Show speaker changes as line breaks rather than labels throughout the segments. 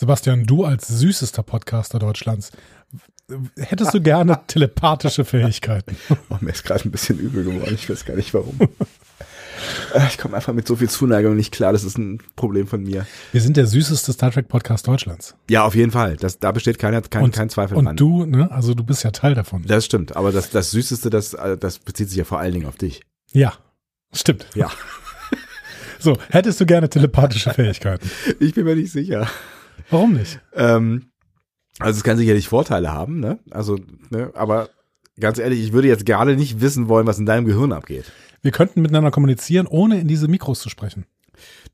Sebastian, du als süßester Podcaster Deutschlands, hättest du gerne telepathische Fähigkeiten?
Oh, mir ist gerade ein bisschen übel geworden. Ich weiß gar nicht warum. Äh, Ich komme einfach mit so viel Zuneigung nicht klar. Das ist ein Problem von mir.
Wir sind der süßeste Star Trek Podcast Deutschlands.
Ja, auf jeden Fall. Das, da besteht keiner, kein,
Und-
kein Zweifel dran.
Und du, ne? Also du bist ja Teil davon.
Das stimmt. Aber das, das Süßeste, das, äh, das bezieht sich ja vor allen Dingen auf dich.
Ja. Stimmt.
Ja.
So, hättest du gerne telepathische Fähigkeiten?
Ich bin mir nicht sicher.
Warum nicht?
Ähm, also es kann sicherlich Vorteile haben, ne? Also, ne? Aber ganz ehrlich, ich würde jetzt gerade nicht wissen wollen, was in deinem Gehirn abgeht.
Wir könnten miteinander kommunizieren, ohne in diese Mikros zu sprechen.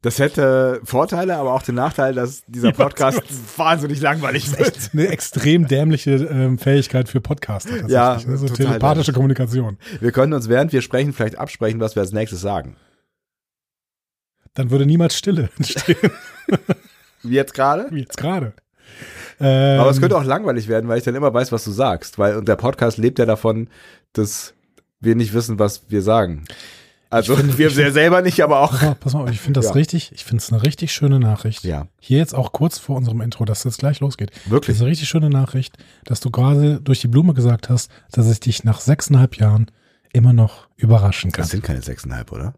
Das hätte Vorteile, aber auch den Nachteil, dass dieser Podcast wahnsinnig langweilig wird.
Eine extrem dämliche ähm, Fähigkeit für Podcaster. tatsächlich,
Ja,
ne? so
total
telepathische Kommunikation.
Wir können uns, während wir sprechen, vielleicht absprechen, was wir als nächstes sagen.
Dann würde niemals Stille entstehen,
Wie jetzt gerade?
wie jetzt gerade. Ähm,
Aber es könnte auch langweilig werden, weil ich dann immer weiß, was du sagst. Weil, und der Podcast lebt ja davon, dass wir nicht wissen, was wir sagen. Also wir sehr selber nicht, aber auch.
Pass mal, pass mal auf, ich finde das
Ja.
richtig, ich finde es eine richtig schöne Nachricht.
Ja.
Hier jetzt auch kurz vor unserem Intro, dass jetzt gleich losgeht.
Wirklich?
Das ist eine richtig schöne Nachricht, dass du gerade durch die Blume gesagt hast, dass ich dich nach sechseinhalb Jahren immer noch überraschen kann.
Das sind keine sechseinhalb, oder?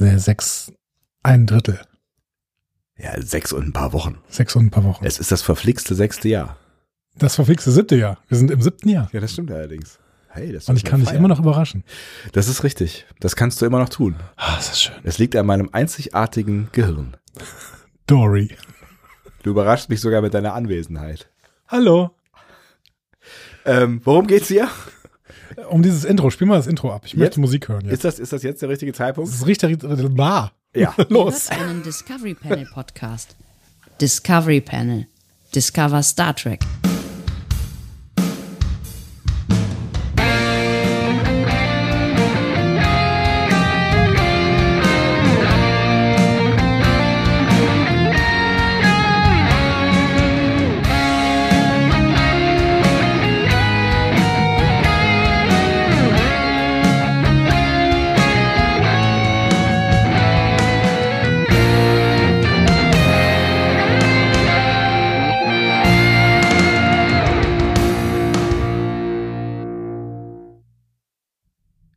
Äh, Sechs, ein Drittel,
Ja, sechs und ein paar Wochen.
sechs und ein paar Wochen.
Es ist das verflixte sechste Jahr.
Das verflixte siebte Jahr. Wir sind im siebten Jahr.
Ja, das stimmt allerdings. Hey, das ist
Und
doch
ich
eine
kann dich
Feier.
immer noch überraschen.
Das ist richtig. Das kannst du immer noch tun.
Ah, das ist schön.
Es liegt an meinem einzigartigen Gehirn.
Dory.
Du überraschst mich sogar mit deiner Anwesenheit.
Hallo.
Ähm, worum geht's hier?
Um dieses Intro, spiel mal das Intro ab. Ich
Jetzt?
möchte Musik hören jetzt.
Ist das, ist das jetzt der richtige Zeitpunkt?
Das ist richtig, bah.
Ja.
Los.
Ihr hört einen Discovery Panel Podcast. Discovery Panel. Discover Star Trek.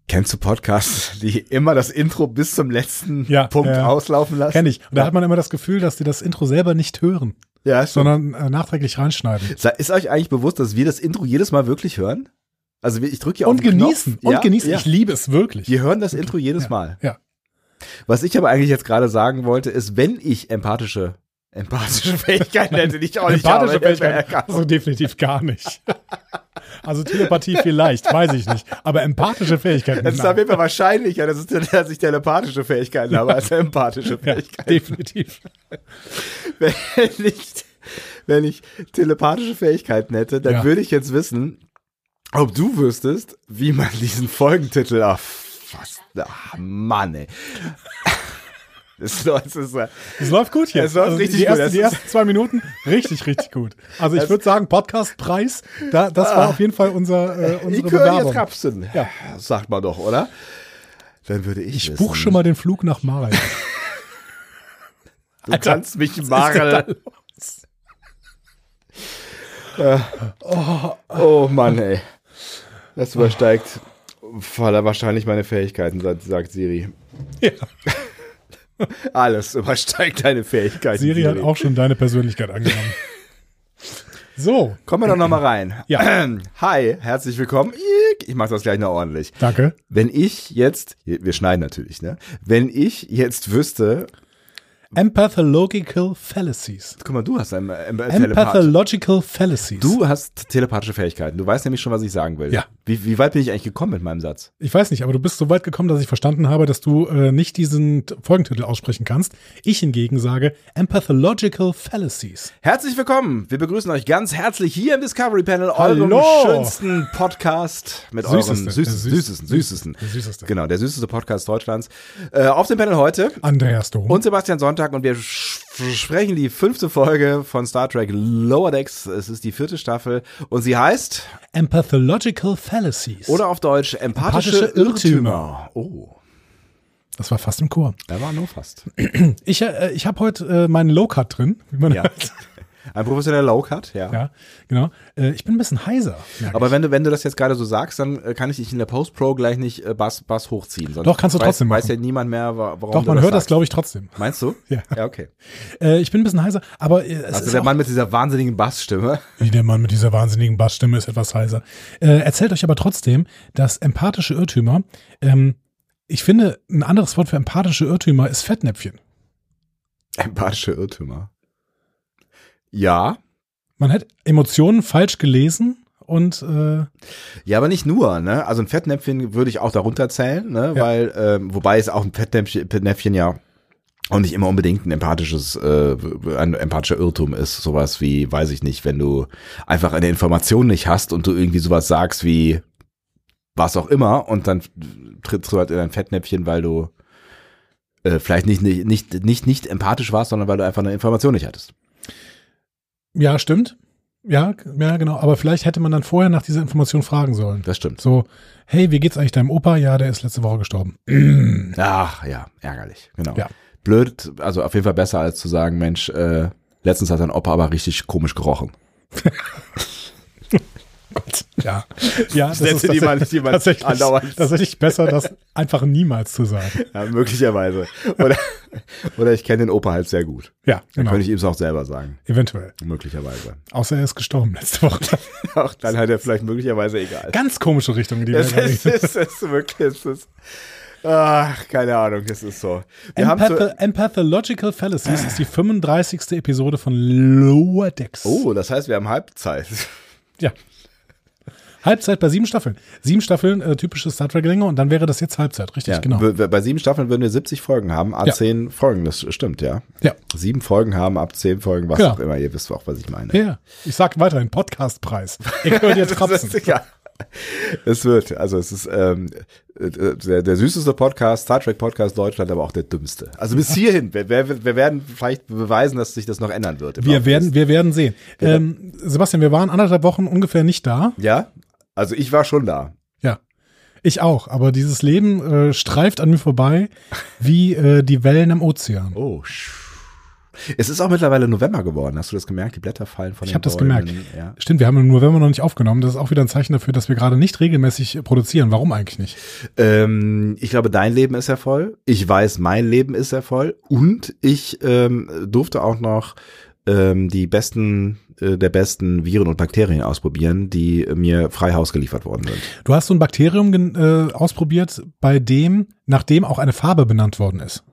Kennst du Podcasts, die immer das Intro bis zum letzten
Ja,
Punkt
ja.
auslaufen lassen?
Kenn ich. Und da
Ja,
hat man immer das Gefühl, dass die das Intro selber nicht hören,
ja schon.
sondern äh, nachträglich reinschneiden.
Sei- Ist euch eigentlich bewusst, dass wir das Intro jedes Mal wirklich hören? Also wir- ich drücke ja auf
Und
den
genießen.
Knopf.
Und
ja,
genießen.
Ja.
Ich liebe es wirklich.
Wir hören das Intro jedes
Ja.
Mal.
Ja.
Was ich aber eigentlich jetzt gerade sagen wollte, ist, wenn ich empathische empathische Fähigkeiten hätte, die ich auch nicht
Empathische
habe, hätte er
Fähigkeit.
erkannt.
Also definitiv gar nicht. Also Telepathie vielleicht, weiß ich nicht. Aber empathische Fähigkeiten.
Es ist auf
nein.
jeden Fall wahrscheinlicher, dass ich- dass ich telepathische Fähigkeiten habe als empathische
Ja,
Fähigkeiten.
definitiv.
wenn ich, wenn ich telepathische Fähigkeiten hätte, dann
Ja.
würde ich jetzt wissen, ob du wüsstest, wie man diesen Folgentitel ach, fast, ach Mann, ey. Das läuft, das ist,
Es läuft gut hier. Also
Es läuft richtig
die,
gut.
erste,
Es
die
ist-
ersten zwei Minuten richtig, richtig gut. Also ich
Es- Ah.
würde sagen, Podcastpreis, da, das war auf jeden Fall unser, äh, unsere
Ikonius
Bewerbung.
Kapsen,
Ja.
sagt man doch, oder? Dann würde ich
Ich
wissen,
buch schon mal den Flug nach Marl.
du kannst mich
Was ist denn da
Marel. Oh Mann, ey. Das übersteigt wahrscheinlich meine Fähigkeiten, sagt- sagt Siri.
Ja.
Alles übersteigt deine Fähigkeiten.
Siri hat auch schon deine Persönlichkeit angenommen. So,
Kommen wir doch nochmal rein.
Ja.
Hi, herzlich willkommen. Ick, Ich mache das gleich noch ordentlich.
danke.
Wenn ich jetzt, wir schneiden natürlich, ne? Wenn ich jetzt wüsste,
Empathological Fallacies.
guck mal, du hast ein äh, Telepath.
Empathological Fallacies.
Du hast telepathische Fähigkeiten. Du weißt nämlich schon, was ich sagen will.
Ja.
Wie, wie weit bin ich eigentlich gekommen mit meinem Satz?
Ich weiß nicht, aber du bist so weit gekommen, dass ich verstanden habe, dass du äh, nicht diesen T- Folgentitel aussprechen kannst. Ich hingegen sage Empathological Fallacies.
Herzlich willkommen. Wir begrüßen euch ganz herzlich hier im Discovery Panel, eurem
Hallo.
schönsten Podcast mit eurem
Süßeste.
süßesten,
Der
süßesten, süßesten.
Der süßeste.
Genau, der süßeste Podcast Deutschlands. Äh, auf dem Panel heute
Andreas Dom.
und Sebastian Sonntag und wir sch- sprechen die fünfte Folge von Star Trek Lower Decks. Es ist die vierte Staffel und sie heißt
Empathological Fallacies.
oder auf Deutsch empathische,
Empathische
Irrtümer.
Irrtümer.
Oh.
Das war fast im Chor.
Da war nur fast.
Ich, äh, ich habe heute äh, meinen Low-Cut drin, wie man
Ja.
halt,
Ein professioneller Low-Cut, ja.
ja, genau. Äh, ich bin ein bisschen heiser. merke
Aber
ich.
wenn du, wenn du das jetzt gerade so sagst, dann äh, kann ich dich in der Post-Pro gleich nicht äh, Bass, Bass hochziehen. Sonst
Doch, kannst du
weiß,
trotzdem
Weiß
machen.
ja niemand mehr, wa- warum
Doch,
du
man hört das,
sagst.
glaube ich, trotzdem.
Meinst du?
Ja.
Ja, okay.
Äh, ich bin ein bisschen heiser, aber äh, es
Also
ist
der
auch,
Mann mit dieser wahnsinnigen Bassstimme.
wie der Mann mit dieser wahnsinnigen Bassstimme ist etwas heiser. Äh, erzählt euch aber trotzdem, dass empathische Irrtümer, ähm, ich finde, ein anderes Wort für empathische Irrtümer ist Fettnäpfchen.
Empathische Irrtümer. Ja.
Man hat Emotionen falsch gelesen und äh,
Ja, aber nicht nur, ne? Also ein Fettnäpfchen würde ich auch darunter zählen, ne?
Ja.
Weil, ähm, wobei es auch ein Fettnäpfchen Fettnäpfchen ja auch nicht immer unbedingt ein empathisches, äh, ein empathischer Irrtum ist. Sowas wie, weiß ich nicht, wenn du einfach eine Information nicht hast und du irgendwie sowas sagst wie was auch immer und dann trittst du halt in ein Fettnäpfchen, weil du äh, vielleicht nicht, nicht, nicht, nicht, nicht empathisch warst, sondern weil du einfach eine Information nicht hattest.
ja, stimmt. Ja, g- ja, genau. Aber vielleicht hätte man dann vorher nach dieser Information fragen sollen.
Das stimmt.
So, hey, wie geht's eigentlich deinem Opa? Ja, der ist letzte Woche gestorben.
Ach ja, ärgerlich, genau.
Ja.
Blöd, also auf jeden Fall besser als zu sagen, Mensch, äh, letztens hat dein Opa aber richtig komisch gerochen.
Gott. Ja, ja das
Sätze, die man- die man
tatsächlich,
andauernd-
tatsächlich besser, das einfach niemals zu sagen.
Ja, möglicherweise. Oder, oder ich kenne den Opa halt sehr gut.
Ja,
Dann
genau.
könnte ich ihm es auch selber sagen,
Eventuell.
möglicherweise.
Außer er ist gestorben letzte Woche.
Auch dann hat er vielleicht möglicherweise egal.
Ganz komische Richtung, die wir
Es
gerade
ist, es ist wirklich, es ist, ach, keine Ahnung, das ist so. Wir haben
Empath
zu,
Empathological Fallacies ist die 35. Episode von Lower Decks.
oh, das heißt, wir haben Halbzeit.
Ja. Halbzeit bei sieben Staffeln. Sieben Staffeln, äh, typische Star Trek-Länge und dann wäre das jetzt Halbzeit, richtig, genau.
Bei- Bei sieben Staffeln würden wir 70 Folgen haben, ab
Ja.
10 Folgen, das stimmt, ja.
Ja.
Sieben Folgen haben, ab zehn Folgen, was
Genau.
auch immer, ihr wisst auch, was ich meine.
Ja, ich sag weiterhin Podcastpreis. Ihr könnt jetzt
Das
trapsen.
ist, ja. Es wird, also es ist ähm, äh, äh, der, der süßeste Podcast, Star Trek Podcast Deutschland, aber auch der dümmste. Also bis hierhin, wir, wir, wir werden vielleicht beweisen, dass sich das noch ändern wird. im Laufe
Wir
des-
werden, wir werden sehen. Ähm, Sebastian, wir waren anderthalb Wochen ungefähr nicht da.
Ja, also ich war schon da.
Ja. Ich auch, aber dieses Leben äh, streift an mir vorbei wie äh, die Wellen am Ozean.
Oh, sch- es ist auch mittlerweile November geworden. Hast du das gemerkt? Die Blätter fallen von
Ich
den
habe das
Bäumen.
gemerkt.
Ja.
Stimmt, wir haben im November noch nicht aufgenommen. Das ist auch wieder ein Zeichen dafür, dass wir gerade nicht regelmäßig äh, produzieren. Warum eigentlich nicht?
Ähm, ich glaube, dein Leben ist ja voll. Ich weiß, mein Leben ist ja voll. Und ich ähm, durfte auch noch ähm, die besten äh, der besten Viren und Bakterien ausprobieren, die mir frei Haus geliefert worden sind.
Du hast so ein Bakterium gen- äh, ausprobiert, bei dem, nachdem auch eine Farbe benannt worden ist.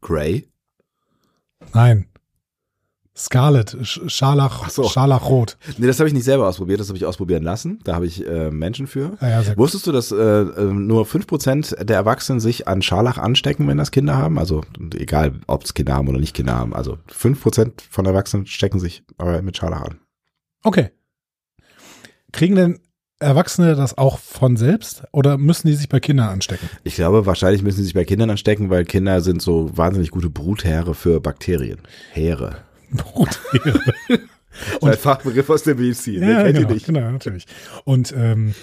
Gray?
Nein. Scarlet, Sch Scharlach,
Ach so.
Scharlachrot.
Nee, das habe ich nicht selber ausprobiert, das habe ich ausprobieren lassen. Da habe ich äh, Menschen für.
Ah ja, sehr gut.
Wusstest du, dass äh, äh, nur 5% der Erwachsenen sich an Scharlach anstecken, wenn das Kinder haben? Also egal, ob es Kinder haben oder nicht Kinder haben. Also 5% von Erwachsenen stecken sich äh, mit Scharlach an.
Okay. Kriegen denn Erwachsene das auch von selbst oder müssen die sich bei Kindern anstecken?
Ich glaube, wahrscheinlich müssen sie sich bei Kindern anstecken, weil Kinder sind so wahnsinnig gute Brutheere für Bakterien. Heere.
Gut.
Und ein Fachbegriff aus der Medizin. Wer kennt die
genau,
nicht?
genau, natürlich. Und ähm,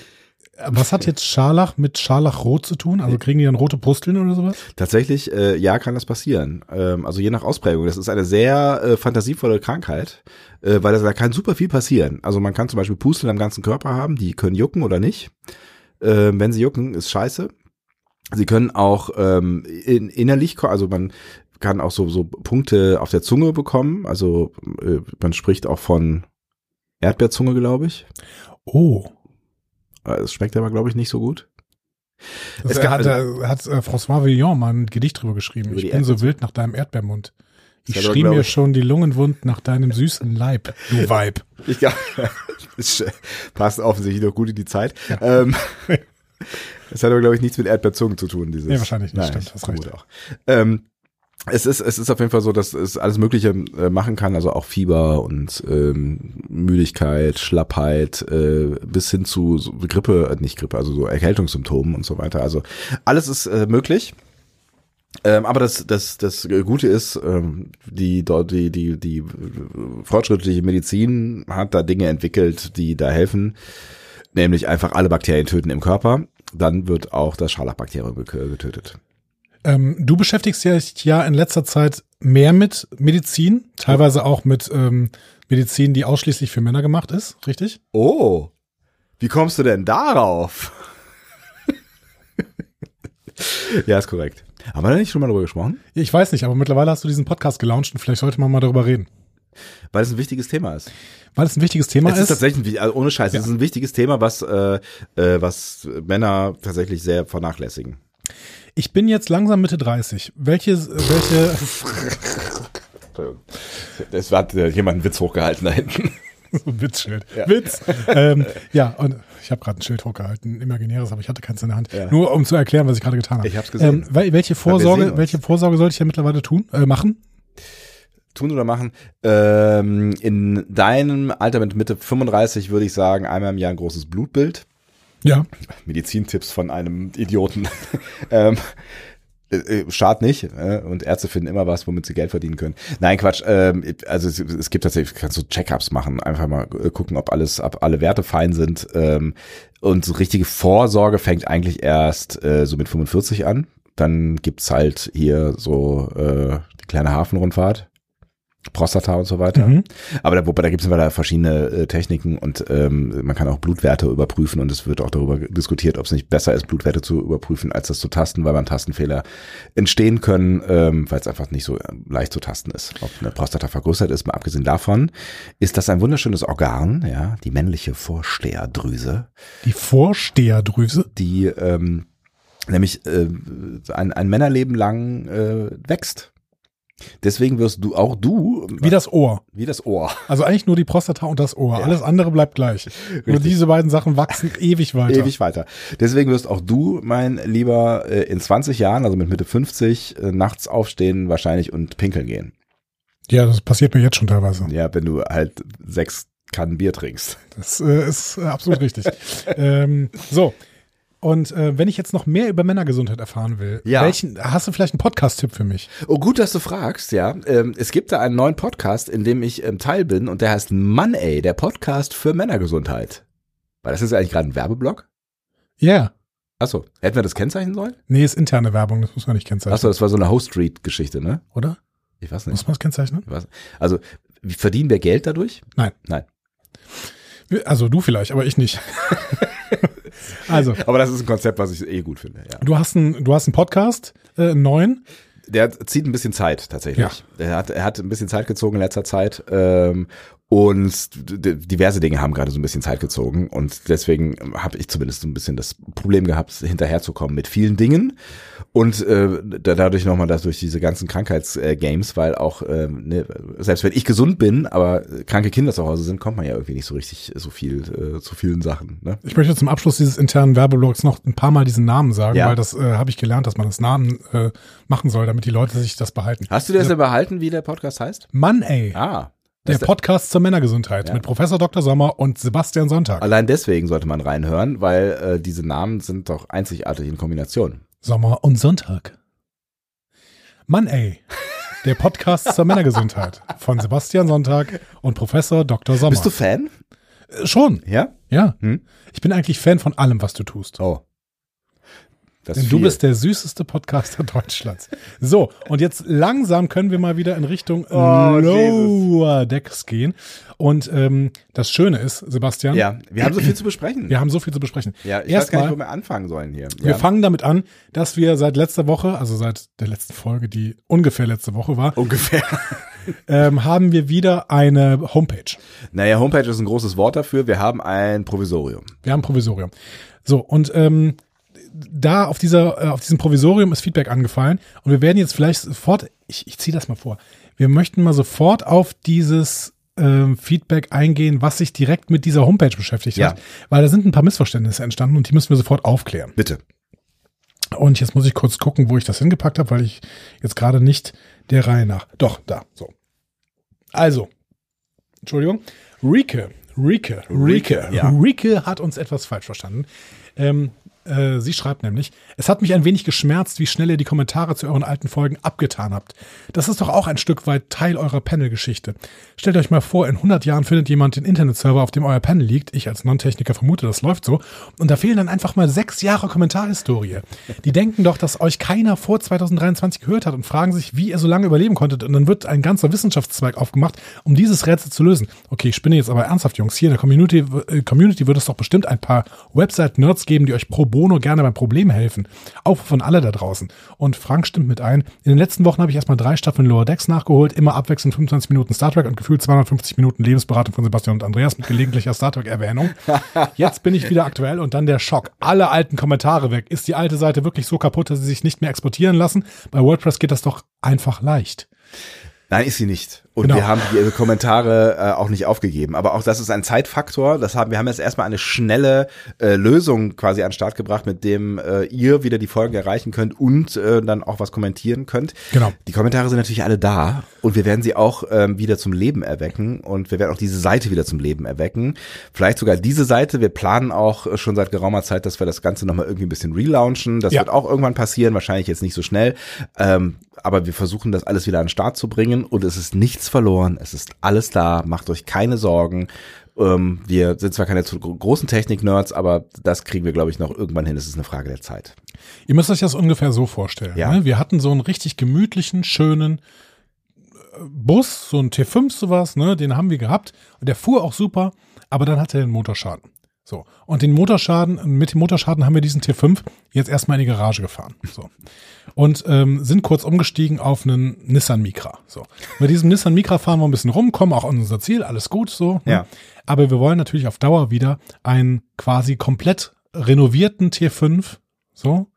was hat jetzt Scharlach mit Scharlachrot zu tun? Also kriegen die dann rote Pusteln oder sowas?
Tatsächlich, äh, ja, kann das passieren. Ähm, also je nach Ausprägung. Das ist eine sehr äh, fantasievolle Krankheit, äh, weil das, da kann super viel passieren. Also man kann zum Beispiel Pusteln am ganzen Körper haben, die können jucken oder nicht. Ähm, wenn sie jucken, ist scheiße. Sie können auch ähm, in, innerlich, ko- also man kann auch so, so Punkte auf der Zunge bekommen. Also äh, man spricht auch von Erdbeerzunge, glaube ich.
Oh.
Äh, Es schmeckt aber, glaube ich, nicht so gut.
Das
Es gab- also
hat, äh, hat äh, François Villon mal ein Gedicht drüber geschrieben.
Über
Ich
die
bin so wild nach deinem Erdbeermund. Ich
hat aber,
schrie
glaub
mir
ich-
schon die Lungenwund nach deinem süßen Leib, du Weib.
Ich glaube, das sch- passt offensichtlich noch gut in die Zeit. Ähm, es hat aber, glaube ich, nichts mit Erdbeerzungen zu tun, dieses.
Nee, wahrscheinlich nicht,
Nein,
stimmt,
ich
hast recht.
vermute Auch. Ähm, es ist, es ist auf jeden Fall so, dass es alles Mögliche äh, machen kann, also auch Fieber und ähm, Müdigkeit, Schlappheit, äh, bis hin zu so Grippe, äh, nicht Grippe, also so Erkältungssymptomen und so weiter. Also alles ist äh, möglich. Ähm, aber das, das, das Gute ist, ähm, die, dort- die, die, die fortschrittliche Medizin hat da Dinge entwickelt, die da helfen, nämlich einfach alle Bakterien töten im Körper. Dann wird auch das Scharlachbakterium gek- äh, getötet.
Ähm, du beschäftigst dich ja in letzter Zeit mehr mit Medizin, teilweise auch mit ähm, Medizin, die ausschließlich für Männer gemacht ist, richtig?
Oh, wie kommst du denn darauf? ja, ist korrekt. Haben wir da nicht schon mal drüber gesprochen?
Ich weiß nicht, aber mittlerweile hast du diesen Podcast gelauncht und vielleicht sollte man mal darüber reden.
Weil es ein wichtiges Thema ist.
Weil es ein wichtiges Thema
Es ist
ist.
tatsächlich, ein wi- also ohne Scheiß, es ist ein wichtiges Thema, was, äh, äh, was Männer tatsächlich sehr vernachlässigen.
ich bin jetzt langsam Mitte 30. Welche, äh, welche,
Es hat äh, jemand einen Witz hochgehalten da hinten.
So ein Witzschild. Witz. Ähm, ja, und ich habe gerade ein Schild hochgehalten, ein imaginäres, aber ich hatte keins in der Hand. Nur um zu erklären, was ich gerade getan habe.
Ich hab's
Ähm,
gesehen.
wel- welche
sehen
Vorsorge,
uns.
welche Vorsorge sollte ich denn mittlerweile tun, äh, machen?
Tun oder machen. Ähm, in deinem Alter mit Mitte 35 würde ich sagen, einmal im Jahr ein großes Blutbild.
Ja.
Medizintipps von einem Idioten. ähm, äh, äh, schadet nicht. Äh, und Ärzte finden immer was, womit sie Geld verdienen können. Nein, Quatsch. Ähm, also es, es gibt tatsächlich, kannst du Check-ups machen. Einfach mal äh, gucken, ob alles, ob alle Werte fein sind. Ähm, und so richtige Vorsorge fängt eigentlich erst äh, so mit 45 an. Dann gibt's halt hier so äh, die kleine Hafenrundfahrt. Prostata und so weiter.
Mhm.
Aber da, wobei, da gibt es immer da verschiedene äh, Techniken und ähm, man kann auch Blutwerte überprüfen und es wird auch darüber diskutiert, ob es nicht besser ist, Blutwerte zu überprüfen, als das zu tasten, weil beim Tastenfehler entstehen können, ähm, weil es einfach nicht so ähm, leicht zu tasten ist. Ob eine Prostata vergrößert ist, mal abgesehen davon, ist das ein wunderschönes Organ, ja, die männliche Vorsteherdrüse
Die Vorsteherdrüse.
die ähm, nämlich äh, ein, ein Männerleben lang äh, wächst. Deswegen wirst du auch du
Wie das Ohr.
wie das Ohr.
Also eigentlich nur die Prostata und das Ohr.
Ja.
Alles andere bleibt gleich. Nur diese beiden Sachen wachsen ewig weiter.
Ewig weiter. Deswegen wirst auch du, mein Lieber, äh, in 20 Jahren, also mit Mitte 50, äh, nachts aufstehen wahrscheinlich und pinkeln gehen.
Ja, das passiert mir jetzt schon teilweise.
Ja, wenn du halt sechs Kannen Bier trinkst.
Das äh, ist äh, absolut richtig. ähm, so. Und äh, wenn ich jetzt noch mehr über Männergesundheit erfahren will,
Ja.
welchen, hast du vielleicht einen Podcast-Tipp für mich?
Oh, gut, dass du fragst, ja. Ähm, es gibt da einen neuen Podcast, in dem ich ähm, Teil bin und der heißt Mann, ey, der Podcast für Männergesundheit. War das jetzt eigentlich gerade ein Werbeblock?
Ja.
Achso, hätten wir das kennzeichnen sollen?
Nee, ist interne Werbung, das muss man nicht kennzeichnen,
Achso, das war so eine Host-Street-Geschichte, ne?
oder?
Ich weiß nicht.
Muss man das kennzeichnen?
Ich weiß, also, verdienen wir Geld dadurch?
Nein.
Nein.
Wir- Also du vielleicht, aber ich nicht. also,
Aber das ist ein Konzept, was ich eh gut finde, ja.
du hast einen, du hast einen Podcast, äh, einen neuen.
Der zieht ein bisschen Zeit tatsächlich. Er, hat, er hat ein bisschen Zeit gezogen in letzter Zeit. Ähm, und d- d- diverse Dinge haben gerade so ein bisschen Zeit gezogen. Und deswegen habe ich zumindest so ein bisschen das Problem gehabt, hinterherzukommen mit vielen Dingen. Und äh, da, dadurch nochmal das durch diese ganzen Krankheitsgames, weil auch, ähm, ne, selbst wenn ich gesund bin, aber kranke Kinder zu Hause sind, kommt man ja irgendwie nicht so richtig so viel äh, zu vielen Sachen. Ne?
Ich möchte zum Abschluss dieses internen Werbeblogs noch ein paar Mal diesen Namen sagen,
Ja.
weil das äh, habe ich gelernt, dass man das Namen äh, machen soll, damit die Leute sich das behalten.
Hast du das denn behalten, wie der Podcast heißt?
Mann, ey.
Ah.
Der
das-
Podcast zur Männergesundheit mit Professor Dr. Sommer und Sebastian Sonntag.
Allein deswegen sollte man reinhören, weil äh, diese Namen sind doch einzigartig in Kombination.
Sommer und Sonntag. Mann, ey. Der Podcast zur Männergesundheit von Sebastian Sonntag und Professor Dr. Sommer.
Bist du Fan?
Äh, schon,
Ja?
ja.
Hm?
Ich bin eigentlich Fan von allem, was du tust.
Oh. Das
Denn
ist
du
viel.
bist der süßeste Podcaster Deutschlands. So, und jetzt langsam können wir mal wieder in Richtung
Oh,
Lower Decks gehen. Und ähm, das Schöne ist, Sebastian,
Ja, wir haben so viel zu besprechen.
wir haben so viel zu besprechen.
Ja, ich weiß gar
Erstmal,
nicht, wo wir anfangen sollen hier. Ja.
wir fangen damit an, dass wir seit letzter Woche, also seit der letzten Folge, die ungefähr letzte Woche war,
Ungefähr.
ähm, haben wir wieder eine Homepage.
Naja, Homepage ist ein großes Wort dafür. Wir haben ein Provisorium.
Wir haben ein Provisorium. So, und ähm, da auf, dieser, äh, auf diesem Provisorium ist Feedback angefallen und wir werden jetzt vielleicht sofort, ich, ich ziehe das mal vor, wir möchten mal sofort auf dieses ähm, Feedback eingehen, was sich direkt mit dieser Homepage beschäftigt
Ja.
hat, weil da sind ein paar Missverständnisse entstanden und die müssen wir sofort aufklären.
Bitte.
Und jetzt muss ich kurz gucken, wo ich das hingepackt habe, weil ich jetzt gerade nicht der Reihe nach. Doch, da, so. Also, Entschuldigung. Rike, Rike, Rike,
ja.
Rike hat uns etwas falsch verstanden. Ähm, Äh, sie schreibt nämlich, es hat mich ein wenig geschmerzt, wie schnell ihr die Kommentare zu euren alten Folgen abgetan habt. Das ist doch auch ein Stück weit Teil eurer Panel-Geschichte. Stellt euch mal vor, in 100 Jahren findet jemand den Internetserver, auf dem euer Panel liegt. Ich als Non-Techniker vermute, das läuft so. Und da fehlen dann einfach mal sechs Jahre Kommentarhistorie. Die denken doch, dass euch keiner vor 2023 gehört hat und fragen sich, wie ihr so lange überleben konntet. Und dann wird ein ganzer Wissenschaftszweig aufgemacht, um dieses Rätsel zu lösen. Okay, ich spinne jetzt aber ernsthaft, Jungs. Hier in der Community, äh, Community wird es doch bestimmt ein paar Website-Nerds geben, die euch pro bono gerne beim Problem helfen. Auch von alle da draußen. Und Frank stimmt mit ein. In den letzten Wochen habe ich erstmal drei Staffeln Lower Decks nachgeholt, immer abwechselnd 25 Minuten Star Trek und gefühlt 250 Minuten Lebensberatung von Sebastian und Andreas mit gelegentlicher Star Trek-Erwähnung. Jetzt bin ich wieder aktuell und dann der Schock. Alle alten Kommentare weg. Ist die alte Seite wirklich so kaputt, dass sie sich nicht mehr exportieren lassen? Bei WordPress geht das doch einfach leicht.
Nein, ist sie nicht. Und
Genau.
wir haben die Kommentare äh, auch nicht aufgegeben. Aber auch das ist ein Zeitfaktor. Das haben, wir haben jetzt erstmal eine schnelle äh, Lösung quasi an den Start gebracht, mit dem äh, ihr wieder die Folgen erreichen könnt und äh, dann auch was kommentieren könnt.
Genau.
Die Kommentare sind natürlich alle da und wir werden sie auch ähm, wieder zum Leben erwecken und wir werden auch diese Seite wieder zum Leben erwecken. Vielleicht sogar diese Seite. Wir planen auch äh, schon seit geraumer Zeit, dass wir das Ganze nochmal irgendwie ein bisschen relaunchen. Das
Ja.
wird auch irgendwann passieren, wahrscheinlich jetzt nicht so schnell. Ähm, aber wir versuchen das alles wieder an den Start zu bringen und es ist nichts verloren. Es ist alles da. Macht euch keine Sorgen. Ähm, wir sind zwar keine zu gro- großen Technik-Nerds, aber das kriegen wir, glaube ich, noch irgendwann hin. Es ist eine Frage der Zeit.
Ihr müsst euch das ungefähr so vorstellen.
Ja.
Ne? Wir hatten so einen richtig gemütlichen, schönen äh, Bus, so einen T5 sowas, ne? den haben wir gehabt. Und der fuhr auch super, aber dann hatte er den Motorschaden. So. Und den Motorschaden, mit dem Motorschaden haben wir diesen T5 jetzt erstmal in die Garage gefahren. So. Und ähm, sind kurz umgestiegen auf einen Nissan Micra. So. Mit diesem Nissan Micra fahren wir ein bisschen rum, kommen auch an unser Ziel, alles gut, so. ne?
Ja.
Aber wir wollen natürlich auf Dauer wieder einen quasi komplett renovierten T5, so,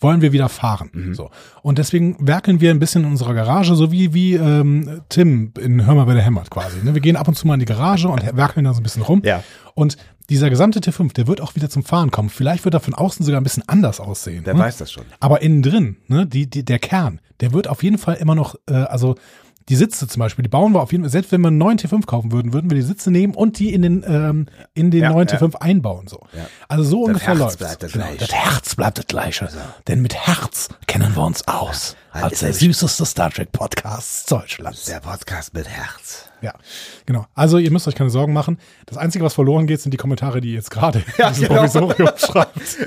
wollen wir wieder fahren.
Mhm.
So. Und deswegen werkeln wir ein bisschen in unserer Garage, so wie, wie ähm, Tim in Hör mal, wer der hämmert quasi. Ne? Wir gehen ab und zu mal in die Garage und werkeln da so ein bisschen rum.
Ja.
Und dieser gesamte T5, der wird auch wieder zum Fahren kommen. Vielleicht wird er von außen sogar ein bisschen anders aussehen.
Der
ne?
weiß das schon.
Aber innen drin, ne, die, die, der Kern, der wird auf jeden Fall immer noch, äh, also die Sitze zum Beispiel, die bauen wir auf jeden Fall, selbst wenn wir einen neuen T5 kaufen würden, würden wir die Sitze nehmen und die in den, ähm, in den
Ja,
neuen
ja.
T5 einbauen. So. Also so ungefähr
Herz
läuft
bleibt das gleiche. Also.
Das Herz bleibt das gleiche. Denn mit Herz kennen wir uns aus.
Ja,
als
ist
der
das-
süßeste Star Trek Podcast Deutschlands.
Der Podcast mit Herz.
Ja, genau. Also ihr müsst euch keine Sorgen machen. Das Einzige, was verloren geht, sind die Kommentare, die ihr jetzt gerade in diesem
genau.
Provisorium schreibt.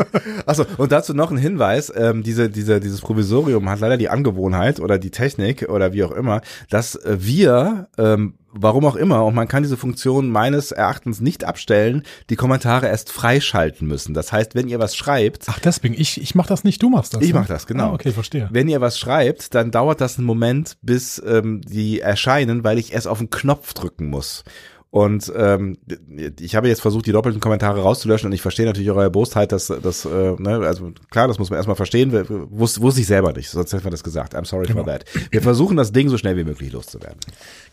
Achso, und dazu noch ein Hinweis, ähm, diese, diese, dieses Provisorium hat leider die Angewohnheit oder die Technik oder wie auch immer, dass äh, wir, ähm, warum auch immer, und man kann diese Funktion meines Erachtens nicht abstellen, die Kommentare erst freischalten müssen. Das heißt, wenn ihr was schreibt,
Ach, deswegen, ich, ich mach das nicht, du machst das.
ich
ne?
mache das, genau.
Ah, okay, verstehe.
Wenn ihr was schreibt, dann dauert das einen Moment, bis ähm, die erscheinen, weil ich erst auf den Knopf drücken muss. Und ähm, ich habe jetzt versucht, die doppelten Kommentare rauszulöschen und ich verstehe natürlich eure Erbostheit, dass das, äh, ne, also klar, das muss man erstmal verstehen, wir- wir- wus- wusste ich selber nicht, sonst hätten wir das gesagt. I'm sorry for that. Wir versuchen das Ding so schnell wie möglich loszuwerden.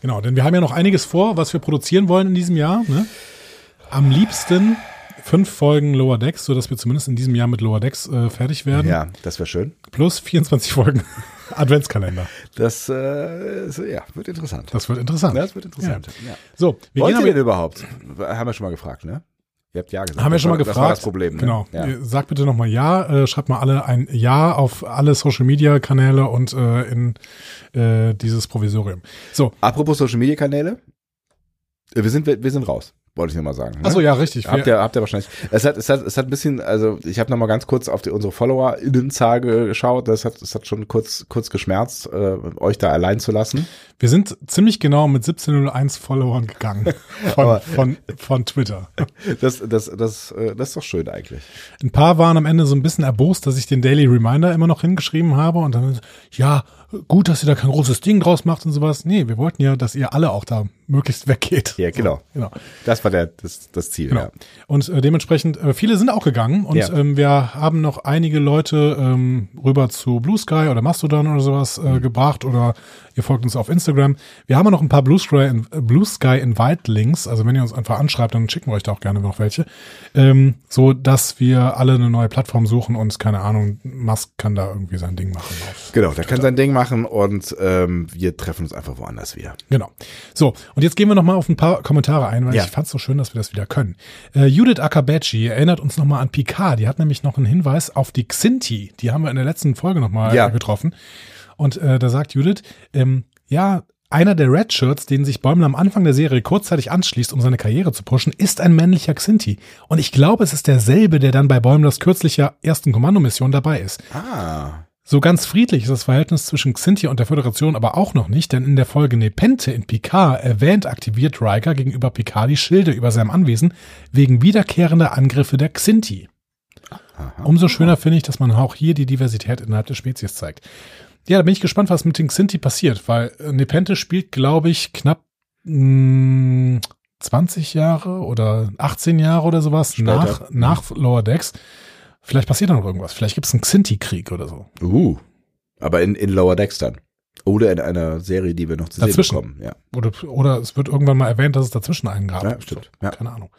Genau, denn wir haben ja noch einiges vor, was wir produzieren wollen in diesem Jahr. Ne? Am liebsten fünf Folgen Lower Decks, sodass wir zumindest in diesem Jahr mit Lower Decks äh, fertig werden.
Ja, das wäre schön.
Plus 24 Folgen Adventskalender.
Das, äh, ist, ja, wird interessant.
Das wird interessant.
Das wird interessant, ja.
So, wir
Wollt
gehen
ihr
aber-
denn überhaupt? Haben wir schon mal gefragt, ne? Ihr habt ja gesagt.
Haben wir
Das
schon mal
war-
gefragt.
Das war das Problem. Ne?
Genau.
Ja.
Ihr Sagt bitte nochmal Ja. Äh, schreibt mal alle ein Ja auf alle Social Media Kanäle und äh, in äh, dieses Provisorium. So.
Apropos Social Media Kanäle, Äh, wir sind wir sind raus, wollte ich nur mal sagen. Ne?
Achso, ja, richtig.
Habt ihr, habt ihr wahrscheinlich. Es hat, es hat, es hat ein bisschen, also ich habe noch mal ganz kurz auf die, unsere Follower-Innenzahl ge- geschaut. Das hat, es hat schon kurz, kurz geschmerzt, äh, euch da allein zu lassen.
wir sind ziemlich genau mit 1701 Followern gegangen von, von, von Twitter.
Das, das, das, äh, das ist doch schön eigentlich.
Ein paar waren am Ende so ein bisschen erbost, dass ich den Daily Reminder immer noch hingeschrieben habe und dann, ja, gut, dass ihr da kein großes Ding draus macht und sowas. Nee, wir wollten ja, dass ihr alle auch da möglichst weggeht.
Ja, genau.
So, genau.
Das war der, das, das Ziel.
Genau.
Ja.
Und äh, dementsprechend, äh, viele sind auch gegangen und
Ja.
ähm, wir haben noch einige Leute ähm, rüber zu Blue Sky oder Mastodon oder sowas äh, gebracht oder ihr folgt uns auf Instagram. Wir haben auch noch ein paar Blue Sky, in, äh, Blue Sky Invite Links, also wenn ihr uns einfach anschreibt, dann schicken wir euch da auch gerne noch welche, ähm, so dass wir alle eine neue Plattform suchen und keine Ahnung, Musk kann da irgendwie sein Ding machen. Auf
Genau, der kann sein Ding machen und ähm, wir treffen uns einfach woanders wieder.
Genau. So, und Und jetzt gehen wir nochmal auf ein paar Kommentare ein, weil
Ja.
ich fand es so schön, dass wir das wieder können. Äh, Judith Akabachi erinnert uns nochmal an Picard. Die hat nämlich noch einen Hinweis auf die Xinti. Die haben wir in der letzten Folge nochmal
Ja.
ja. getroffen. Und äh, da sagt Judith, ähm, ja, einer der Red Shirts, den sich Bäumler am Anfang der Serie kurzzeitig anschließt, um seine Karriere zu pushen, ist ein männlicher Xinti. Und ich glaube, es ist derselbe, der dann bei Bäumlers kürzlicher ersten Kommandomission dabei ist.
Ah.
So ganz friedlich ist das Verhältnis zwischen Xinti und der Föderation aber auch noch nicht, denn in der Folge Nepente in Picard erwähnt aktiviert Riker gegenüber Picard die Schilde über seinem Anwesen wegen wiederkehrender Angriffe der Xinti. Umso schöner finde ich, dass man auch hier die Diversität innerhalb der Spezies zeigt. Ja, da bin ich gespannt, was mit den Xinti passiert, weil äh, Nepente spielt, glaube ich, knapp mh, 20 Jahre oder 18 Jahre oder sowas
Später.
nach, nach Lower Decks. Vielleicht passiert da noch irgendwas. Vielleicht gibt es einen Xinti-Krieg oder so.
Uh. Aber in, in Lower Decks dann. Oder in einer Serie, die wir noch zu
Dazwischen.
sehen bekommen. Ja,
Oder, oder es wird irgendwann mal erwähnt, dass es dazwischen einen gab.
ja stimmt. Ja.
Keine Ahnung.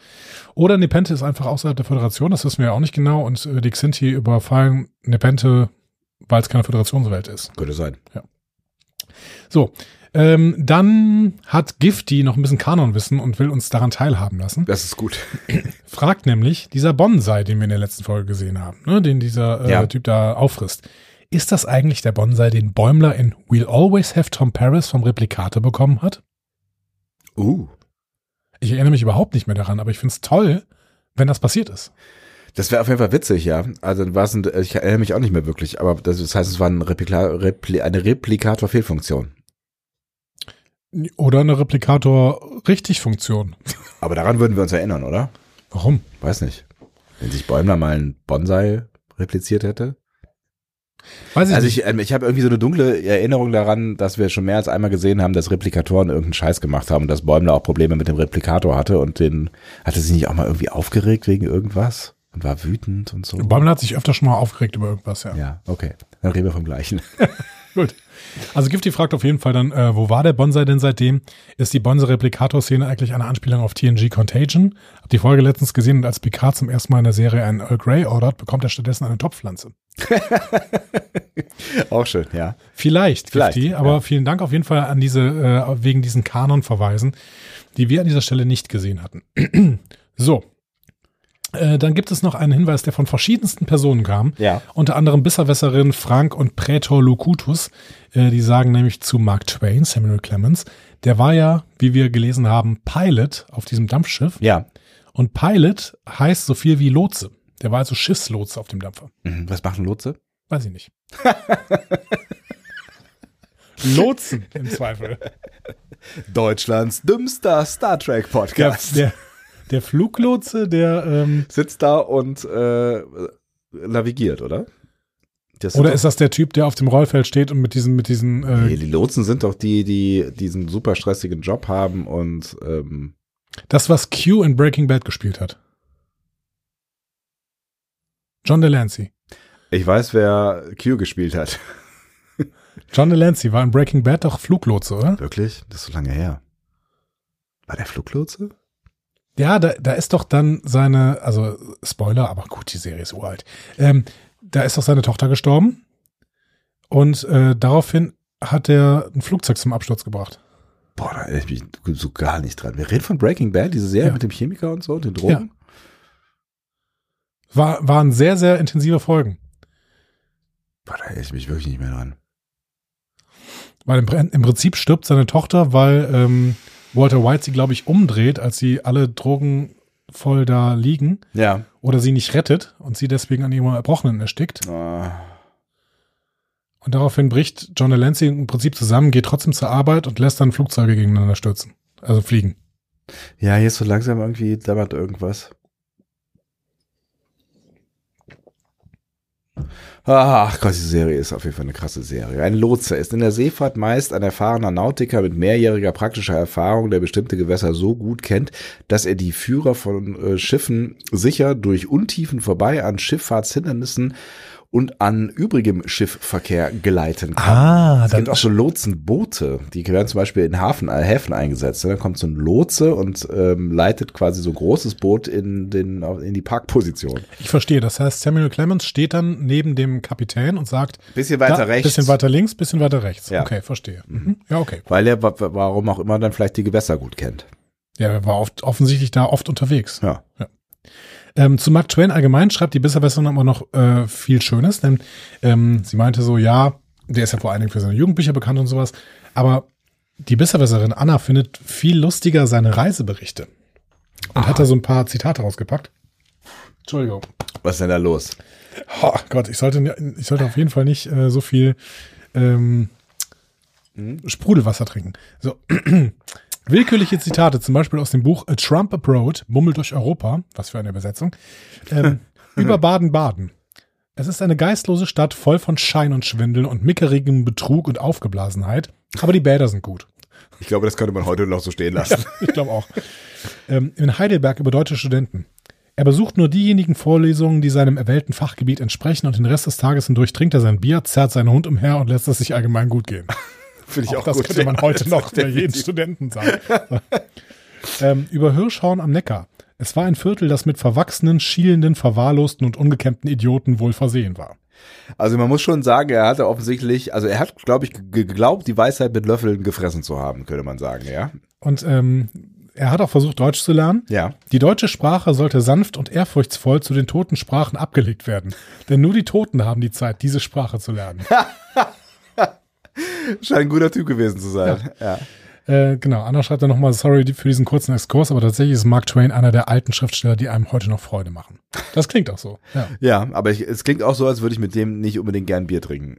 Oder Nepente ist einfach außerhalb der Föderation, das wissen wir ja auch nicht genau. Und äh, die Xinti überfallen Nepente, weil es keine Föderationswelt ist.
Könnte sein.
So, ähm, dann hat Gifty noch ein bisschen Kanonwissen und will uns daran teilhaben lassen.
Das ist gut.
Fragt nämlich, dieser Bonsai, den wir in der letzten Folge gesehen haben, ne, den dieser äh,
Ja.
Typ da auffrisst, ist das eigentlich der Bonsai, den Bäumler in We'll Always Have Tom Paris vom Replikator bekommen hat?
Uh.
Ich erinnere mich überhaupt nicht mehr daran, aber ich finde es toll, wenn das passiert ist.
Das wäre auf jeden Fall witzig, ja. Also dann war es ein, ich erinnere mich auch nicht mehr wirklich, aber das, das heißt, es war ein Replika, Repli, eine Replikator-Fehlfunktion.
Oder eine Replikator-Richtig-Funktion.
Aber daran würden wir uns erinnern, oder?
Warum?
Weiß nicht. Wenn sich Bäumler mal einen Bonsai repliziert hätte.
Weiß ich
Also
nicht.
ich, ähm, ich habe irgendwie so eine dunkle Erinnerung daran, dass wir schon mehr als einmal gesehen haben, dass Replikatoren irgendeinen Scheiß gemacht haben und dass Bäumler auch Probleme mit dem Replikator hatte und den hatte sich nicht auch mal irgendwie aufgeregt wegen irgendwas und war wütend und so.
Bäumler hat sich öfter schon mal aufgeregt über irgendwas, ja.
Ja, okay. Dann reden wir vom gleichen.
Gut. Also Gifty fragt auf jeden Fall dann, äh, wo war der Bonsai denn seitdem? Ist die Bonsai-Replikator-Szene eigentlich eine Anspielung auf TNG Contagion? Hab die Folge letztens gesehen und als Picard zum ersten Mal in der Serie einen Earl Grey ordert, bekommt er stattdessen eine Topfpflanze.
auch schön, ja.
Vielleicht,
Vielleicht,
Gifty, aber vielen Dank auf jeden Fall an diese, äh, wegen diesen Kanon-Verweisen, die wir an dieser Stelle nicht gesehen hatten. so. Äh, dann gibt es noch einen Hinweis, der von verschiedensten Personen kam.
Ja.
Unter anderem Bisserwässerin Frank und Prätor Locutus. Äh, die sagen nämlich zu Mark Twain, Samuel Clemens, der war ja, wie wir gelesen haben, Pilot auf diesem Dampfschiff.
Ja.
Und Pilot heißt so viel wie Lotse. Der war also Schiffslotse auf dem Dampfer.
Mhm. Was macht ein Lotse?
Weiß ich nicht. Lotsen im Zweifel.
Deutschlands dümmster Star Trek
Der,
Podcast.
der, der Fluglotse, der. Ähm,
Sitzt da und äh, navigiert, oder? Das sind
oder
doch-
ist das der Typ, der auf dem Rollfeld steht und mit diesen. Mit diesen
Nee,
äh,
die Lotsen sind doch die, die diesen super stressigen Job haben und ähm,
das, was Q in Breaking Bad gespielt hat? John Delancey.
ich weiß, wer Q gespielt hat.
John Delancey war in Breaking Bad doch Fluglotse, oder?
Wirklich? Das ist so lange her. War der Fluglotse?
Ja, da, da ist doch dann seine. Also, Spoiler, aber gut, die Serie ist uralt. Ähm, da ist doch seine Tochter gestorben. Und äh, daraufhin hat er ein Flugzeug zum Absturz gebracht.
Boah, da erinnere ich mich so gar nicht dran. Wir reden von Breaking Bad, diese Serie
Ja.
mit dem Chemiker und so und den Drogen.
War, waren sehr, sehr intensive Folgen.
Boah, da erinnere ich mich wirklich nicht mehr dran.
Weil im, Prin- im Prinzip stirbt seine Tochter, weil ähm, Walter White sie, glaube ich, umdreht, als sie alle Drogen voll da liegen
Ja.
oder sie nicht rettet und sie deswegen an ihrem Erbrochenen erstickt.
Ah.
Und daraufhin bricht John Delancey im Prinzip zusammen, geht trotzdem zur Arbeit und lässt dann Flugzeuge gegeneinander stürzen. Also fliegen.
Ja, hier ist so langsam irgendwie dauert irgendwas. Ach Gott, diese Serie ist auf jeden Fall eine krasse Serie. Ein Lotse ist in der Seefahrt meist ein erfahrener Nautiker mit mehrjähriger praktischer Erfahrung, der bestimmte Gewässer so gut kennt, dass er die Führer von äh, Schiffen sicher durch Untiefen vorbei an Schifffahrtshindernissen und an übrigem Schiffverkehr geleiten kann.
Ah,
Es
dann
gibt auch so Lotsenboote, die werden zum Beispiel in Hafen, äh, Häfen eingesetzt. Dann kommt so ein Lotse und ähm, leitet quasi so ein großes Boot in, den, in die Parkposition.
Ich verstehe. Das heißt, Samuel Clemens steht dann neben dem Kapitän und sagt:
Bisschen weiter rechts.
Bisschen weiter links, bisschen weiter rechts.
Ja.
Okay, verstehe. Mhm. Ja, okay.
Weil er, wa- wa- warum auch immer, dann vielleicht die Gewässer gut kennt.
Ja, er war oft, offensichtlich da oft unterwegs.
Ja.
Ähm, zu Mark Twain allgemein schreibt die Besserwisserin aber noch äh, viel Schönes, denn ähm, sie meinte so: Ja, der ist ja vor allen Dingen für seine Jugendbücher bekannt und sowas. Aber die Besserwisserin Anna findet viel lustiger seine Reiseberichte. Und hat da so ein paar Zitate rausgepackt. Entschuldigung.
Was ist denn da los?
Oh Gott, ich sollte, ich sollte auf jeden Fall nicht äh, so viel ähm, Sprudelwasser trinken. So. Willkürliche Zitate, zum Beispiel aus dem Buch A Trump Abroad, Bummel durch Europa, was für eine Übersetzung, ähm, über Baden-Baden. Es ist eine geistlose Stadt voll von Schein und Schwindel und mickerigem Betrug und Aufgeblasenheit, aber die Bäder sind gut.
Ich glaube, das könnte man heute noch so stehen lassen.
Ich glaube auch. Ähm, in Heidelberg über deutsche Studenten. Er besucht nur diejenigen Vorlesungen, die seinem erwählten Fachgebiet entsprechen und den Rest des Tages hindurch trinkt er sein Bier, zerrt seinen Hund umher und lässt es sich allgemein gut gehen.
Finde ich
Auch das könnte man heute noch bei jedem Studenten sagen. ähm, über Hirschhorn am Neckar. Es war ein Viertel, das mit verwachsenen, schielenden, verwahrlosten und ungekämmten Idioten wohl versehen war.
Also man muss schon sagen, er hatte offensichtlich, also er hat, glaube ich, ge- geglaubt, die Weisheit mit Löffeln gefressen zu haben, könnte man sagen, ja?
Und ähm, er hat auch versucht, Deutsch zu lernen.
Ja.
Die deutsche Sprache sollte sanft und ehrfurchtsvoll zu den toten Sprachen abgelegt werden. Denn nur die Toten haben die Zeit, diese Sprache zu lernen.
Scheint ein guter Typ gewesen zu sein. Ja.
äh, genau, Anna schreibt dann nochmal, sorry für diesen kurzen Exkurs, aber tatsächlich ist Mark Twain einer der alten Schriftsteller, die einem heute noch Freude machen. Das klingt auch so. Ja.
Ja, aber ich, es klingt auch so, als würde ich mit dem nicht unbedingt gern Bier trinken.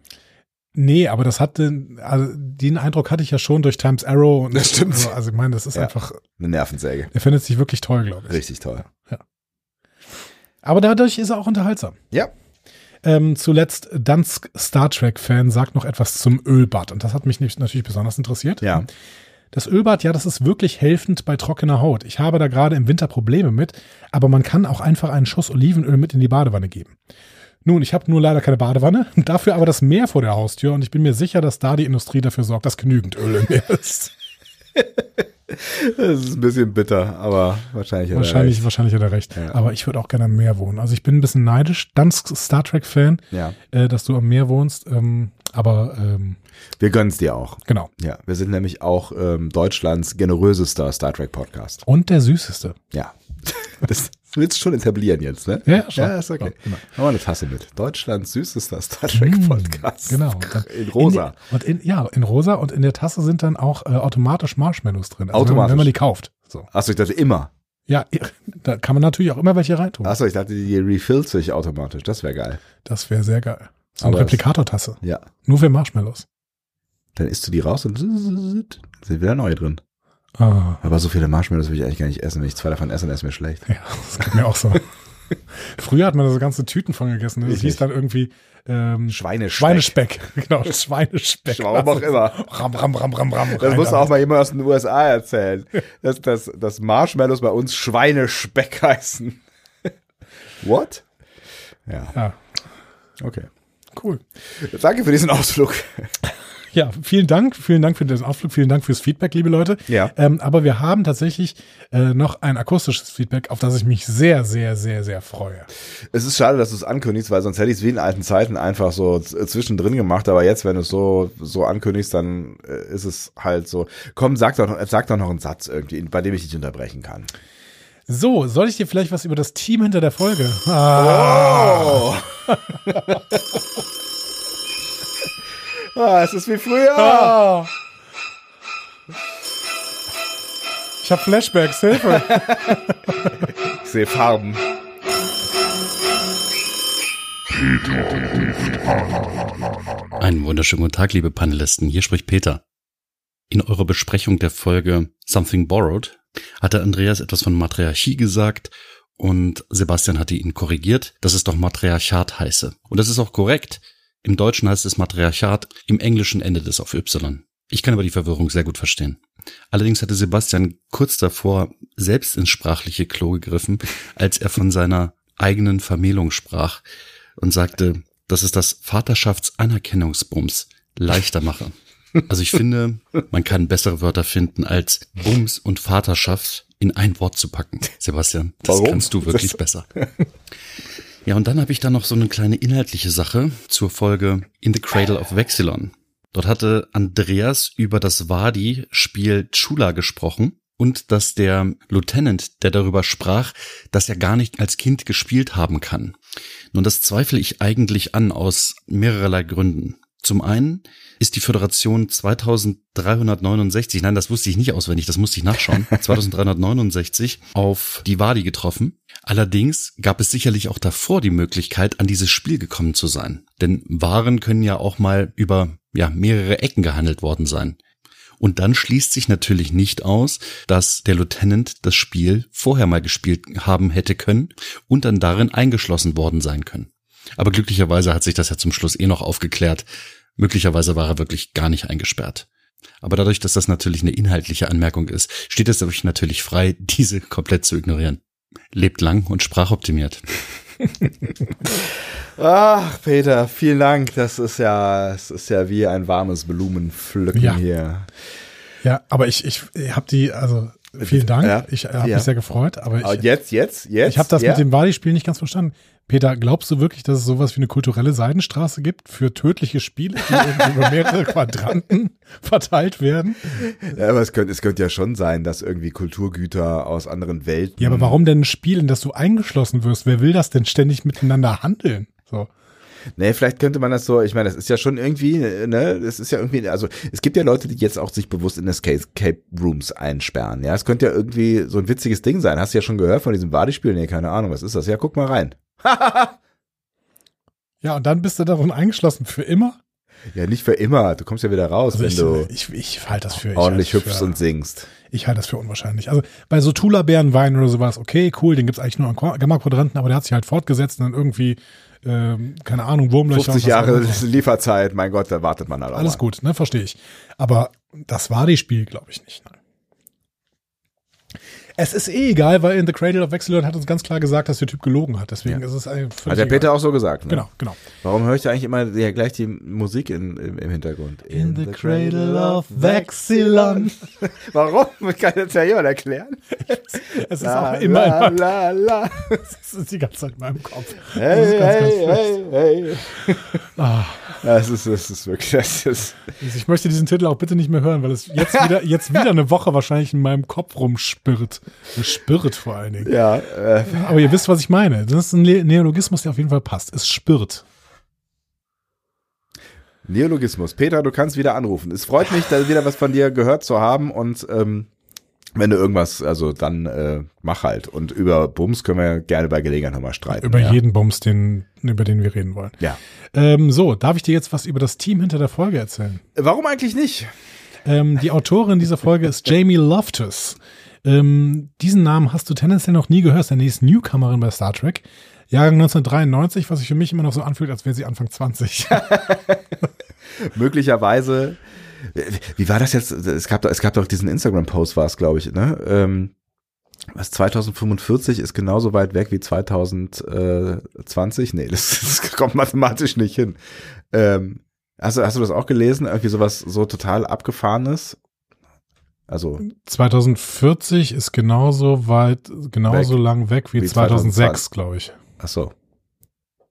Nee, aber das hatte, also den Eindruck hatte ich ja schon durch Times Arrow. Und
Das stimmt.
Also, also ich meine, das ist
Ja.
einfach,
Eine Nervensäge.
er findet sich wirklich toll, glaube ich.
Richtig toll.
Aber dadurch ist er auch unterhaltsam.
Ja.
Ähm, zuletzt, Dansk Star Trek-Fan sagt noch etwas zum Ölbad. Und das hat mich nicht, natürlich besonders interessiert.
Ja.
Das Ölbad, ja, das ist wirklich helfend bei trockener Haut. Ich habe da gerade im Winter Probleme mit, aber man kann auch einfach einen Schuss Olivenöl mit in die Badewanne geben. Nun, ich habe nur leider keine Badewanne, dafür aber das Meer vor der Haustür und ich bin mir sicher, dass da die Industrie dafür sorgt, dass genügend Öl im Meer ist.
Das ist ein bisschen bitter, aber wahrscheinlich. hat er
wahrscheinlich,
recht.
wahrscheinlich hat er recht. Aber ich würde auch gerne am Meer wohnen. Also ich bin ein bisschen neidisch, dann Star Trek-Fan,
Ja.
äh, dass du am Meer wohnst. Ähm, aber ähm,
Wir gönnen es dir auch.
genau.
Ja, wir sind nämlich auch ähm, Deutschlands generösester Star Trek Podcast.
Und der süßeste.
Ja. Das willst du schon etablieren jetzt, ne?
Ja, schon.
Ja, ist okay.
Ja, genau.
Mach mal eine Tasse mit. Deutschlands süßester Star Trek Podcast.
Genau. Und dann-
In rosa.
der- und in, ja, in rosa und in der Tasse sind dann auch äh, automatisch Marshmallows drin. Also
Automatisch.
Wenn, wenn man die kauft. So.
Achso, ich dachte immer.
Ja, da kann man natürlich auch immer welche reintun.
Achso, ich dachte, die refillt sich automatisch. Das wäre geil.
Das wäre sehr geil. So eine
Aber es-
Replikator-Tasse.
Ja.
Nur für Marshmallows.
Dann isst du die raus und sind wieder neue drin.
Ah,
Aber so viele Marshmallows will ich eigentlich gar nicht essen. Wenn ich zwei davon esse, dann ist mir schlecht.
ja, das geht mir auch so. Früher hat man da so ganze Tüten von gegessen. ne? Das
Ich
hieß
nicht.
dann irgendwie ähm,
Schweinespeck.
Schweinespeck. Genau, Schweinespeck. Also
Warum auch immer.
Ram, ram, ram, ram, ram.
Das
rein
muss auch
damit.
mal jemand aus den USA erzählen. Dass, dass, dass Marshmallows bei uns Schweinespeck heißen. What? Ja,
Ja,
okay.
cool.
Danke für diesen Ausflug.
Ja, vielen Dank, vielen Dank für den Ausflug, vielen Dank fürs Feedback, liebe Leute.
Ja.
Ähm, aber wir haben tatsächlich äh, noch ein akustisches Feedback, auf das ich mich sehr, sehr, sehr, sehr freue.
Es ist schade, dass du es ankündigst, weil sonst hätte ich es wie in alten Zeiten einfach so z- zwischendrin gemacht. Aber jetzt, wenn du es so, so ankündigst, dann äh, ist es halt so. Komm, sag doch, noch- sag doch noch einen Satz irgendwie, bei dem ich dich unterbrechen kann.
So, soll ich dir vielleicht was über das Team hinter der Folge? Ah,
Oh. Ah, es ist wie früher.
Ich habe Flashbacks, Hilfe.
Ich sehe Farben.
Einen wunderschönen guten Tag, liebe Panelisten. Hier spricht Peter. In eurer Besprechung der Folge Something Borrowed hatte Andreas etwas von Matriarchie gesagt und Sebastian hatte ihn korrigiert, dass es doch Matriarchat heiße. Und das ist auch korrekt. Im Deutschen heißt es Matriarchat, im Englischen endet es auf Y. Ich kann aber die Verwirrung sehr gut verstehen. Allerdings hatte Sebastian kurz davor selbst ins sprachliche Klo gegriffen, als er von seiner eigenen Vermählung sprach und sagte, dass es das Vaterschaftsanerkennungsbums leichter mache. Also ich finde, man kann bessere Wörter finden, als Bums und Vaterschaft in ein Wort zu packen. Sebastian, das
Warum?
kannst du wirklich besser. Ja, und dann habe ich da noch so eine kleine inhaltliche Sache zur Folge In the Cradle of Vexilon. Dort hatte Andreas über das Wadi-Spiel Chula gesprochen und dass der Lieutenant, der darüber sprach, dass er gar nicht als Kind gespielt haben kann. Nun, das zweifle ich eigentlich an aus mehrerlei Gründen. Zum einen ist die Föderation 2369, nein, das wusste ich nicht auswendig, das musste ich nachschauen, 2369 auf die Wadi getroffen. Allerdings gab es sicherlich auch davor die Möglichkeit, an dieses Spiel gekommen zu sein. Denn Waren können ja auch mal über ja, mehrere Ecken gehandelt worden sein. Und dann schließt sich natürlich nicht aus, dass der Lieutenant das Spiel vorher mal gespielt haben hätte können und dann darin eingeschlossen worden sein können. Aber glücklicherweise hat sich das ja zum Schluss eh noch aufgeklärt. Möglicherweise war er wirklich gar nicht eingesperrt. Aber dadurch, dass das natürlich eine inhaltliche Anmerkung ist, steht es euch natürlich frei, diese komplett zu ignorieren. Lebt lang und sprachoptimiert.
Ach, Peter, vielen Dank. Das ist ja, es ist ja wie ein warmes Blumenpflücken
Ja.
hier.
Ja, aber ich, ich habe die, also vielen Dank.
Ja,
ich habe
ja.
mich sehr gefreut, aber
Aber
ich,
jetzt, jetzt, jetzt.
ich habe das
ja.
mit dem Wadi-Spiel nicht ganz verstanden. Peter, glaubst du wirklich, dass es sowas wie eine kulturelle Seidenstraße gibt für tödliche Spiele, die irgendwie über mehrere Quadranten verteilt werden?
Ja, aber es könnte, es könnte ja schon sein, dass irgendwie Kulturgüter aus anderen Welten.
Ja, aber warum denn ein Spiel, in das du eingeschlossen wirst? Wer will das denn ständig miteinander handeln? So.
Nee, vielleicht könnte man das so, ich meine, das ist ja schon irgendwie, ne, das ist ja irgendwie, also es gibt ja Leute, die jetzt auch sich bewusst in Escape Rooms einsperren. Ja, es könnte ja irgendwie so ein witziges Ding sein. Hast du ja schon gehört von diesem Wadi-Spiel? Nee, keine Ahnung, was ist das? Ja, guck mal rein.
Ja, und dann bist du darin eingeschlossen für immer?
Ja, nicht für immer. Du kommst ja wieder raus,
Also
wenn
ich,
du
ich, ich halte das für ich
ordentlich
halte das
hüpfst
für,
und singst.
Ich halte das für unwahrscheinlich. Also bei so Tula-Bärenwein oder sowas, okay, cool, den gibt's eigentlich nur an Qua- Gamma-Quadranten, aber der hat sich halt fortgesetzt und dann irgendwie, ähm, keine Ahnung, Wurmlöcher.
50
und was auch
Jahre
immer.
Lieferzeit, mein Gott, da wartet man halt auch
Alles
mal.
gut, ne, verstehe ich. Aber das war die Spiel, glaube ich nicht. Nein. Es ist eh egal, weil in The Cradle of Vexilon hat uns ganz klar gesagt, dass der Typ gelogen hat. Deswegen ist es eigentlich völlig
Hat der
egal.
Peter auch so gesagt. Ne?
Genau, genau.
Warum höre ich da eigentlich immer ja, gleich die Musik in, im, im Hintergrund?
Vexilon.
Warum? Kann das ja jemand erklären?
Es ist
La,
auch immer,
la,
immer
la, la.
es ist die ganze Zeit in meinem Kopf.
Hey,
ist ganz, ganz
hey, hey, hey.
Ah.
Das ist, das ist wirklich, das ist.
Also Ich möchte diesen Titel auch bitte nicht mehr hören, weil es jetzt wieder, jetzt wieder eine Woche wahrscheinlich in meinem Kopf rumspirrt. Spirrt vor allen Dingen.
Ja, äh,
Aber ihr wisst, was ich meine. Das ist ein Le- Neologismus, der auf jeden Fall passt. Es spirrt.
Neologismus. Peter, du kannst wieder anrufen. Es freut mich, da wieder was von dir gehört zu haben und ähm, wenn du irgendwas, also dann äh, mach halt. Und über Bums können wir gerne bei Gelegenheit nochmal streiten.
Über
ja.
jeden Bums, den, über den wir reden wollen.
Ja.
Ähm, so, darf ich dir jetzt was über das Team hinter der Folge erzählen?
Warum eigentlich nicht?
Ähm, die Autorin dieser Folge ist Jamie Loftus. Ähm, diesen Namen hast du tendenziell noch nie gehört, denn die ist Newcomerin bei Star Trek. Jahrgang 1993, was sich für mich immer noch so anfühlt, als wäre sie Anfang 20.
möglicherweise. Wie war das jetzt? Es gab, es gab doch diesen Instagram-Post, war es, glaube ich, ne? Ähm, was 2045 ist genauso weit weg wie 2020? Nee, das, das kommt mathematisch nicht hin. Ähm, hast, du- hast du das auch gelesen? Irgendwie sowas so total abgefahrenes? Also
2040 ist genauso weit, genauso lang weg wie,
Wie
2006, glaube ich.
Ach so.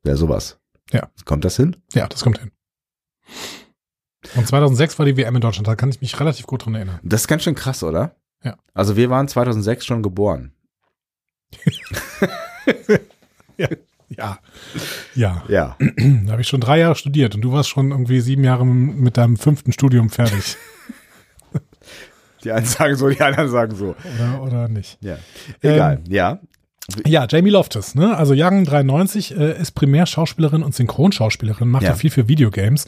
Ja, sowas.
Ja.
Kommt das hin?
Ja, das kommt hin. Und 2006 war die WM in Deutschland, da kann ich mich relativ gut dran erinnern.
Das ist ganz schön krass, oder?
Ja.
Also wir waren 2006 schon geboren.
Ja. Ja.
Ja.
Da habe ich schon drei Jahre studiert und du warst schon irgendwie sieben Jahre m- mit deinem fünften Studium fertig.
Die einen sagen so, die anderen sagen so.
oder, oder nicht?
Ja. Egal.
Ähm,
ja.
Ja, Jamie Loftus, ne? Also Jahrgang 93 äh, ist primär Schauspielerin und Synchronschauspielerin, macht ja,
Ja.
viel für Videogames,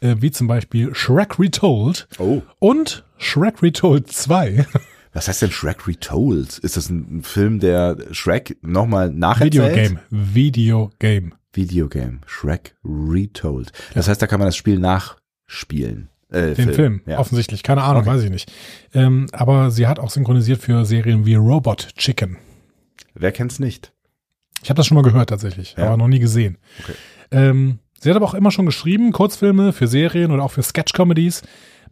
äh, wie zum Beispiel Shrek Retold
Oh.
und Shrek Retold 2.
Was heißt denn Shrek Retold? Ist das ein ein Film, der Shrek nochmal nacherzählt?
Videogame. Videogame.
Videogame. Shrek Retold. Das heißt, da kann man das Spiel nachspielen. Äh,
Den Film,
Ja.
offensichtlich. Keine Ahnung, weiß ich nicht. Ähm, aber sie hat auch synchronisiert für Serien wie Robot Chicken.
Wer kennt's nicht?
Ich habe das schon mal gehört tatsächlich,
Ja.
aber noch nie gesehen. Ähm, Sie hat aber auch immer schon geschrieben, Kurzfilme für Serien oder auch für Sketch-Comedies.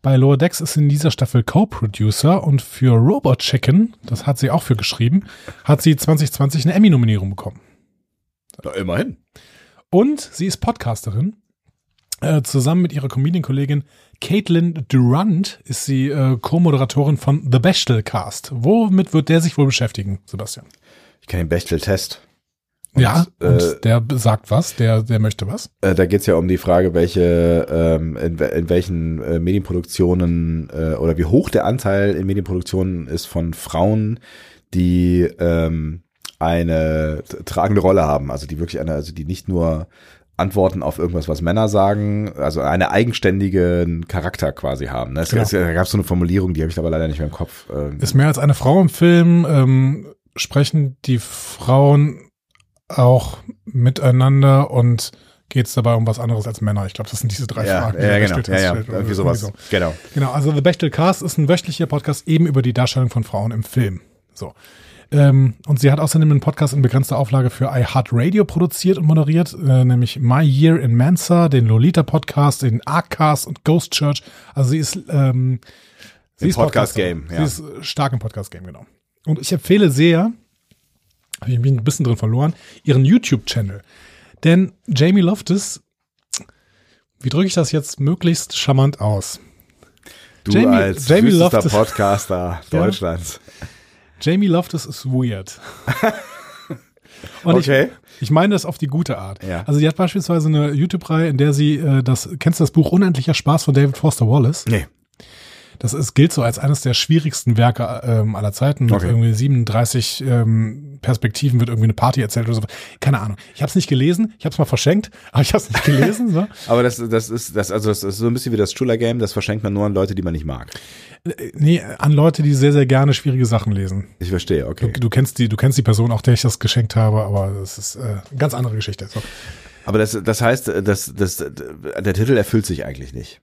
Bei Lower Decks ist sie in dieser Staffel Co-Producer und für Robot Chicken, das hat sie auch für geschrieben, hat sie 2020 eine Emmy-Nominierung bekommen.
Na, immerhin.
Und sie ist Podcasterin. Äh, zusammen mit ihrer Comedian-Kollegin Caitlin Durant ist sie äh, Co-Moderatorin von The Bechtel Cast. Womit wird der sich wohl beschäftigen, Sebastian?
Ich kenne den Bechtel-Test.
Und, ja, und
äh,
der sagt was, der, der möchte was.
Äh, da geht's ja um die Frage, welche ähm, in, we- in welchen äh, Medienproduktionen äh, oder wie hoch der Anteil in Medienproduktionen ist von Frauen, die ähm, eine t- tragende Rolle haben, also die wirklich eine, also die nicht nur Antworten auf irgendwas, was Männer sagen, also einen eigenständigen Charakter quasi haben. Ne? Es,
Genau.
es, da gab's so eine Formulierung, die habe ich aber leider nicht mehr im Kopf. Ähm,
Ist mehr als eine Frau im Film, ähm, sprechen die Frauen auch miteinander und geht es dabei um was anderes als Männer? Ich glaube, das sind diese drei
ja,
Fragen. die
ja,
der
genau,
Bechtel
ja, ja,
stellt oder
irgendwie sowas.
so.
Genau.
Genau, also The Bechtel Cast ist ein wöchentlicher Podcast eben über die Darstellung von Frauen im Film. So. Ähm, und sie hat außerdem einen Podcast in begrenzter Auflage für iHeartRadio produziert und moderiert, äh, nämlich My Year in Mansa, den Lolita-Podcast, den Arccast und Ghost Church. Also sie ist, ähm, sie
Im
ist
Podcast-Game,
Podcasterin.
ja.
Sie ist stark im Podcast-Game, genau. Und ich empfehle sehr, habe ich mich ein bisschen drin verloren, ihren YouTube-Channel. Denn Jamie Loftus, wie drücke ich das jetzt möglichst charmant aus?
Du
Jamie-
als
Jamie
wüstester
Loftus-
Podcaster Deutschlands.
Jamie Loftus ist weird. Und
Okay.
ich, ich meine das auf die gute Art.
Ja.
Also die hat beispielsweise eine YouTube-Reihe, in der sie äh, das, kennst du das Buch Unendlicher Spaß von David Foster Wallace?
Nee.
Das ist, gilt so als eines der schwierigsten Werke ähm, aller Zeiten. Mit
Okay.
irgendwie 37 ähm, Perspektiven wird irgendwie eine Party erzählt oder so. Keine Ahnung. Ich habe es nicht gelesen, ich habe es mal verschenkt, aber ich habe es nicht gelesen. so.
Aber das, das ist, das, also das ist so ein bisschen wie das Schuler Game, das verschenkt man nur an Leute, die man nicht mag.
Nee, an Leute, die sehr, sehr gerne schwierige Sachen lesen.
Ich verstehe, okay.
Du, du kennst die, du kennst die Person, auch der ich das geschenkt habe, aber das ist äh, eine ganz andere Geschichte. So.
Aber das, das heißt, das, das, der Titel erfüllt sich eigentlich nicht.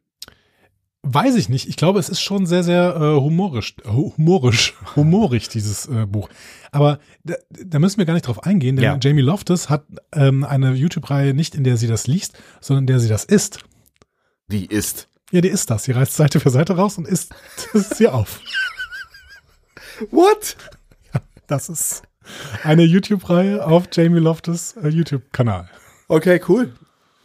Weiß ich nicht. Ich glaube, es ist schon sehr, sehr äh, humorisch, hu- humorisch, humorisch, dieses äh, Buch. Aber da, da müssen wir gar nicht drauf eingehen, denn
Ja.
Jamie Loftus hat ähm, eine YouTube-Reihe nicht, in der sie das liest, sondern in der sie das isst.
Wie ist?
Ja, die isst das. Sie reißt Seite für Seite raus und isst es hier auf.
What?
Das ist eine YouTube-Reihe auf Jamie Loftus äh, YouTube-Kanal.
Okay, cool.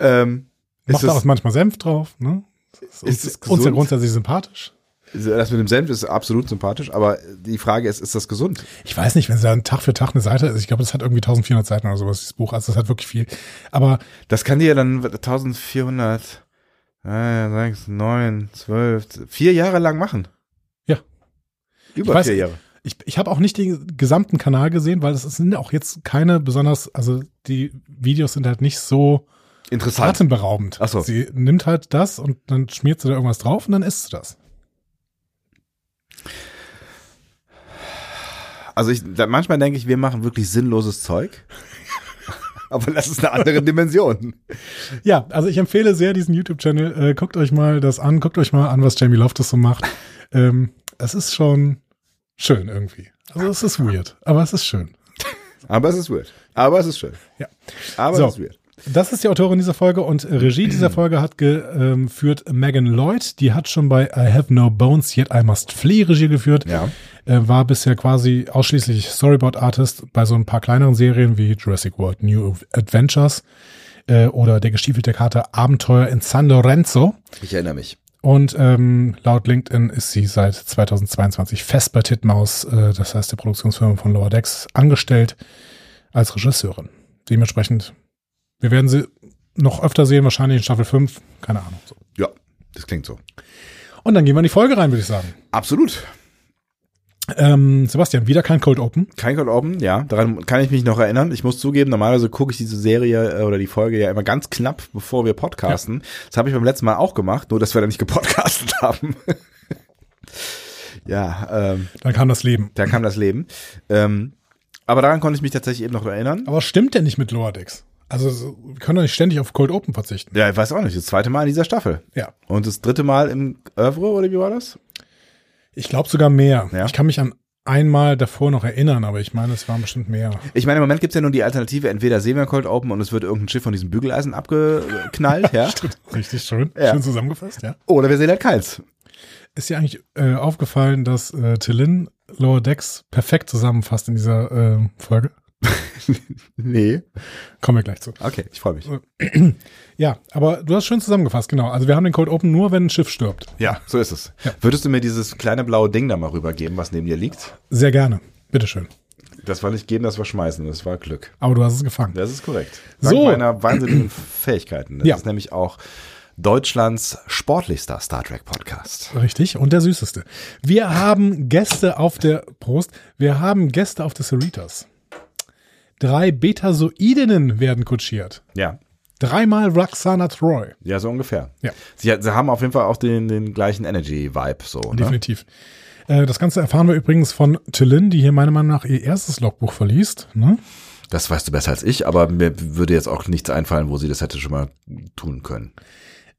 Ähm,
Macht
ist
da auch manchmal Senf drauf, ne? Ist,
Ist
uns,
es
ist uns ja
gesund?
grundsätzlich sympathisch.
das, das mit dem Senf ist absolut sympathisch, aber die Frage ist, ist das gesund?
Ich weiß nicht, wenn es dann Tag für Tag eine Seite ist. Ich glaube, das hat irgendwie 1400 Seiten oder sowas, dieses Buch. Also das hat wirklich viel. Aber
Das kann dir ja dann äh, 1400, 6, 9, 12, vier Jahre lang machen.
Ja.
Über
Ich weiß-
vier Jahre.
ich, ich habe auch nicht den gesamten Kanal gesehen, weil es sind auch jetzt keine besonders, also die Videos sind halt nicht so
Interessant.
atemberaubend.
Ach so.
Sie nimmt halt das und dann schmiert sie da irgendwas drauf und dann isst sie das.
Also ich, da, manchmal denke ich, wir machen wirklich sinnloses Zeug. Aber das ist eine andere Dimension.
Ja, also ich empfehle sehr diesen YouTube-Channel. Äh, guckt euch mal das an, guckt euch mal an, was Jamie Loftus so macht. ähm, es ist schon schön irgendwie. Also es ist weird, aber es ist schön.
Aber es ist weird. Aber es ist schön.
Ja.
Aber
So.
es ist weird.
Das ist die Autorin dieser Folge und Regie dieser Folge hat geführt Megan Lloyd. Die hat schon bei I Have No Bones Yet I Must Flee Regie geführt.
Ja.
Äh, war bisher quasi ausschließlich Storyboard Artist bei so ein paar kleineren Serien wie Jurassic World New Adventures äh, oder Der gestiefelte Kater Abenteuer in San Lorenzo.
Ich erinnere mich.
Und ähm, laut LinkedIn ist sie seit 2022 fest bei Titmaus, äh, das heißt der Produktionsfirma von Lower Decks, angestellt als Regisseurin. Dementsprechend, wir werden sie noch öfter sehen, wahrscheinlich in Staffel 5, keine Ahnung. So.
Ja, das klingt so.
Und dann gehen wir in die Folge rein, würde ich sagen.
Absolut.
Ähm, Sebastian, wieder kein Cold Open.
Kein Cold Open, ja. Daran kann ich mich noch erinnern. Ich muss zugeben, normalerweise gucke ich diese Serie äh, oder die Folge ja immer ganz knapp, bevor wir podcasten. Das habe ich beim letzten Mal auch gemacht, nur dass wir da nicht gepodcastet haben. ja, ähm,
Dann kam das Leben.
da kam das Leben. Ähm, aber daran konnte ich mich tatsächlich eben noch erinnern.
Aber was stimmt denn nicht mit Lower Decks? Also so- wir können doch nicht ständig auf Cold Open verzichten.
Ja, ich weiß auch nicht. Das zweite Mal in dieser Staffel.
Ja.
Und das dritte Mal im Övre, oder wie war das?
Ich glaube sogar mehr.
Ja.
Ich kann mich an einmal davor noch erinnern, aber ich meine, es waren bestimmt mehr.
Ich meine, im Moment gibt's ja nur die Alternative, entweder sehen wir Cold Open und es wird irgendein Schiff von diesem Bügeleisen abgeknallt, ja.
Stimmt, richtig schön.
Ja.
Schön zusammengefasst, ja.
Oder wir sehen halt keins.
Ist dir eigentlich äh, aufgefallen, dass äh, Tillin Lower Decks perfekt zusammenfasst in dieser äh, Folge?
Nee.
Kommen wir gleich zu.
Okay, ich freue mich.
Ja, aber du hast schön zusammengefasst, genau. Also wir haben den Cold Open nur, wenn ein Schiff stirbt.
Ja, so ist es. Würdest du mir dieses kleine blaue Ding da mal rübergeben, was neben dir liegt?
Sehr gerne. Bitteschön.
Das war nicht geben, das war schmeißen, das war Glück.
Aber du hast es gefangen.
Das ist korrekt.
So.
meiner wahnsinnigen Fähigkeiten. Das
Ja.
ist nämlich auch Deutschlands sportlichster Star Trek Podcast.
Richtig, und der süßeste. Wir haben Gäste auf der Prost. Wir haben Gäste auf der Cerritos. Drei Betasoidinnen werden kutschiert.
Ja.
Dreimal Roxana Troy.
Ja, so ungefähr.
Ja.
Sie, hat- sie haben auf jeden Fall auch den, den gleichen Energy-Vibe, so. Ne?
Definitiv. Äh, Das Ganze erfahren wir übrigens von Tillin, die hier meiner Meinung nach ihr erstes Logbuch verliest. Ne?
Das weißt du besser als ich, aber mir würde jetzt auch nichts einfallen, wo sie das hätte schon mal tun können.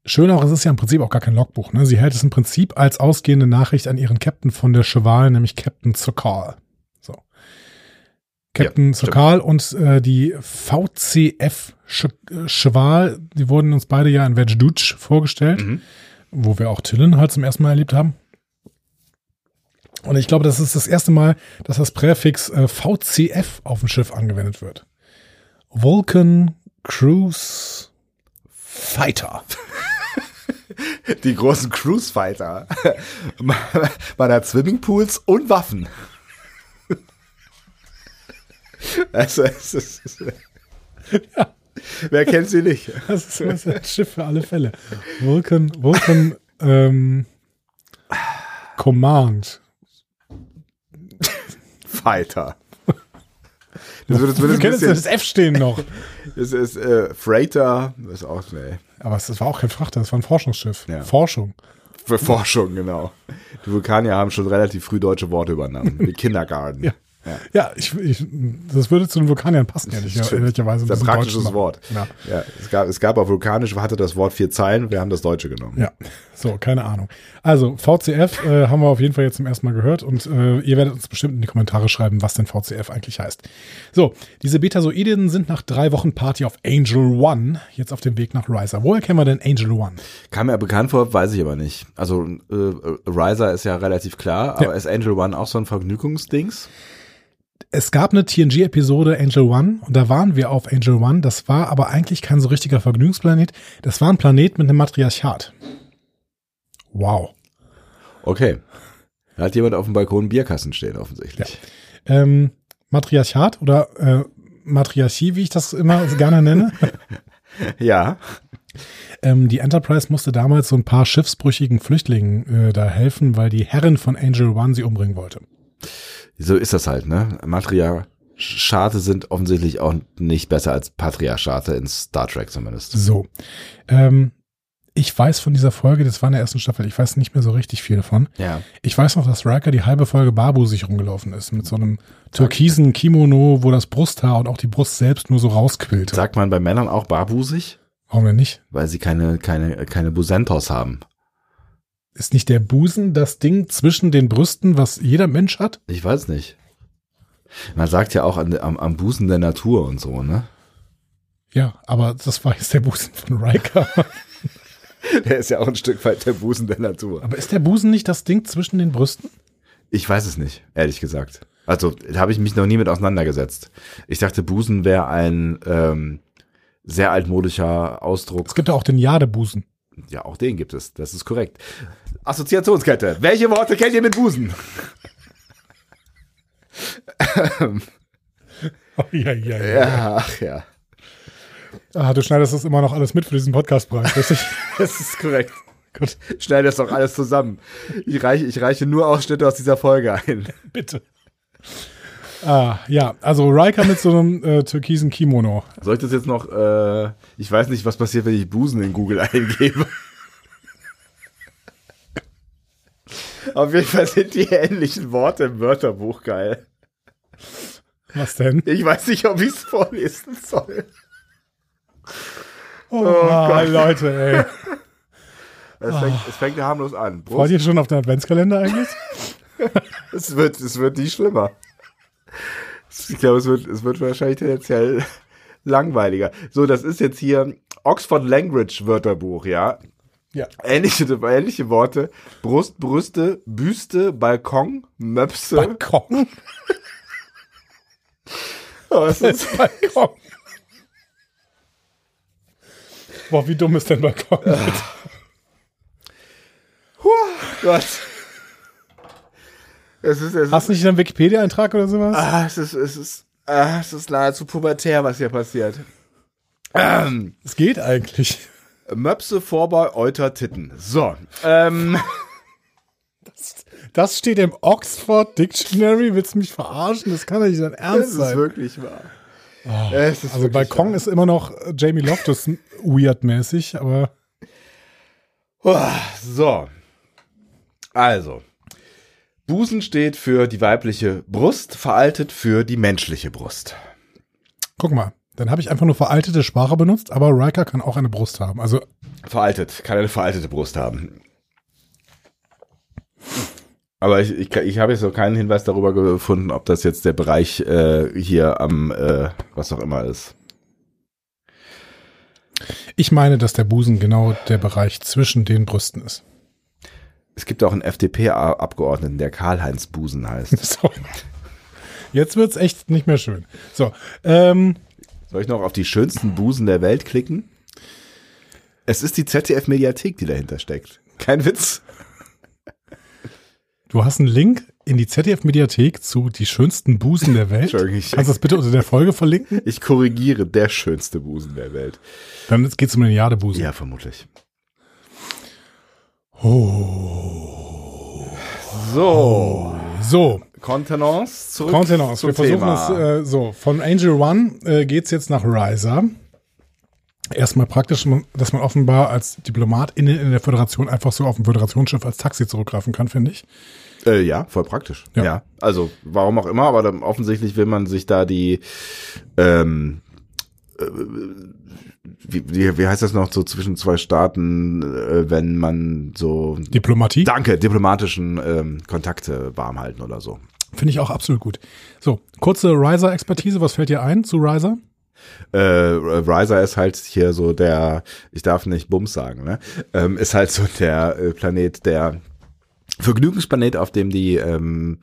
Schön auch, es ist ja im Prinzip auch gar kein Logbuch. Ne? Sie hält es im Prinzip als ausgehende Nachricht an ihren Captain von der Cheval, nämlich Captain Sokal. So. Captain
Ja, stimmt.
Sokal und äh, die VCF Che- äh, Cheval, die wurden uns beide ja in Vejdutsch vorgestellt,
Mhm.
wo wir auch Tillin halt zum ersten Mal erlebt haben. Und ich glaube, das ist das erste Mal, dass das Präfix äh, VCF auf dem Schiff angewendet wird. Vulcan Cruise Fighter.
Die großen Cruise Fighter. man, man hat Swimmingpools und Waffen. Also, es ist, Wer kennt sie nicht?
Das ist das ist ein Schiff für alle Fälle. Vulcan, Vulcan ähm, Command.
Fighter. Also Das würde
Wir
zumindest ein
kennen
bisschen,
das F stehen noch.
es ist äh, Freighter, ist auch schnell.
Aber es war auch kein Frachter, es war ein Forschungsschiff.
Ja.
Forschung.
Für Forschung, genau. Die Vulkanier haben schon relativ früh deutsche Worte übernommen. Wie Kindergarten.
Ja. Ja, ich, ich, das würde zu den Vulkaniern passen, ehrlich,
Stimmt.
ehrlicherweise. um
Das ist ein
bisschen
praktisches
Deutsch machen.
Wort.
Ja.
Ja, es, gab, es gab auf Vulkanisch, hatte das Wort vier Zeilen, wir haben das Deutsche genommen.
Ja, so, keine Ahnung. Also, VCF äh, haben wir auf jeden Fall jetzt zum ersten Mal gehört und äh, ihr werdet uns bestimmt in die Kommentare schreiben, was denn VCF eigentlich heißt. So, diese Betasoiden sind nach drei Wochen Party auf Angel One jetzt auf dem Weg nach Riser. Woher kennen wir denn Angel One?
Kam mir bekannt vor, weiß ich aber nicht. Also äh, äh, Riser ist ja relativ klar, aber ist Angel One auch so ein Vergnügungsdings?
Es gab eine TNG-Episode Angel One und da waren wir auf Angel One. Das war aber eigentlich kein so richtiger Vergnügungsplanet. Das war ein Planet mit einem Matriarchat. Wow.
Okay. Da hat jemand auf dem Balkon einen Bierkasten stehen, offensichtlich.
Ähm, Matriarchat oder äh, Matriarchie, wie ich das immer gerne nenne.
Ja.
Ähm, die Enterprise musste damals so ein paar schiffsbrüchigen Flüchtlingen äh, da helfen, weil die Herrin von Angel One sie umbringen wollte.
So ist das halt, ne? Matriarchate sind offensichtlich auch nicht besser als Patriarchate in Star Trek zumindest.
So. Ähm, ich weiß von dieser Folge, das war in der ersten Staffel, ich weiß nicht mehr so richtig viel davon.
Ja.
Ich weiß noch, dass Riker die halbe Folge Babu sich rumgelaufen ist, mit so einem türkisen Kimono, wo das Brusthaar und auch die Brust selbst nur so rausquillte.
Sagt man bei Männern auch barbusig?
Warum denn nicht?
Weil sie keine, keine, keine Busentos haben.
Ist nicht der Busen das Ding zwischen den Brüsten, was jeder Mensch hat?
Ich weiß nicht. Man sagt ja auch an, am, am Busen der Natur und so, ne?
Ja, aber das war jetzt der Busen von Riker.
Der ist ja auch ein Stück weit der Busen der Natur.
aber ist der Busen nicht das Ding zwischen den Brüsten?
Ich weiß es nicht, ehrlich gesagt. Also da habe ich mich noch nie mit auseinandergesetzt. Ich dachte, Busen wäre ein ähm, sehr altmodischer Ausdruck.
Es gibt ja auch den Jadebusen.
Ja, auch den gibt es. Das ist korrekt. Assoziationskette. Welche Worte kennt ihr mit Busen?
Oh, ja, ja, ja.
Ja, ach ja.
Ah, du schneidest das immer noch alles mit für diesen Podcastpreis, richtig?
Das ist korrekt.
Gut,
Schneid das doch alles zusammen. Ich reiche, ich reiche nur Ausschnitte aus dieser Folge ein.
bitte. Ah, ja, also Riker mit so einem äh, türkisen Kimono.
Soll ich das jetzt noch, äh, ich weiß nicht, was passiert, wenn ich Busen in Google eingebe. Auf jeden Fall sind die ähnlichen Worte im Wörterbuch geil.
Was denn?
Ich weiß nicht, ob ich es vorlesen soll.
Oh, ah, Leute, ey.
Es fängt, es fängt harmlos an.
Freut
Brust,
ihr schon auf den Adventskalender eigentlich?
es, wird, es wird nicht schlimmer. Ich glaube, es wird, es wird wahrscheinlich tendenziell langweiliger. So, das ist jetzt hier Oxford Language Wörterbuch, ja?
Ja.
Ähnliche, ähnliche Worte. Brust, Brüste, Büste, Balkon, Möpse.
Balkon.
Aber es ist,
Balkon. Boah, wie dumm ist denn Balkon?
oh Gott. Es ist, es
Hast
ist,
du nicht einen Wikipedia-Eintrag oder sowas?
ah, es ist, es ist, ah, es ist nahezu pubertär, was hier passiert. Ähm,
Es geht eigentlich.
Möpse, Vorbei, Euter, Titten. So. Ähm,
Das steht im Oxford Dictionary. Willst du mich verarschen? Das kann doch nicht dein Ernst
es ist
sein.
wirklich wahr. es ist
Also
wirklich
Balkon
wahr.
ist immer noch äh, Jamie Loftus weird-mäßig, aber
So. Also. Busen steht für die weibliche Brust, veraltet für die menschliche Brust.
guck mal, dann habe ich einfach nur veraltete Sprache benutzt, aber Riker kann auch eine Brust haben. Also
Veraltet, kann eine veraltete Brust haben. Aber ich, ich, ich habe jetzt noch keinen Hinweis darüber gefunden, ob das jetzt der Bereich äh, hier am, äh, was auch immer ist.
ich meine, dass der Busen genau der Bereich zwischen den Brüsten ist.
Es gibt auch einen FDP-Abgeordneten, der Karl-Heinz Busen heißt.
So. Jetzt wird's echt nicht mehr schön. So, ähm,
Soll ich noch auf die schönsten Busen der Welt klicken? Es ist die ZDF-Mediathek, die dahinter steckt. Kein Witz.
du hast einen Link in die ZDF-Mediathek zu die schönsten Busen der Welt.
Entschuldigung, ich-
Kannst du das bitte unter der Folge verlinken?
Ich korrigiere, der schönste Busen der Welt.
Dann geht's um den Jadebusen.
Ja, vermutlich. So,
So,
Kontenance zurück
Contenance.
zum
Wir versuchen
Thema.
es äh, so. Von Angel One äh, geht's jetzt nach Riser. Erstmal praktisch, dass man offenbar als Diplomat in, in der Föderation einfach so auf dem Föderationsschiff als Taxi zurückgreifen kann, finde ich.
Äh, ja, voll praktisch.
Ja.
Ja. Also, warum auch immer, aber dann offensichtlich will man sich da die, ähm, äh, wie, wie, wie heißt das noch, so zwischen zwei Staaten, äh, wenn man so,
Diplomatie
danke, diplomatischen ähm, Kontakte warm halten oder so.
finde ich auch absolut gut. So, kurze Riser-Expertise. Was fällt dir ein zu Riser?
Äh, Riser ist halt hier so der, ich darf nicht Bums sagen, ne? Ähm, ist halt so der äh, Planet, der Vergnügungsplanet, auf dem die ähm,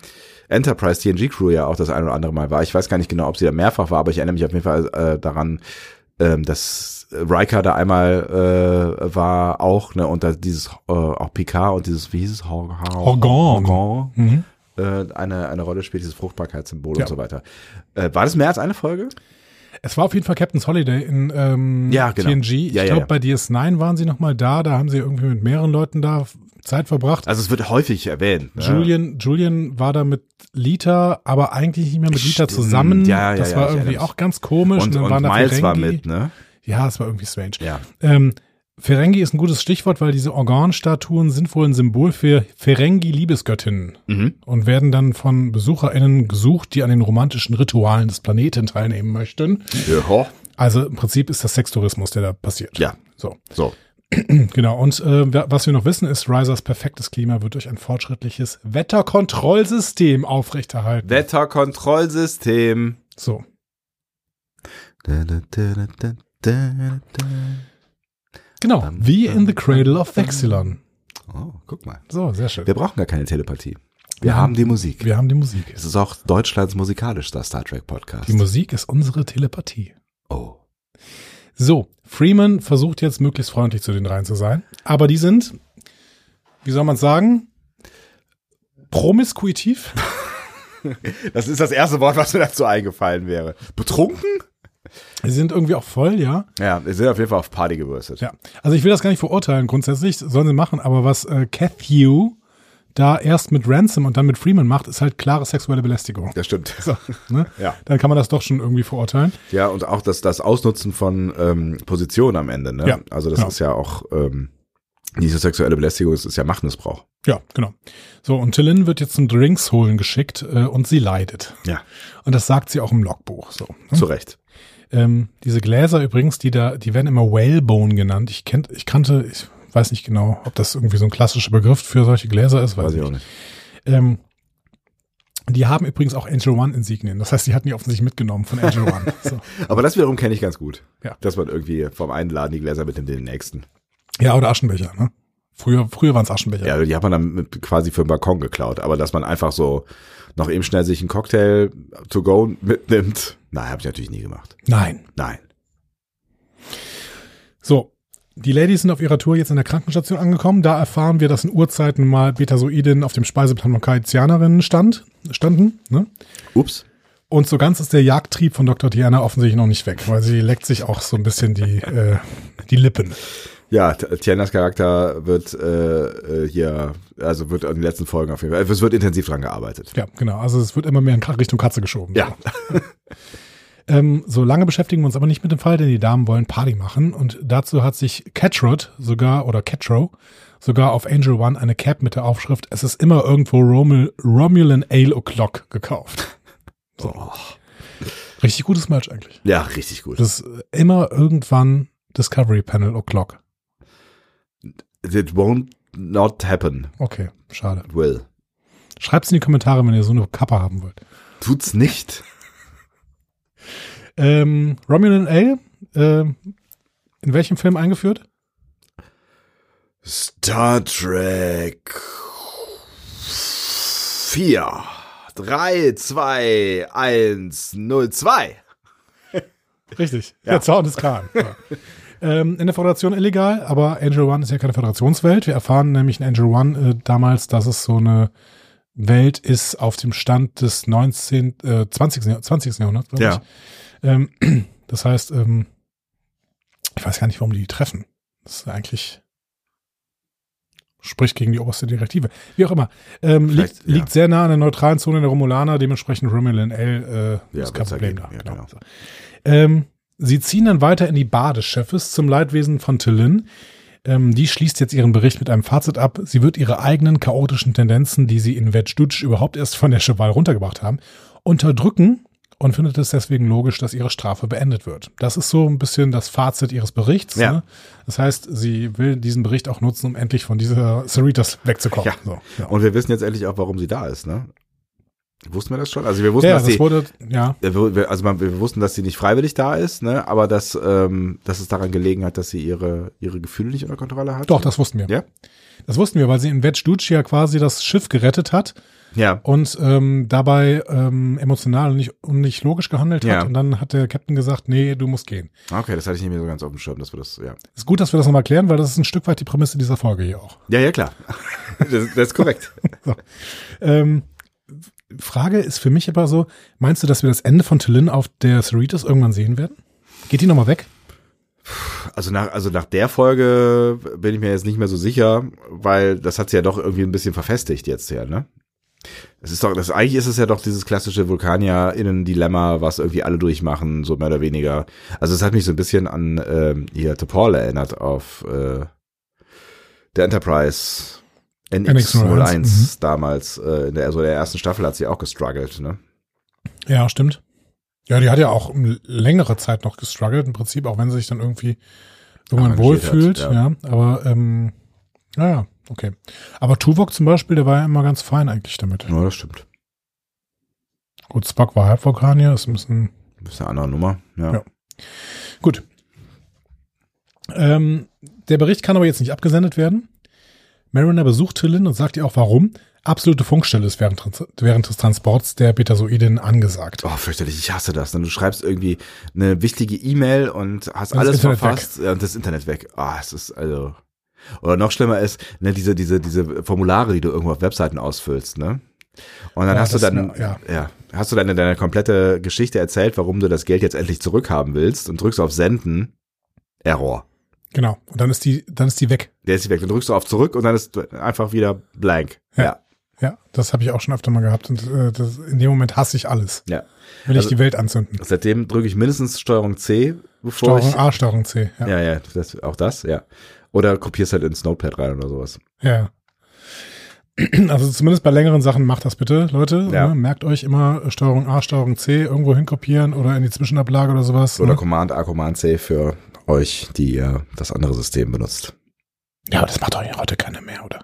Enterprise TNG Crew ja auch das ein oder andere Mal war. Ich weiß gar nicht genau, ob sie da mehrfach war, aber ich erinnere mich auf jeden Fall äh, daran, ähm, dass Riker da einmal äh, war auch, ne, und da dieses äh, auch Picard und dieses, wie hieß es, Hor- Hor-
Horgon.
Horgon
Mhm.
äh, eine, eine Rolle spielt, dieses Fruchtbarkeitssymbol
Ja.
und so weiter. Äh, war das mehr als eine Folge?
Es war auf jeden Fall Captain's Holiday in ähm,
Ja, genau.
TNG. Ich
Ja, ja,
glaube,
ja.
bei DS9 waren sie nochmal da. Da haben sie irgendwie mit mehreren Leuten da Zeit verbracht.
Also es wird häufig erwähnt. Ne?
Julian, Julian war da mit Lita, aber eigentlich nicht mehr mit Lita
Stimmt.
zusammen.
Ja, ja,
das
ja,
war
ich
irgendwie
erinnere mich.
auch ganz komisch.
und,
dann
und
waren da
Miles war
Ferengi.
mit, ne?
Ja, es war irgendwie strange.
Ja.
Ähm, Ferengi ist ein gutes Stichwort, weil diese Organstatuen sind wohl ein Symbol für Ferengi-Liebesgöttinnen
Mhm.
und werden dann von BesucherInnen gesucht, die an den romantischen Ritualen des Planeten teilnehmen möchten.
Ja.
Also im Prinzip ist das Sextourismus, der da passiert.
Ja.
So.
So.
Genau, und äh, wa- was wir noch wissen ist, Risers perfektes Klima wird durch ein fortschrittliches Wetterkontrollsystem aufrechterhalten.
Wetterkontrollsystem.
so. Genau,
Bam,
wie in
bam,
The Cradle
bam,
of Vexilon.
Oh, guck mal.
So, sehr schön.
Wir brauchen gar keine Telepathie. Wir
Ja.
haben die Musik.
Wir haben die Musik.
Es ist auch Deutschlands musikalischster Star Trek Podcast.
Die Musik ist unsere Telepathie.
oh.
So, Freeman versucht jetzt möglichst freundlich zu den dreien zu sein, aber die sind, wie soll man sagen, promiskuitiv.
Das ist das erste Wort, was mir dazu eingefallen wäre. Betrunken?
Sie sind irgendwie auch voll, ja.
Ja, wir sind auf jeden Fall auf Party gewürstet.
Ja, also ich will das gar nicht verurteilen grundsätzlich, sollen sie machen, aber was äh, Cathew da erst mit Ransom und dann mit Freeman macht, ist halt klare sexuelle Belästigung.
Das stimmt.
So, ne?
Ja.
Dann kann man das doch schon irgendwie verurteilen.
Ja, und auch das, das Ausnutzen von ähm, Positionen am Ende. Ne?
Ja,
also das
genau.
ist ja auch, ähm, diese sexuelle Belästigung ist, ist ja Machtmissbrauch.
Ja, genau. So, und Tillin wird jetzt zum Drinks holen geschickt äh, und sie leidet.
Ja.
Und das sagt sie auch im Logbuch. So. ne?
Hm. Zu Recht.
Ähm, diese Gläser übrigens, die da, die werden immer Whalebone genannt. Ich kennt, ich kannte, ich weiß nicht genau, ob das irgendwie so ein klassischer Begriff für solche Gläser ist, weiß, ich nicht.
nicht.
Ähm, Die haben übrigens auch Angel One-Insignien. Das heißt, die hatten die offensichtlich mitgenommen von Angel One. So.
Aber das wiederum kenne ich ganz gut.
Ja.
Dass man irgendwie vom einen Laden die Gläser mitnimmt in den nächsten.
Ja, oder Aschenbecher, ne? Früher, früher waren es Aschenbecher.
Ja, die hat man dann mit, quasi für den Balkon geklaut. Aber dass man einfach so noch eben schnell sich einen Cocktail to go mitnimmt, nein, habe ich natürlich nie gemacht.
Nein.
Nein.
So. Die Ladies sind auf ihrer Tour jetzt in der Krankenstation angekommen. Da erfahren wir, dass in Urzeiten mal Betasoiden auf dem Speiseplan von Kaizianerinnen stand, standen. Ne?
Ups.
Und so ganz ist der Jagdtrieb von Dr. Diana offensichtlich noch nicht weg, weil sie leckt sich auch so ein bisschen die, äh, die Lippen.
Ja, T- Tianas Charakter wird äh, äh, hier, also wird in den letzten Folgen auf jeden Fall, es wird intensiv dran gearbeitet.
Ja, genau. Also es wird immer mehr in Ka- Richtung Katze geschoben.
Ja,
Ähm, so lange beschäftigen wir uns aber nicht mit dem Fall, denn die Damen wollen Party machen. Und dazu hat sich Catrod sogar, oder Catro, sogar auf Angel One eine Cap mit der Aufschrift Es ist immer irgendwo Romul Romulan Ale O'Clock gekauft.
Oh.
Richtig gutes Merch eigentlich.
ja richtig gut.
Das ist immer irgendwann Discovery Panel O'Clock.
It won't not happen,
Okay, schade.
will.
Schreibt's in die Kommentare, wenn ihr so eine Kappe haben wollt.
Tut's nicht.
Ähm, Romulan Ale, ähm, in welchem Film eingeführt?
Star Trek 4 3, 2, 1, 0, 2.
Richtig. Der Zaun ist klar. Ja. ähm, in der Föderation illegal, aber Angel One ist ja keine Föderationswelt. Wir erfahren nämlich in Angel One äh, damals, dass es so eine Welt ist auf dem Stand des 19, äh, 20. Jahrh- 20. Jahrhunderts. glaub
Ja.
Ich. Ähm, das heißt, ähm, ich weiß gar nicht, warum die die treffen. Das ist eigentlich spricht gegen die oberste Direktive. Wie auch immer. Ähm, liegt,
Vielleicht, ja.
liegt sehr nah an der neutralen Zone der Romulaner, dementsprechend Romulan L äh,
Ja,
ist kein
wird's
Problem da.
ergeben. Ja,
genau.
genau.
Ähm, sie ziehen dann weiter in die Bar des Chefes zum Leidwesen von Tillin. Ähm, die schließt jetzt ihren Bericht mit einem Fazit ab. Sie wird ihre eigenen chaotischen Tendenzen, die sie in Vetschdutsch überhaupt erst von der Cheval runtergebracht haben, unterdrücken und findet es deswegen logisch, dass ihre Strafe beendet wird. Das ist so ein bisschen das Fazit ihres Berichts.
Ja.
Ne? Das heißt, sie will diesen Bericht auch nutzen, um endlich von dieser Cerritas wegzukommen.
Ja.
So, ja.
Und wir wissen jetzt endlich auch, warum sie da ist, ne? Wussten wir das schon? Also wir wussten,
ja,
dass
das
sie,
wurde, ja,
äh, wir- wir- also man, wir wussten, dass sie nicht freiwillig da ist, ne? Aber dass, ähm, dass es daran gelegen hat, dass sie ihre, ihre Gefühle nicht unter Kontrolle hat.
doch, das wussten wir.
Ja?
Das wussten wir, weil sie in Vetschdutsch ja quasi das Schiff gerettet hat.
Ja.
und ähm, dabei ähm, emotional und nicht, und nicht logisch gehandelt
Ja.
hat. Und dann hat der Captain gesagt, nee, du musst gehen.
Okay, das hatte ich nicht mehr so ganz auf dem Schirm, dass wir das, ja.
Ist gut, dass wir das nochmal klären, weil das ist ein Stück weit die Prämisse dieser Folge hier auch.
Ja, ja, klar. das, das ist korrekt.
Ähm, Frage ist für mich aber so, meinst du, dass wir das Ende von Tillin auf der Cerritos irgendwann sehen werden? Geht die nochmal weg?
Also nach, also nach der Folge bin ich mir jetzt nicht mehr so sicher, weil das hat sie ja doch irgendwie ein bisschen verfestigt jetzt ja, ne? Es ist doch, das eigentlich ist es ja doch dieses klassische Vulkanier-Innen-Dilemma, was irgendwie alle durchmachen, so mehr oder weniger. Also es hat mich so ein bisschen an ähm, hier T'Pol erinnert auf äh, der Enterprise NX01
NX01,
damals. Äh, in der, also in der ersten Staffel hat sie auch gestruggelt, ne?
Ja, stimmt. Ja, die hat ja auch um längere Zeit noch gestruggelt, im Prinzip, auch wenn sie sich dann irgendwie irgendwann
Arrangiert
wohlfühlt.
hat,
ja. aber ähm, naja, okay. Aber Tuvok zum Beispiel, der war ja immer ganz fein eigentlich damit.
Ja, das stimmt.
Gut, Spock war Halbvulkanier, ist ein bisschen
Das ist eine andere Nummer. Ja.
Ja. Gut. Ähm, der Bericht kann aber jetzt nicht abgesendet werden. Mariner besucht Tillin und sagt ihr auch warum. Absolute Funkstelle ist während, Trans- während des Transports der Betasoidin angesagt.
Oh, fürchterlich, ich hasse das. ne? Du schreibst irgendwie eine wichtige E-Mail und hast
Und das
alles
Internet
verfasst äh, und das Internet weg. Ah, es ist also. Oder noch schlimmer ist, ne, diese, diese, diese Formulare, die du irgendwo auf Webseiten ausfüllst, ne? Und dann
Ja,
hast du
das-
dann,
ja.
ja. hast du dann deine komplette Geschichte erzählt, warum du das Geld jetzt endlich zurückhaben willst und drückst auf Senden. Error.
Genau. Und dann ist die, dann ist die weg.
Der ist weg. Dann drückst du auf zurück und dann ist einfach wieder blank.
Ja.
Ja.
Ja, das habe ich auch schon öfter mal gehabt. Und äh, das, in dem Moment hasse ich alles.
Ja.
Will
Also-
ich die Welt anzünden.
Seitdem drücke ich mindestens Steuerung C, bevor
Steuerung
ich
A, Steuerung C. Ja.
Ja, ja, das, auch das, ja. Oder kopierst halt ins Notepad rein oder sowas.
Ja. Also zumindest bei längeren Sachen macht das bitte, Leute.
Ja.
Ne? Merkt euch immer äh, Steuerung A, Steuerung C irgendwo hinkopieren oder in die Zwischenablage oder sowas.
Oder
ne?
Command A, Command C für euch, die ihr das andere System benutzt.
Ja, aber das macht doch heute keiner mehr, oder?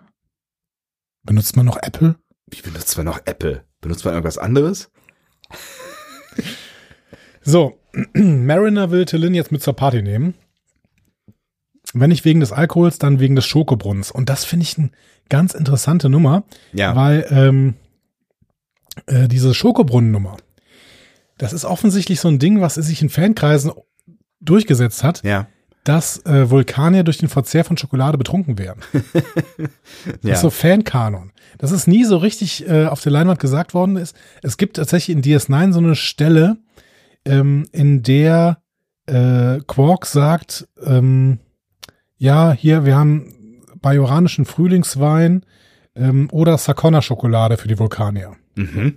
Benutzt man noch Apple?
Wie benutzt man noch Apple? Benutzt man irgendwas anderes?
So, Mariner will Tillin jetzt mit zur Party nehmen. Wenn nicht wegen des Alkohols, dann wegen des Schokobrunnens. Und das finde ich eine ganz interessante Nummer,
Ja.
weil ähm, äh, diese Schokobrunnen-Nummer, das ist offensichtlich so ein Ding, was sich in Fankreisen durchgesetzt hat,
ja.
dass äh, Vulkanier durch den Verzehr von Schokolade betrunken werden. Das
Ja.
ist so Fankanon. Das ist nie so richtig äh, auf der Leinwand gesagt worden ist. Es gibt tatsächlich in DS9 so eine Stelle, ähm, in der äh, Quark sagt, ähm, ja, hier, wir haben bajoranischen Frühlingswein ähm, oder Sakona-Schokolade für die Vulkanier.
mhm.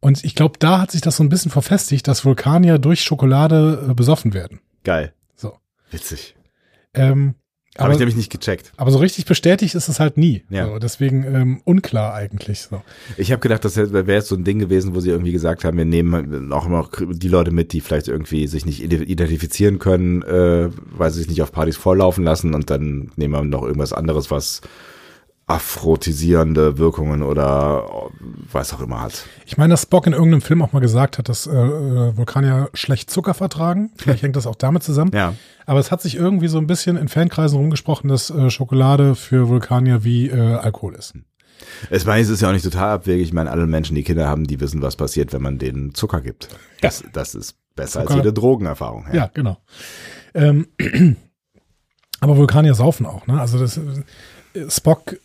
Und ich glaube, da hat sich das so ein bisschen verfestigt, dass Vulkanier durch Schokolade äh, besoffen werden.
Geil.
So.
Witzig.
Ähm,
Habe ich nämlich nicht gecheckt.
aber so richtig bestätigt ist es halt nie.
Ja.
So, deswegen ähm, unklar eigentlich. So.
Ich habe gedacht, das wäre jetzt so ein Ding gewesen, wo sie irgendwie gesagt haben, wir nehmen auch immer die Leute mit, die vielleicht irgendwie sich nicht ide- identifizieren können, äh, weil sie sich nicht auf Partys volllaufen lassen und dann nehmen wir noch irgendwas anderes, was afrotisierende Wirkungen oder was auch immer hat.
Ich meine, dass Spock in irgendeinem Film auch mal gesagt hat, dass äh, äh, Vulkanier schlecht Zucker vertragen. Vielleicht hängt das auch damit zusammen.
Ja.
Aber es hat sich irgendwie so ein bisschen in Fankreisen rumgesprochen, dass äh, Schokolade für Vulkanier wie äh, Alkohol ist.
Ich meine, es ist ja auch nicht total abwegig. Ich meine, alle Menschen, die Kinder haben, die wissen, was passiert, wenn man denen Zucker gibt. Das, das ist besser als
Zucker.
jede Drogenerfahrung.
Ja, genau. Ähm, aber Vulkanier saufen auch, ne? Also das, äh, Spock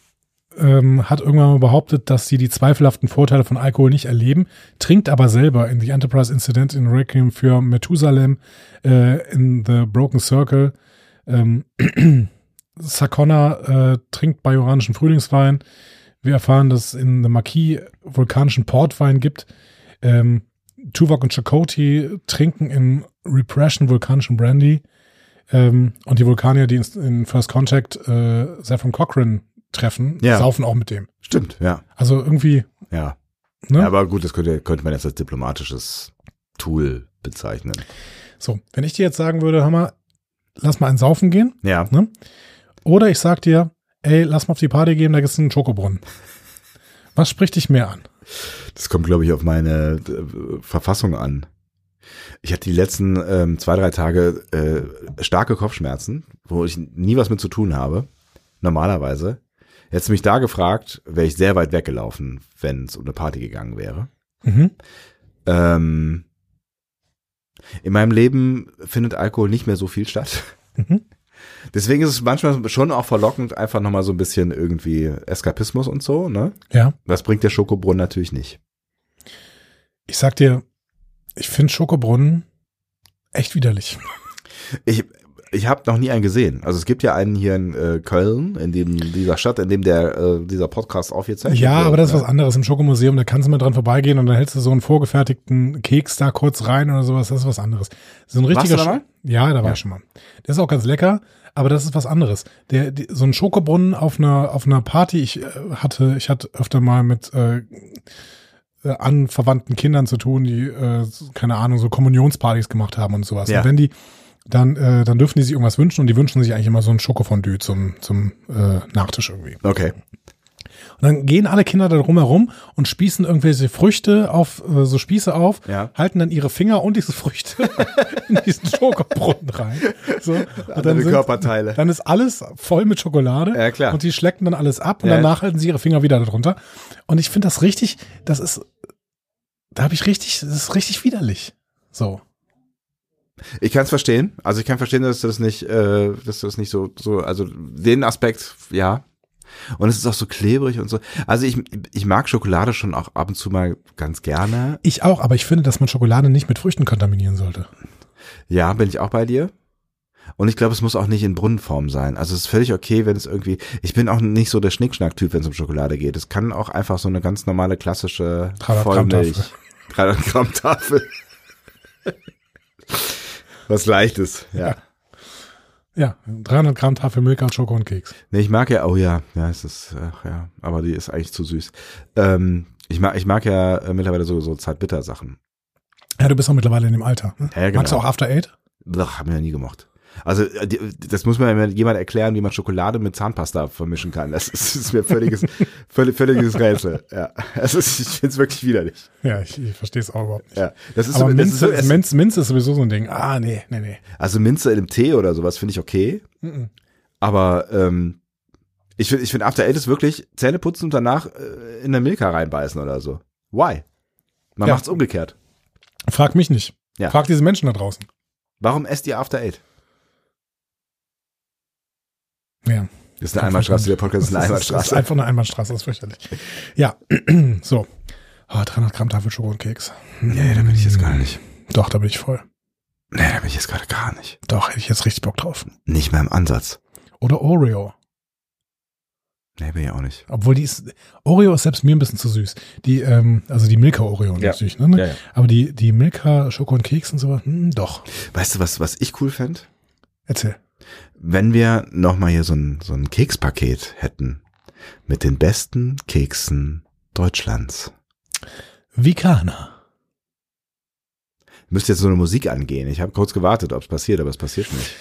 ähm, hat irgendwann mal behauptet, dass sie die zweifelhaften Vorteile von Alkohol nicht erleben, trinkt aber selber in The Enterprise Incident in Requiem für Methusalem, äh, in The Broken Circle, ähm, Sakonna äh, trinkt bajoranischen Frühlingswein. Wir erfahren, dass es in The Marquis vulkanischen Portwein gibt. Ähm, Tuvok und Chakoti trinken in Repression vulkanischen Brandy. Ähm, und die Vulkanier, die in- in First Contact äh, Saffron Cochrane treffen,
Ja.
saufen auch mit dem.
Stimmt, ja.
Also irgendwie,
Ja.
ne?
ja. Aber gut, das könnte, könnte man jetzt als diplomatisches Tool bezeichnen.
so, wenn ich dir jetzt sagen würde, hör mal, lass mal ein Saufen gehen.
Ja.
Oder ich sag dir, ey, lass mal auf die Party gehen, da gibt's einen Schokobrunnen. Was spricht dich mehr an?
Das kommt, glaube ich, auf meine äh, Verfassung an. Ich hatte die letzten ähm, zwei, drei Tage äh, starke Kopfschmerzen, wo ich nie was mit zu tun habe, normalerweise. Hättest du mich da gefragt, wäre ich sehr weit weggelaufen, wenn es um eine Party gegangen wäre.
Mhm.
Ähm, in meinem Leben findet Alkohol nicht mehr so viel statt.
Mhm.
Deswegen ist es manchmal schon auch verlockend, einfach nochmal so ein bisschen irgendwie Eskapismus und so, ne?
Ja.
Das bringt der Schokobrunnen natürlich nicht.
Ich sag dir, ich finde Schokobrunnen echt widerlich.
Ich, ich habe noch nie einen gesehen. Also es gibt ja einen hier in äh, Köln, in dem dieser Stadt, in dem der äh, dieser Podcast aufgezeichnet
Ja,
wird.
aber das ist
ne?
was anderes. Im Schokomuseum, da kannst du mal dran vorbeigehen und dann hältst du so einen vorgefertigten Keks da kurz rein oder sowas. Das ist was anderes. So ein
Warst
richtiger.
du da mal?
Sch- Ja, da war
Ja.
ich schon mal. Der ist auch ganz lecker, aber das ist was anderes. Der, die, so ein Schokobrunnen auf einer auf einer Party. Ich äh, hatte, ich hatte öfter mal mit äh, äh, anverwandten Kindern zu tun, die äh, keine Ahnung so Kommunionspartys gemacht haben und sowas.
Ja.
Und wenn die dann, äh, dann dürfen die sich irgendwas wünschen und die wünschen sich eigentlich immer so ein Schokofondue zum, zum äh, Nachtisch irgendwie.
Okay.
Und dann gehen alle Kinder da drumherum und spießen irgendwelche Früchte auf, äh, so Spieße auf,
Ja.
halten dann ihre Finger und diese Früchte in diesen Schokobrunnen rein. So. Und
Andere Körperteile.
dann ist alles voll mit Schokolade.
Ja, klar.
Und die schlecken dann alles ab und
Ja.
danach halten sie ihre Finger wieder darunter. Und ich finde das richtig, das ist, da habe ich richtig, das ist richtig widerlich. So.
Ich kann es verstehen. Also ich kann verstehen, dass du das nicht, äh, dass du das nicht so, so, also den Aspekt, ja. Und es ist auch so klebrig und so. Also ich, ich mag Schokolade schon auch ab und zu mal ganz gerne.
Ich auch, aber ich finde, dass man Schokolade nicht mit Früchten kontaminieren sollte.
Ja, bin ich auch bei dir. Und ich glaube, es muss auch nicht in Brunnenform sein. Also es ist völlig okay, wenn es irgendwie. Ich bin auch nicht so der Schnickschnack-Typ, wenn es um Schokolade geht. Es kann auch einfach so eine ganz normale klassische
300 Gramm
Vollmilch.
Tafel.
300 Gramm Tafel. Was leichtes, ja.
Ja, 300 Gramm Tafel Milka, Schoko und Keks.
Nee, ich mag ja, oh ja, ja, es ist, ach ja, aber die ist eigentlich zu süß. Ähm, ich mag, ich mag ja äh, mittlerweile so, so zartbitter Sachen.
Ja, du bist auch mittlerweile in dem Alter. Ne?
Ja, ja,
Magst du auch
genau.
After Eight?
Ach, haben wir ja nie gemocht. Also die- das muss mir jemand erklären, wie man Schokolade mit Zahnpasta vermischen kann. Das ist, ist mir völliges, völlig, völliges Rätsel. Ja, also ich finde es wirklich widerlich.
Ja, ich, ich verstehe es auch überhaupt nicht.
Ja, das ist,
Aber
das
Minze,
ist, so-
Minze, Minze ist sowieso so ein Ding. Ah, nee, nee, nee.
also Minze in einem Tee oder sowas finde ich okay.
Mhm.
Aber ähm, ich finde, ich finde After Eight ist wirklich Zähne putzen und danach äh, in der Milka reinbeißen oder so. Why? Man
Ja.
macht's umgekehrt.
Frag mich nicht.
Ja.
Frag diese Menschen da draußen.
Warum esst ihr After Eight?
Ja.
Das ist eine Einbahnstraße, der Podcast ist eine
Das ist
Einbahnstraße.
einfach eine Einbahnstraße, das ist fürchterlich. Ja, so. Ah, 300 Gramm Tafel und Keks.
Nee, da bin ich jetzt gar nicht.
Doch, da bin ich voll.
Nee, da bin ich jetzt gerade gar nicht.
Doch, hätte ich jetzt richtig Bock drauf.
Nicht mehr im Ansatz.
Oder Oreo.
Nee, bin ich auch nicht.
Obwohl die ist, Oreo ist selbst mir ein bisschen zu süß. Die, ähm, also die Milka Oreo
Ja.
natürlich, ne?
Ja, ja.
Aber die, die Milka Schoko und Keks und sowas, hm, doch.
Weißt du, was, was ich cool fänd?
Erzähl.
Wenn wir nochmal hier so ein, so ein Kekspaket hätten. Mit den besten Keksen Deutschlands.
Vikana.
Müsste jetzt so eine Musik angehen. Ich habe kurz gewartet, ob es passiert, aber es passiert nicht.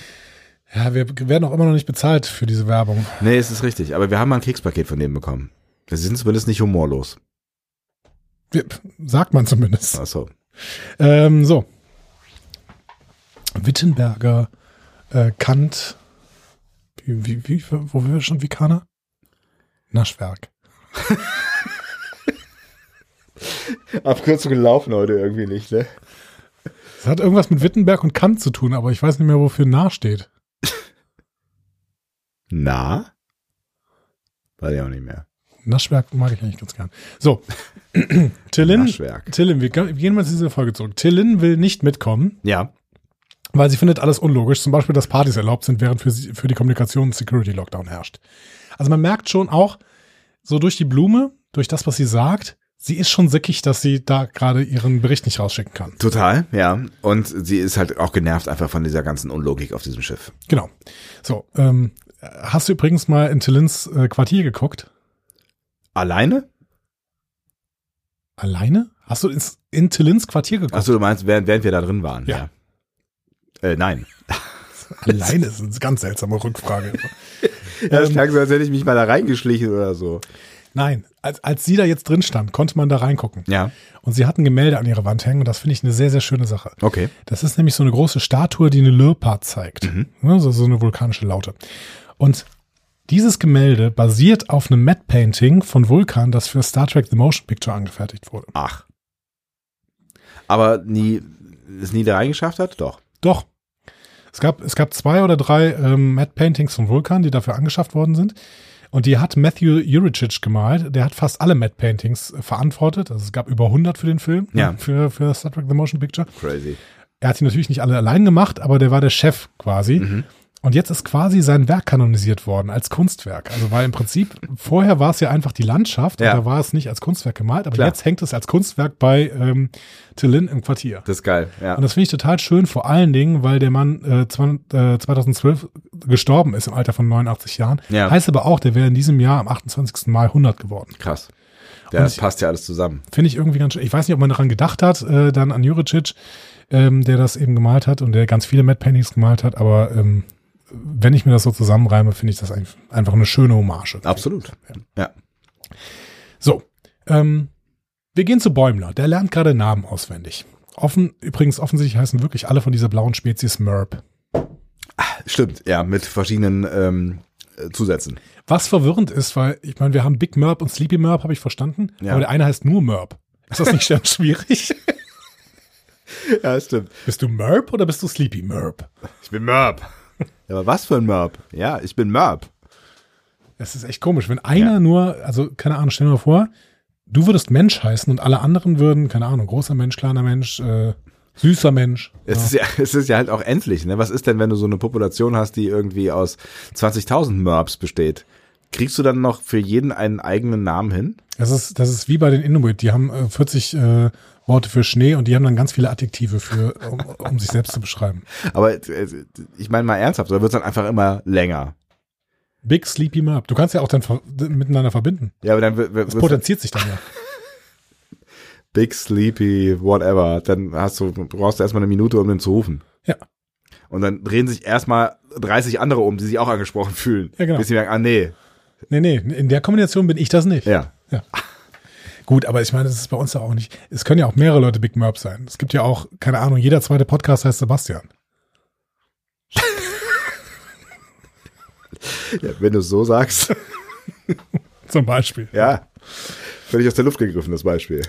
Ja, wir werden auch immer noch nicht bezahlt für diese Werbung.
Nee, es ist richtig. Aber wir haben mal ein Kekspaket von denen bekommen. Wir sind zumindest nicht humorlos.
Wir- Sagt man zumindest.
Ach so.
Ähm, so. Wittenberger, äh, Kant, wie, wie, wie, wo wir schon Vikaner? Naschwerk.
Abkürzungen laufen heute irgendwie nicht, ne?
Es hat irgendwas mit Wittenberg und Kant zu tun, aber ich weiß nicht mehr, wofür nach steht.
Na? Weiß ich auch nicht mehr.
Naschwerk mag ich eigentlich ganz gern. So. Tillin,
Naschwerk.
Tillin, wir gehen wir gehen mal zu dieser Folge zurück. Tillin will nicht mitkommen,
Ja.
weil sie findet alles unlogisch. Zum Beispiel, dass Partys erlaubt sind, während für, sie, für die Kommunikation ein Security-Lockdown herrscht. Also man merkt schon auch, so durch die Blume, durch das, was sie sagt, sie ist schon sickig, dass sie da gerade ihren Bericht nicht rausschicken kann.
Total, ja. Und sie ist halt auch genervt einfach von dieser ganzen Unlogik auf diesem Schiff.
Genau. So, ähm, hast du übrigens mal in Tillins äh, Quartier geguckt?
Alleine?
Alleine? Hast du ins, in Tillins Quartier geguckt?
Achso, du meinst, während, während wir da drin waren?
Ja.
Äh, nein.
Alleine ist eine ganz seltsame Rückfrage. Ähm,
Ja, ähm, das klang so, als hätte ich mich mal da reingeschlichen oder so.
Nein, als, als sie da jetzt drin stand, konnte man da reingucken.
Ja.
Und sie hatten Gemälde an ihre Wand hängen und das finde ich eine sehr, sehr schöne Sache.
Okay.
Das ist nämlich so eine große Statue, die eine Lirpa zeigt. Ne, So, so eine vulkanische Laute. Und dieses Gemälde basiert auf einem Matte Painting von Vulkan, das für Star Trek The Motion Picture angefertigt wurde.
Ach. Aber nie, es nie da reingeschafft hat? Doch.
Doch. Es gab, es gab zwei oder drei ähm, Matte Paintings von Vulkan, die dafür angeschafft worden sind. Und die hat Matthew Juricic gemalt. Der hat fast alle Matte Paintings äh, verantwortet. Also es gab über 100 für den Film,
Ja.
für, für Star Trek The Motion Picture.
Crazy.
Er hat sie natürlich nicht alle allein gemacht, aber der war der Chef quasi.
Mhm.
Und jetzt ist quasi sein Werk kanonisiert worden als Kunstwerk. Also weil im Prinzip, vorher war es ja einfach die Landschaft
Ja.
und da war es nicht als Kunstwerk gemalt, aber
Klar.
jetzt hängt es als Kunstwerk bei ähm, Tillin im Quartier.
Das ist geil, ja.
Und das finde ich total schön, vor allen Dingen, weil der Mann äh, 20, äh, 2012 gestorben ist im Alter von 89 Jahren.
Ja.
Heißt aber auch, der wäre in diesem Jahr am 28. Mai 100 geworden.
Krass. Ja, das
ich-
passt ja alles zusammen.
Finde ich irgendwie ganz schön. Ich weiß nicht, ob man daran gedacht hat, äh, dann an Juricic, ähm, der das eben gemalt hat und der ganz viele Mad Paintings gemalt hat, aber ähm, wenn ich mir das so zusammenreime, finde ich das ein, einfach eine schöne Hommage.
Absolut. Ja.
So, ähm, wir gehen zu Bäumler. Der lernt gerade Namen auswendig. Offen, übrigens offensichtlich heißen wirklich alle von dieser blauen Spezies Merp.
Stimmt, ja, mit verschiedenen ähm, äh, Zusätzen.
Was verwirrend ist, weil ich meine, wir haben Big Merp und Sleepy Merp, habe ich verstanden.
Ja.
Aber der eine heißt nur Merp. Ist das nicht schon schwierig?
Ja, stimmt.
Bist du Merp oder bist du Sleepy Merp?
Ich bin Merp. Ja, aber was für ein Merp? Ja, ich bin Merp.
Es ist echt komisch, wenn einer
Ja.
nur, also keine Ahnung, stell dir mal vor, du würdest Mensch heißen und alle anderen würden, keine Ahnung, großer Mensch, kleiner Mensch, äh, süßer Mensch.
Es, Ist ja, es ist ja halt auch endlich. Ne? Was ist denn, wenn du so eine Population hast, die irgendwie aus 20.000 Merps besteht? Kriegst du dann noch für jeden einen eigenen Namen hin?
Das ist, das ist wie bei den Inuit, die haben äh, 40 äh, Worte für Schnee und die haben dann ganz viele Adjektive für, um, um sich selbst zu beschreiben.
Aber äh, ich meine mal ernsthaft, da wird es dann einfach immer länger.
Big Sleepy Merp. Du kannst ja auch dann ver miteinander verbinden.
Ja, aber dann wird, wird,
Das potenziert sich dann ja.
Big Sleepy, whatever. Dann hast du, brauchst du erstmal eine Minute, um den zu rufen.
Ja.
Und dann drehen sich erstmal 30 andere um, die sich auch angesprochen fühlen.
Ja, genau.
Bis sie merken, ah nee,
Nee, nee, in der Kombination bin ich das nicht.
ja.
Ja. Gut, aber ich meine, das ist bei uns ja auch nicht. Es können ja auch mehrere Leute Big Merp sein. Es gibt ja auch, keine Ahnung, jeder zweite Podcast heißt Sebastian.
ja wenn du es so sagst.
Zum Beispiel.
ja. Völlig aus der Luft gegriffen, das Beispiel.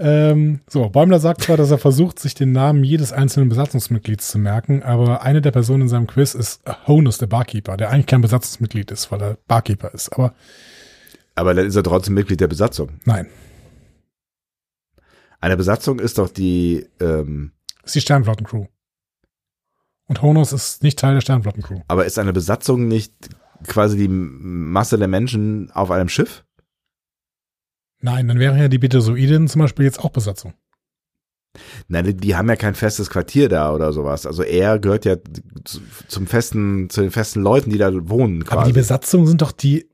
Ähm, so, Bäumler sagt zwar, dass er versucht, sich den Namen jedes einzelnen Besatzungsmitglieds zu merken, aber eine der Personen in seinem Quiz ist Honus, der Barkeeper, der eigentlich kein Besatzungsmitglied ist, weil er Barkeeper ist. Aber
Aber dann ist er trotzdem Mitglied der Besatzung.
nein,
Eine Besatzung ist doch die, ähm,
ist die Sternflottencrew. Und Honus ist nicht Teil der Sternflottencrew.
aber ist eine Besatzung nicht quasi die M- Masse der Menschen auf einem Schiff?
Nein, dann wären ja die Betasoiden zum Beispiel jetzt auch Besatzung.
Nein, die, die haben ja kein festes Quartier da oder sowas. Also er gehört ja zu, zum festen, zu den festen Leuten, die da wohnen
Aber die
quasi.
Besatzung sind doch die,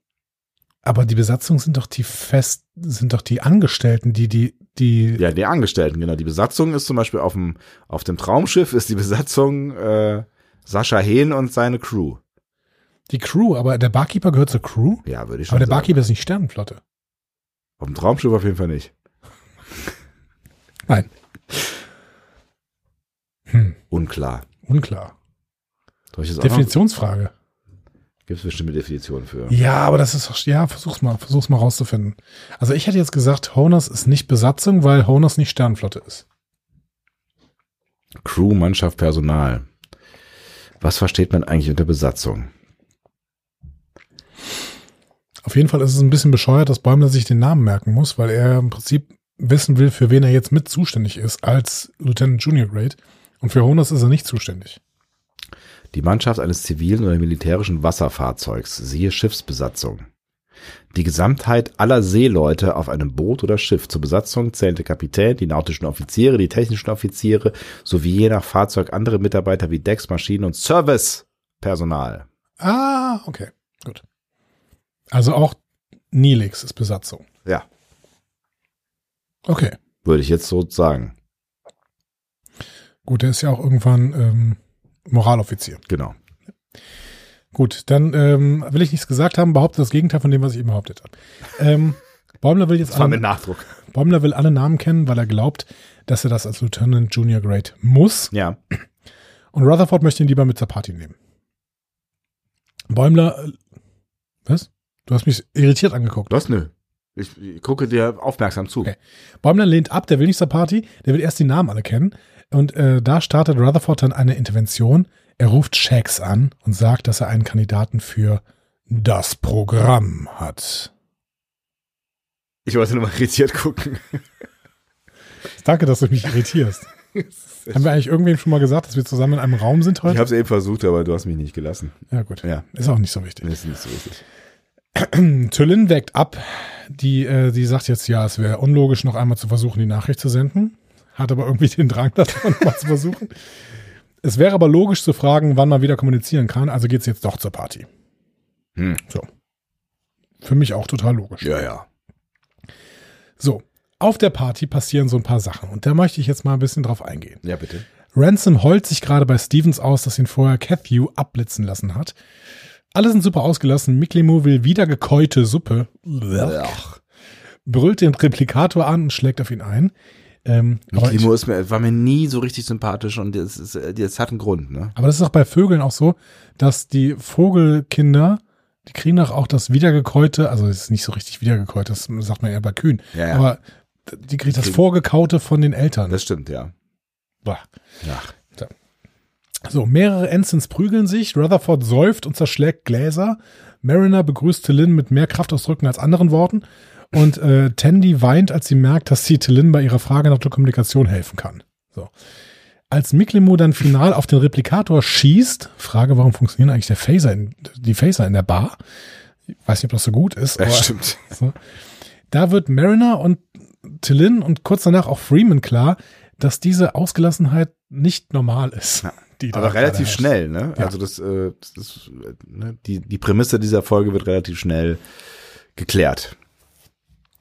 aber die Besatzung sind doch die fest, sind doch die Angestellten, die, die, die,
ja, die Angestellten, genau. Die Besatzung ist zum Beispiel auf dem, auf dem Traumschiff ist die Besatzung äh, Sascha Hehn und seine Crew.
die Crew. Aber der Barkeeper gehört zur Crew?
Ja, würde ich schon
Aber der
sagen.
Barkeeper ist nicht Sternenflotte.
Auf dem Traumschiff auf jeden Fall nicht.
Nein. Hm,
Unklar.
unklar.
Soll ich das auch noch?
Definitionsfrage.
Gibt es bestimmte Definitionen für.
Ja, aber das ist doch, ja, versuch's mal, versuch's mal rauszufinden. Also ich hätte jetzt gesagt, Honus ist nicht Besatzung, weil Honus nicht Sternenflotte ist.
Crew, Mannschaft, Personal. Was versteht man eigentlich unter Besatzung?
Auf jeden Fall ist es ein bisschen bescheuert, dass Bäumler sich den Namen merken muss, weil er im Prinzip wissen will, für wen er jetzt mit zuständig ist als Lieutenant Junior Grade. Und für Honus ist er nicht zuständig.
Die Mannschaft eines zivilen oder militärischen Wasserfahrzeugs, siehe Schiffsbesatzung. Die Gesamtheit aller Seeleute auf einem Boot oder Schiff. Zur Besatzung zählt der Kapitän, die nautischen Offiziere, die technischen Offiziere sowie je nach Fahrzeug andere Mitarbeiter wie Decks, Maschinen und Servicepersonal.
Ah, okay, gut. Also auch Nilix ist Besatzung.
Ja,
Okay.
würde ich jetzt so sagen.
Gut, der ist ja auch irgendwann ähm, Moraloffizier.
Genau.
Gut, dann ähm, will ich nichts gesagt haben, behaupte das Gegenteil von dem, was ich eben behauptet habe. Ähm, Bäumler will jetzt
Das war mit
alle,
Nachdruck.
Bäumler will alle Namen kennen, weil er glaubt, dass er das als Lieutenant Junior Grade muss.
Ja.
Und Rutherford möchte ihn lieber mit zur Party nehmen. Bäumler, äh, was? Du hast mich irritiert angeguckt.
Das nö. Ich, ich gucke dir aufmerksam zu.
Okay. Bäumler lehnt ab, der will nicht zur Party, der will erst die Namen alle kennen. Und äh, da startet Rutherford dann eine Intervention. Er ruft Shax an und sagt, dass er einen Kandidaten für das Programm hat.
Ich wollte nur mal irritiert gucken.
Danke, dass du mich irritierst. Haben wir eigentlich irgendwem schon mal gesagt, dass wir zusammen in einem Raum sind
Ich
heute?
habe es eben versucht, aber du hast mich nicht gelassen.
Ja, gut.
Ja.
Ist auch nicht so wichtig.
Das ist nicht so richtig.
Tüllin weckt ab. Die, äh, die sagt jetzt, ja, es wäre unlogisch, noch einmal zu versuchen, die Nachricht zu senden. Hat aber irgendwie den Drang, das nochmal zu versuchen. Es wäre aber logisch zu fragen, wann man wieder kommunizieren kann. Also geht's jetzt doch zur Party.
Hm.
So. Für mich auch total logisch.
Ja, ja.
So. Auf der Party passieren so ein paar Sachen. Und da möchte ich jetzt mal ein bisschen drauf eingehen.
Ja, bitte.
Ransom heult sich gerade bei Stevens aus, dass ihn vorher Cathew abblitzen lassen hat. Alle sind super ausgelassen. Miklimo will wieder gekäute Suppe.
Ach,
brüllt den Replikator an und schlägt auf ihn ein. Ähm, aber, ich,
Timo ist mir, war mir nie so richtig sympathisch und das, ist, äh, das hat einen Grund, ne?
aber das ist auch bei Vögeln auch so, dass die Vogelkinder, die kriegen doch auch das wiedergekäute, also es ist nicht so richtig wiedergekäut, das sagt man eher bei Kühen,
Ja, ja.
aber d- die kriegen das
kriegen-
Vorgekaute von den Eltern.
Das stimmt, ja.
Bah.
Ach.
So, mehrere Ensigns prügeln sich, Rutherford säuft und zerschlägt Gläser, Mariner begrüßt Tillin mit mehr Kraftausdrücken als anderen Worten und äh, Tandy weint, als sie merkt, dass sie Tillin bei ihrer Frage nach der Kommunikation helfen kann. So. Als Miklimo dann final auf den Replikator schießt, Frage, warum funktionieren eigentlich der Phaser in, die Phaser in der Bar? Ich weiß nicht, ob das so gut ist.
Ja,
aber-
stimmt.
so. Da wird Mariner und Tillin und kurz danach auch Freeman klar, dass diese Ausgelassenheit nicht normal ist. die da
Aber
gerade
relativ
herrscht.
schnell, ne?
Ja.
Also das, äh, das ist, äh, ne? die, die Prämisse dieser Folge wird relativ schnell geklärt.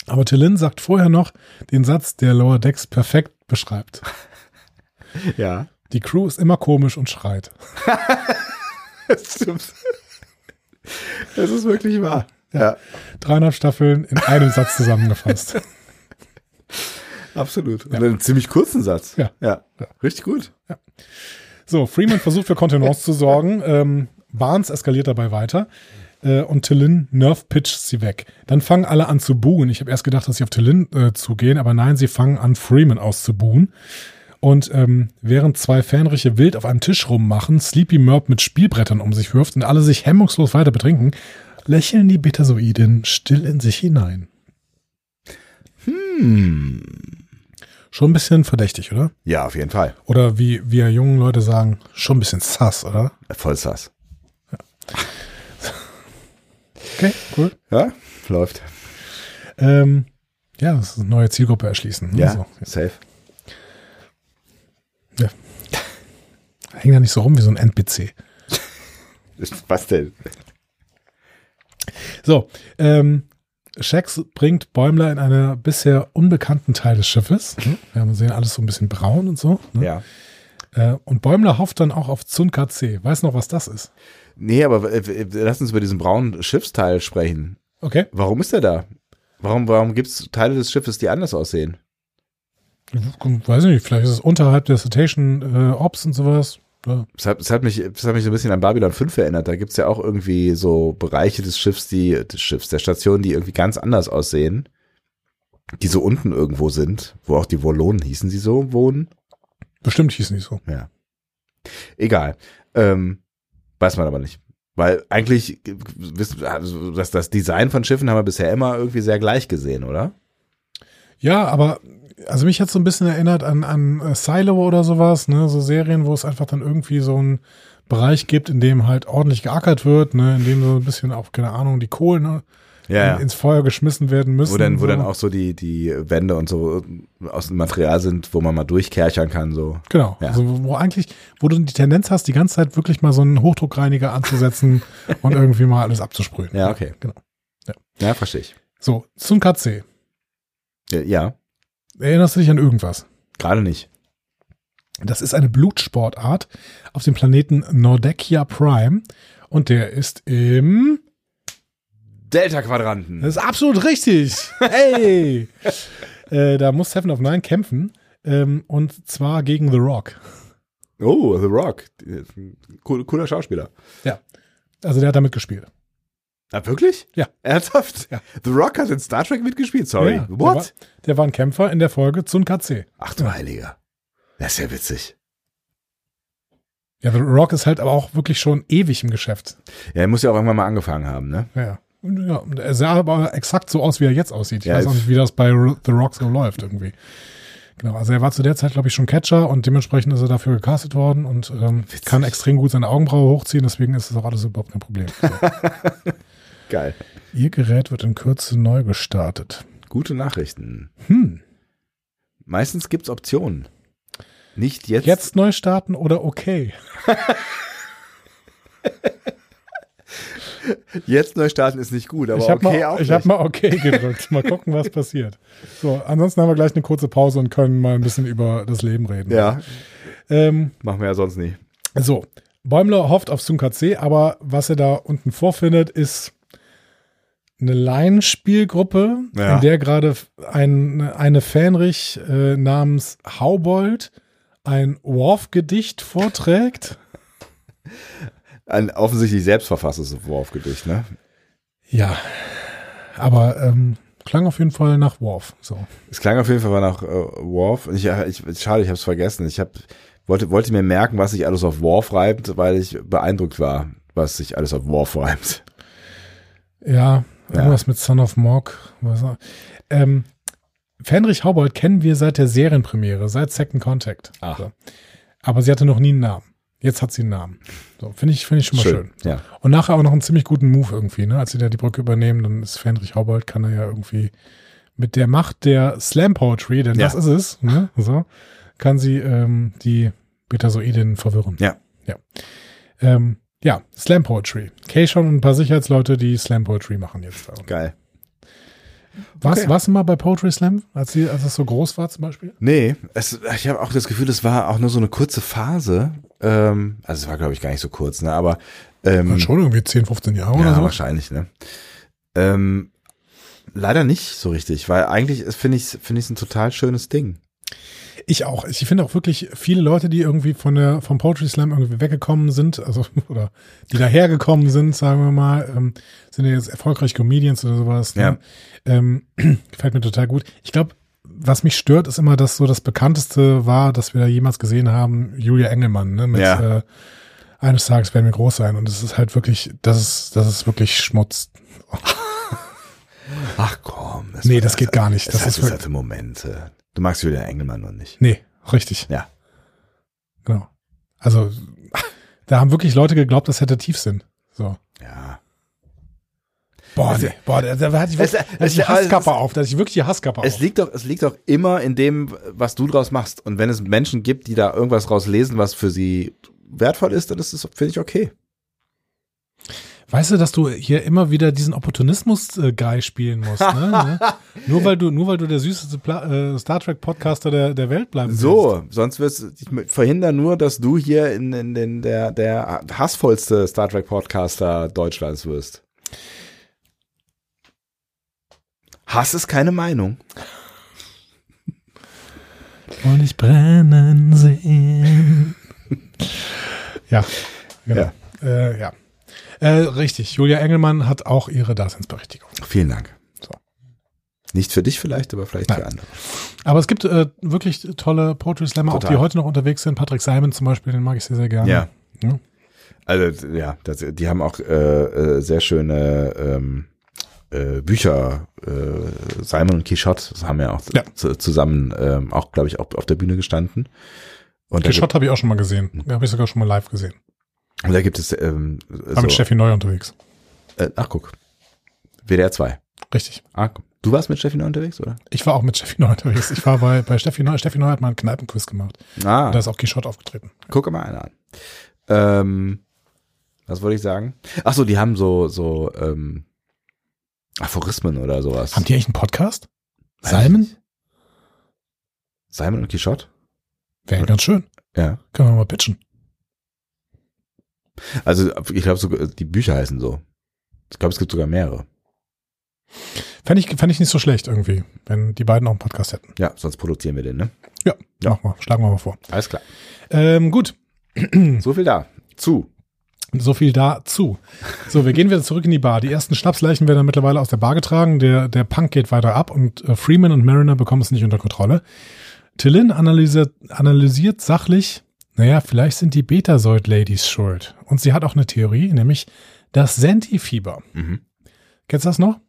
Aber Tillin sagt vorher noch den Satz, der Lower Decks perfekt beschreibt.
Ja.
Die Crew ist immer komisch und schreit.
das stimmt. Das ist wirklich wahr. Ja,
Dreieinhalb Staffeln in einem Satz zusammengefasst.
absolut. Und einen ziemlich kurzen Satz.
Ja.
ja. Richtig gut.
So, Freeman versucht für Kontenance zu sorgen. Ähm, Barnes eskaliert dabei weiter. Äh, und Tillin nerf pitcht sie weg. Dann fangen alle an zu buhen. Ich habe erst gedacht, dass sie auf Tillin äh, zugehen, aber nein, sie fangen an, Freeman auszubuhen. Und ähm, während zwei Fähnriche wild auf einem Tisch rummachen, Sleepy Merp mit Spielbrettern um sich wirft und alle sich hemmungslos weiter betrinken, lächeln die Betasoiden still in sich hinein. Schon ein bisschen verdächtig, oder?
Ja, auf jeden Fall.
Oder wie wir jungen Leute sagen, schon ein bisschen sass, oder?
Voll Sass.
Okay, cool.
Ja, läuft.
Ähm, ja, das ist eine neue Zielgruppe erschließen. ne?
Ja,
So.
safe.
ja. Häng da nicht so rum wie so ein NPC.
Was denn?
So, ähm, Shax bringt Bäumler in einen bisher unbekannten Teil des Schiffes. ne? Wir haben sehen alles so ein bisschen braun und so. Ne?
Ja.
Äh, und Bäumler hofft dann auch auf Zunka C. Weiß noch, was das ist.
Nee, aber äh, äh, lass uns über diesen braunen Schiffsteil sprechen.
Okay.
Warum ist er da? Warum, warum gibt es Teile des Schiffes, die anders aussehen?
Hm, Weiß ich nicht, vielleicht ist es unterhalb der Citation äh, Ops und sowas. Ja.
Das hat, das, hat mich, das hat mich so ein bisschen an Babylon 5 erinnert. Da gibt es ja auch irgendwie so Bereiche des Schiffs, die, des Schiffs, der Station, die irgendwie ganz anders aussehen. Die so unten irgendwo sind, wo auch die Volonen hießen sie so, wohnen.
Bestimmt hieß nicht so.
Ja. Egal. Ähm, weiß man aber nicht. Weil eigentlich, äh, wissen, also das, das Design von Schiffen haben wir bisher immer irgendwie sehr gleich gesehen, oder?
Ja, aber also mich hat so ein bisschen erinnert an, an äh, Silo oder sowas, ne? So Serien, wo es einfach dann irgendwie so einen Bereich gibt, in dem halt ordentlich geackert wird, ne? In dem so ein bisschen auch, keine Ahnung, die Kohlen ne? in, ins Feuer geschmissen werden müssen.
Wo dann, wo
so.
dann auch so die, die Wände und so äh, aus dem Material sind, wo man mal durchkerchern kann, so.
Genau,
Ja.
also wo- wo eigentlich, wo du die Tendenz hast, die ganze Zeit wirklich mal so einen Hochdruckreiniger anzusetzen und irgendwie mal alles abzusprühen.
Ja, okay.
Genau.
Ja, verstehe ich.
So, zum KC.
Ja, ja.
Erinnerst du dich an irgendwas?
gerade nicht.
Das ist eine Blutsportart auf dem Planeten Nordekia Prime und der ist im
Delta-Quadranten.
Das ist absolut richtig. Hey! äh, da muss Seven of Nine kämpfen. Ähm, und zwar gegen The Rock.
Oh, The Rock. Cool, cooler Schauspieler.
Ja. Also der hat damit gespielt.
Ah, wirklich?
Ja.
Ernsthaft?
Ja.
The Rock hat in Star Trek mitgespielt, sorry.
Ja, Der war,
What?
der war ein Kämpfer in der Folge Zun KC.
Ach du Heiliger. Das ist ja witzig.
Ja, The Rock ist halt aber auch wirklich schon ewig im Geschäft.
Ja, er muss ja auch irgendwann mal angefangen haben, ne?
Ja. Und ja, und er sah aber exakt so aus, wie er jetzt aussieht. Ich
Ja,
weiß auch
ich-
nicht, wie das bei Ro- The Rock so läuft irgendwie. Genau, also er war zu der Zeit, glaube ich, schon Catcher und dementsprechend ist er dafür gecastet worden und ähm,
Witzig.
kann extrem gut seine Augenbraue hochziehen, deswegen ist das auch alles überhaupt kein Problem.
Geil.
Ihr Gerät wird in Kürze neu gestartet.
Gute Nachrichten.
Hm.
Meistens gibt's Optionen. Nicht jetzt.
Jetzt neu starten oder okay?
jetzt neu starten ist nicht gut, aber
ich habe
okay
mal,
auch
ich
nicht.
hab mal okay gedrückt. Mal gucken, was passiert. So, ansonsten haben wir gleich eine kurze Pause und können mal ein bisschen über das Leben reden.
ja,
Ähm,
machen wir ja sonst nie.
so, Bäumler hofft auf Sun KC, aber was er da unten vorfindet, ist eine Laienspielgruppe,
Ja.
in der gerade ein, eine Fähnrich äh, namens Haubold ein Worf-Gedicht vorträgt.
Ein offensichtlich selbstverfasstes Wurfgedicht, ne?
Ja, aber ähm, klang auf jeden Fall nach Worf. So.
Es klang auf jeden Fall nach äh, Worf. Ich, äh, ich, schade, ich habe es vergessen. Ich hab, wollte, wollte mir merken, was sich alles auf Worf reimt, weil ich beeindruckt war, was sich alles auf Worf reimt.
Ja,
Ja.
irgendwas mit Son of Morg. was auch- Ähm, Fenrich Haubold kennen wir seit der Serienpremiere, seit Second Contact.
Ach.
So. Aber sie hatte noch nie einen Namen. Jetzt hat sie einen Namen. So, finde ich, finde ich schon mal schön.
Ja.
Und nachher auch noch einen ziemlich guten Move irgendwie, ne? Als sie da die Brücke übernehmen, dann ist Fenrich Haubold, kann er ja irgendwie mit der Macht der Slam Poetry, denn
Ja.
das ist es, ne? So, kann sie ähm, die Betasoiden verwirren.
Ja.
Ja. Ähm, ja, Slam Poetry. Kay schon und ein paar Sicherheitsleute, die Slam Poetry machen jetzt.
Geil.
Warst, warst du mal bei Poetry Slam, als, sie, als es so groß war zum Beispiel?
Nee, es, ich habe auch das Gefühl, das war auch nur so eine kurze Phase. Ähm, also es war, glaube ich, gar nicht so kurz, ne? Aber ähm,
Dann schon irgendwie 10, 15 Jahre
ja,
oder so.
wahrscheinlich, ne? Ähm, leider nicht so richtig, weil eigentlich ist- finde ich finde ich ein total schönes Ding.
Ich auch. Ich finde auch wirklich viele Leute, die irgendwie von der, vom Poetry Slam irgendwie weggekommen sind, also, oder die dahergekommen sind, sagen wir mal, ähm, sind ja jetzt erfolgreich Comedians oder sowas.
Ja.
Ne? Ähm, gefällt mir total gut. Ich glaube, was mich stört, ist immer, dass so das bekannteste war, das wir da jemals gesehen haben, Julia Engelmann, ne, mit,
Ja.
äh, eines Tages werden wir groß sein. Und es ist halt wirklich, das ist, das ist wirklich Schmutz.
Ach komm, das also
Nee, das geht gar nicht.
Das,
Das
das,
ist halt
das
wirklich,
hatte Momente. Du magst Julia Engelmann noch nicht.
nee, richtig.
Ja.
Genau. Also, da haben wirklich Leute geglaubt, das hätte Tiefsinn. So.
Ja.
Boah,
Es-
nee. Boah, da, da hatte ich
es-
wirklich da hatte ich die
es-
Hasskappe auf. Da hatte ich wirklich die Hasskappe
Es
auf.
liegt doch, es liegt doch immer in dem, was du draus machst. Und wenn es Menschen gibt, die da irgendwas rauslesen, was für sie wertvoll ist, dann ist das, finde ich, okay.
Weißt du, dass du hier immer wieder diesen Opportunismus-Guy spielen musst, ne? ne? nur, weil du, nur weil du der süßeste Pla äh, Star Trek-Podcaster der, der Welt bleiben willst.
So, sonst wirst du, ich verhindere nur, dass du hier in, in, den der, der hassvollste Star Trek Podcaster Deutschlands wirst. Hass ist keine Meinung.
Und ich brennen sehen. ja, genau. Ja. Äh, ja. Äh, richtig, Julia Engelmann hat auch ihre Daseinsberechtigung.
Vielen Dank.
So.
Nicht für dich vielleicht, aber vielleicht für
Nein.
andere.
Aber es gibt äh, wirklich tolle Poetry Slammer, auch
Total.
die heute noch unterwegs sind. Patrick Simon zum Beispiel, den mag ich sehr, sehr gerne.
Ja.
Ja.
Also ja, das, die haben auch äh, äh, sehr schöne ähm, äh, Bücher. Äh, Simon und Quichotte das haben ja auch
Ja.
zu- zusammen, ähm, auch glaube ich, auch auf der Bühne gestanden. Und da, gibt,
Geschott habe ich auch schon mal
Mhm.
gesehen. Habe ich sogar schon mal live gesehen.
und da gibt es ähm,
War mit
so-
Steffi Neu unterwegs.
Äh, ach, guck. WDR 2.
Richtig.
Ah, guck. Du warst mit Steffi noch unterwegs, oder?
Ich war auch mit Steffi Neu unterwegs. Ich war bei, bei Steffi Neu. Steffi Neu hat mal einen Kneipenquiz gemacht.
Ah,
Da ist auch Geschott aufgetreten.
guck mal einer an. Ähm, was wollte ich sagen? Ach so, die haben so, so, ähm, Aphorismen oder sowas.
Haben die eigentlich einen Podcast?
Weiß ich
Salmen?
nicht. Salmen und Quichotte?
Wäre ja ganz schön.
Ja.
Können wir mal pitchen.
Also, ich glaube, so, die Bücher heißen so. Ich glaube, es gibt sogar mehrere.
Fände ich, fänd ich nicht so schlecht irgendwie, wenn die beiden auch einen Podcast hätten.
Ja, sonst produzieren wir den, ne?
Ja,
Ja.
Machen wir. Schlagen wir mal vor.
Alles klar.
Ähm, gut.
So viel da. Zu.
So viel dazu. So, wir gehen wieder zurück in die Bar. Die ersten Schnapsleichen werden mittlerweile aus der Bar getragen. Der, der Punk geht weiter ab und äh, Freeman und Mariner bekommen es nicht unter Kontrolle. Tillin analysiert, analysiert sachlich, naja, vielleicht sind die Betazoid-Ladies schuld. Und sie hat auch eine Theorie, nämlich das Senti-Fieber. Kennst du das noch?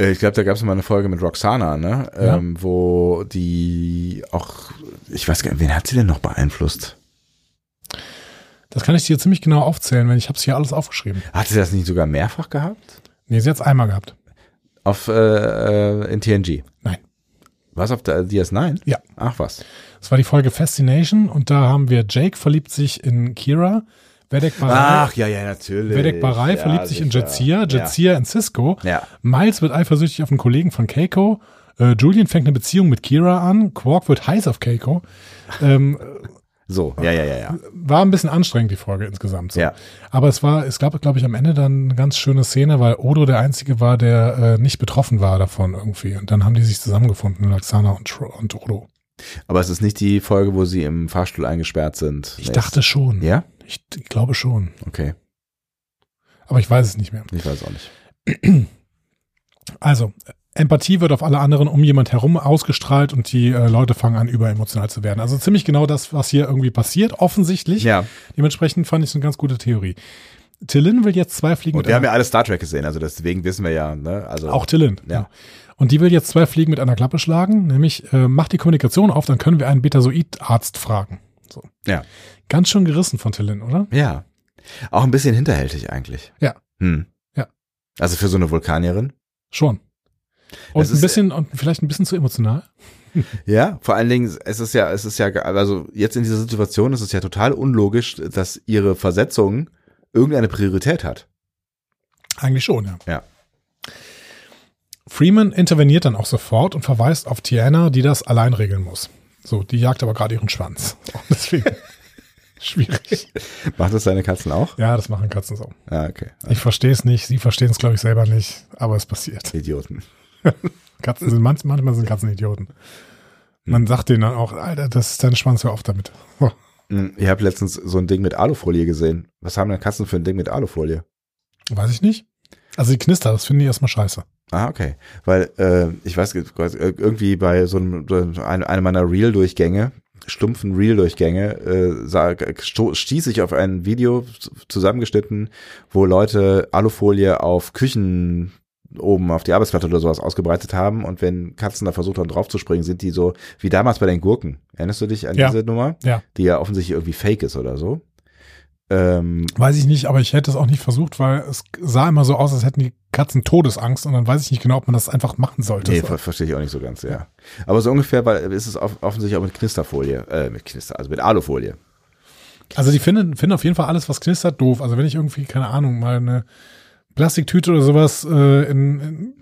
Äh, Ich glaube, da gab es mal eine Folge mit Roxana, ne?
Ja.
Ähm, wo die auch, ich weiß gar nicht, wen hat sie denn noch beeinflusst?
Das kann ich dir ziemlich genau aufzählen, wenn ich habe es hier alles aufgeschrieben.
Hat sie das nicht sogar mehrfach gehabt?
Nee, sie hat es einmal gehabt.
Auf äh, äh, in TNG.
Nein.
Was auf der äh, DS9?
Ja.
Ach was.
Es war die Folge Fascination und da haben wir Jake verliebt sich in Kira. Vedek Barai-
ja, ja, natürlich.
Vedek Barai
Ja,
verliebt sich in
sicher.
Jetsia, Jetsia in Cisco.
Ja.
Miles wird eifersüchtig auf einen Kollegen von Keiko. Äh, Julian fängt eine Beziehung mit Kira an. Quark wird heiß auf Keiko. Ähm,
So, ja, ja, ja, ja.
war ein bisschen anstrengend, die Folge insgesamt. So.
Ja.
Aber es war, es gab, glaube ich, am Ende dann eine ganz schöne Szene, weil Odo der Einzige war, der äh, nicht betroffen war davon irgendwie. Und dann haben die sich zusammengefunden, Laxana und, Tro- und Odo.
Aber es ist nicht die Folge, wo sie im Fahrstuhl eingesperrt sind.
Ich dachte schon.
Ja?
Ich d- glaube schon.
Okay.
Aber ich weiß es nicht mehr.
Ich weiß auch nicht.
Also, Empathie wird auf alle anderen um jemand herum ausgestrahlt und die äh, Leute fangen an, überemotional zu werden. Also ziemlich genau das, was hier irgendwie passiert, offensichtlich.
Ja.
Dementsprechend fand ich es eine ganz gute Theorie. Tillin will jetzt zwei Fliegen
Und wir Oh, haben ja alle Star Trek gesehen, also deswegen wissen wir ja, ne? Also
Auch Tillin. genau.
Ja.
Und die will jetzt zwei Fliegen mit einer Klappe schlagen, nämlich äh, macht die Kommunikation auf, dann können wir einen Betasoid-Arzt fragen. So.
Ja.
Ganz schön gerissen von Tillin, oder?
Ja. Auch ein bisschen hinterhältig eigentlich.
Ja.
Hm.
Ja.
Also für so eine Vulkanierin.
Schon. Und
Das
ein
ist- äh,
bisschen, und vielleicht ein bisschen zu emotional.
Ja. Vor allen Dingen, es ist ja, es ist ja, ge- also jetzt in dieser Situation ist es ja total unlogisch, dass ihre Versetzung irgendeine Priorität hat.
Eigentlich schon, ja.
Ja.
Freeman interveniert dann auch sofort und verweist auf Tiana, die das allein regeln muss. So, die jagt aber gerade ihren Schwanz. Deswegen schwierig.
Macht das deine Katzen auch?
Ja, das machen Katzen so.
Ah, okay.
Ich verstehe es nicht, sie verstehen es, glaube ich, selber nicht, aber es passiert.
Idioten.
Katzen sind manch- manchmal sind Katzen Idioten. Man sagt denen dann auch, Alter, das ist dein Schwanz, hör auf damit. So.
Hm, Ich habe letztens so ein Ding mit Alufolie gesehen. Was haben denn Katzen für ein Ding mit Alufolie?
Weiß ich nicht. Also die Knister, das finden die erstmal scheiße.
Ah, okay. Weil, äh, ich weiß, nicht, irgendwie bei so einem, so einem- einem meiner Reel-Durchgänge, stumpfen Reel-Durchgänge, äh, sah- sto- stieß ich auf ein Video zusammengeschnitten, wo Leute Alufolie auf Küchen oben auf die Arbeitsplatte oder sowas ausgebreitet haben und wenn Katzen da versucht haben draufzuspringen, sind die so wie damals bei den Gurken. Erinnerst du dich an
Ja.
diese Nummer?
Ja.
Die ja offensichtlich irgendwie fake ist oder so. Ähm,
Weiß ich nicht, aber ich hätte es auch nicht versucht, weil es sah immer so aus, als hätten die Katzen Todesangst und dann weiß ich nicht genau, ob man das einfach machen sollte.
Nee, ver verstehe ich auch nicht so ganz, ja. Aber so ungefähr weil ist es off offensichtlich auch mit Knisterfolie, äh, mit Knister, also mit Alufolie.
also die finden, finden auf jeden Fall alles, was knistert, doof. Also wenn ich irgendwie, keine Ahnung, mal eine Plastiktüte oder sowas äh, in, in,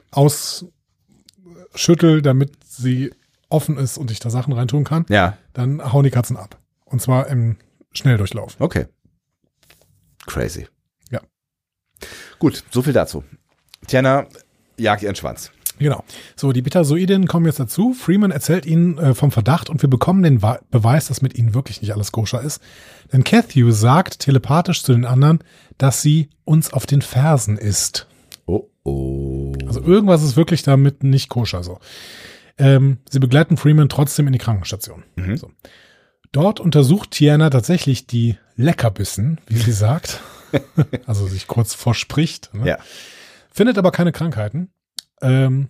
ausschüttel, damit sie offen ist und ich da Sachen reintun kann,
Ja,
dann hauen die Katzen ab. Und zwar im Schnelldurchlauf.
okay. Crazy.
Ja.
Gut, so viel dazu. Tiana jagt ihren Schwanz.
Genau. So, die Betasoiden kommen jetzt dazu. Freeman erzählt ihnen äh, vom Verdacht und wir bekommen den Wa- Beweis, dass mit ihnen wirklich nicht alles koscher ist. Denn Cathew sagt telepathisch zu den anderen, dass sie uns auf den Fersen ist.
Oh, oh.
Also irgendwas ist wirklich damit nicht koscher so. Ähm, sie begleiten Freeman trotzdem in die Krankenstation.
Mhm.
So. Dort untersucht Tiana tatsächlich die Leckerbissen, wie sie sagt. also sich kurz vorspricht. Ne?
Ja.
Findet aber keine Krankheiten. Ähm,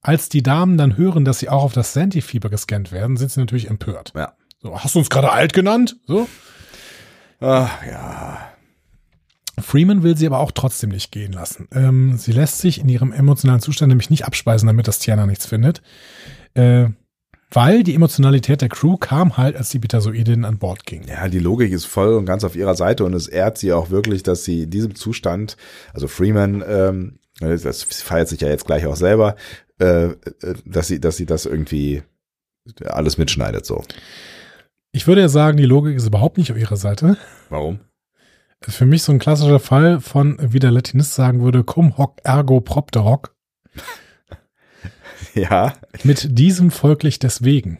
als die Damen dann hören, dass sie auch auf das Santifieber gescannt werden, sind sie natürlich empört.
Ja.
So, hast du uns gerade alt genannt? So.
Ach, ja.
Freeman will sie aber auch trotzdem nicht gehen lassen. Ähm, sie lässt sich in ihrem emotionalen Zustand nämlich nicht abspeisen, damit das Tiana nichts findet. Äh, weil die Emotionalität der Crew kam halt, als die Betasoidinnen an Bord ging.
Ja, die Logik ist voll und ganz auf ihrer Seite und es ehrt sie auch wirklich, dass sie in diesem Zustand, also Freeman, ähm, das feiert sich ja jetzt gleich auch selber, äh, äh, dass sie, dass sie das irgendwie alles mitschneidet so.
Ich würde ja sagen, die Logik ist überhaupt nicht auf ihrer Seite.
Warum?
Ist für mich so ein klassischer Fall von, wie der Latinist sagen würde, cum hoc ergo propter hoc.
Ja,
Mit diesem folglich deswegen.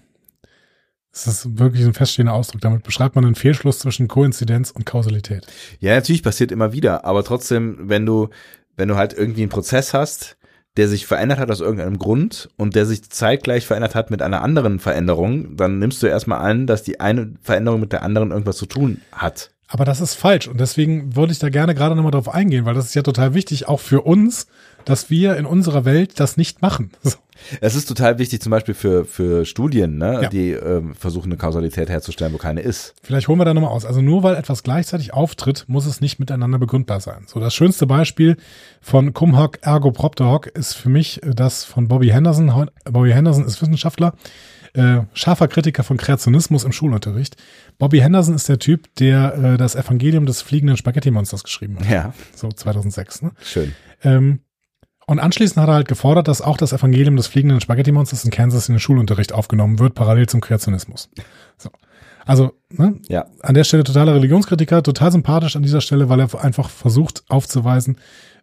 Das ist wirklich ein feststehender Ausdruck. Damit beschreibt man einen Fehlschluss zwischen Koinzidenz und Kausalität.
ja, natürlich passiert immer wieder, aber trotzdem, wenn du, wenn du halt irgendwie einen Prozess hast, der sich verändert hat aus irgendeinem Grund und der sich zeitgleich verändert hat mit einer anderen Veränderung, dann nimmst du erstmal an, dass die eine Veränderung mit der anderen irgendwas zu tun hat.
Aber das ist falsch und deswegen würde ich da gerne gerade nochmal drauf eingehen, weil das ist ja total wichtig, auch für uns, dass wir in unserer Welt das nicht machen. So.
Es ist total wichtig, zum Beispiel für, für Studien, ne,
Ja.
die ähm, versuchen, eine Kausalität herzustellen, wo keine ist.
Vielleicht holen wir da nochmal aus. Also nur weil etwas gleichzeitig auftritt, muss es nicht miteinander begründbar sein. So das schönste Beispiel von Cum hoc ergo propter hoc ist für mich äh, das von Bobby Henderson. Heu- Bobby Henderson ist Wissenschaftler, äh, scharfer Kritiker von Kreationismus im Schulunterricht. Bobby Henderson ist der Typ, der äh, das Evangelium des fliegenden Spaghetti-Monsters geschrieben hat.
Ja,
So 2006. Ne?
schön.
Ähm, und anschließend hat er halt gefordert, dass auch das Evangelium des fliegenden Spaghetti-Monsters in Kansas in den Schulunterricht aufgenommen wird, parallel zum Kreationismus. So. Also, ne,
Ja,
an der Stelle totaler Religionskritiker, total sympathisch an dieser Stelle, weil er einfach versucht aufzuweisen,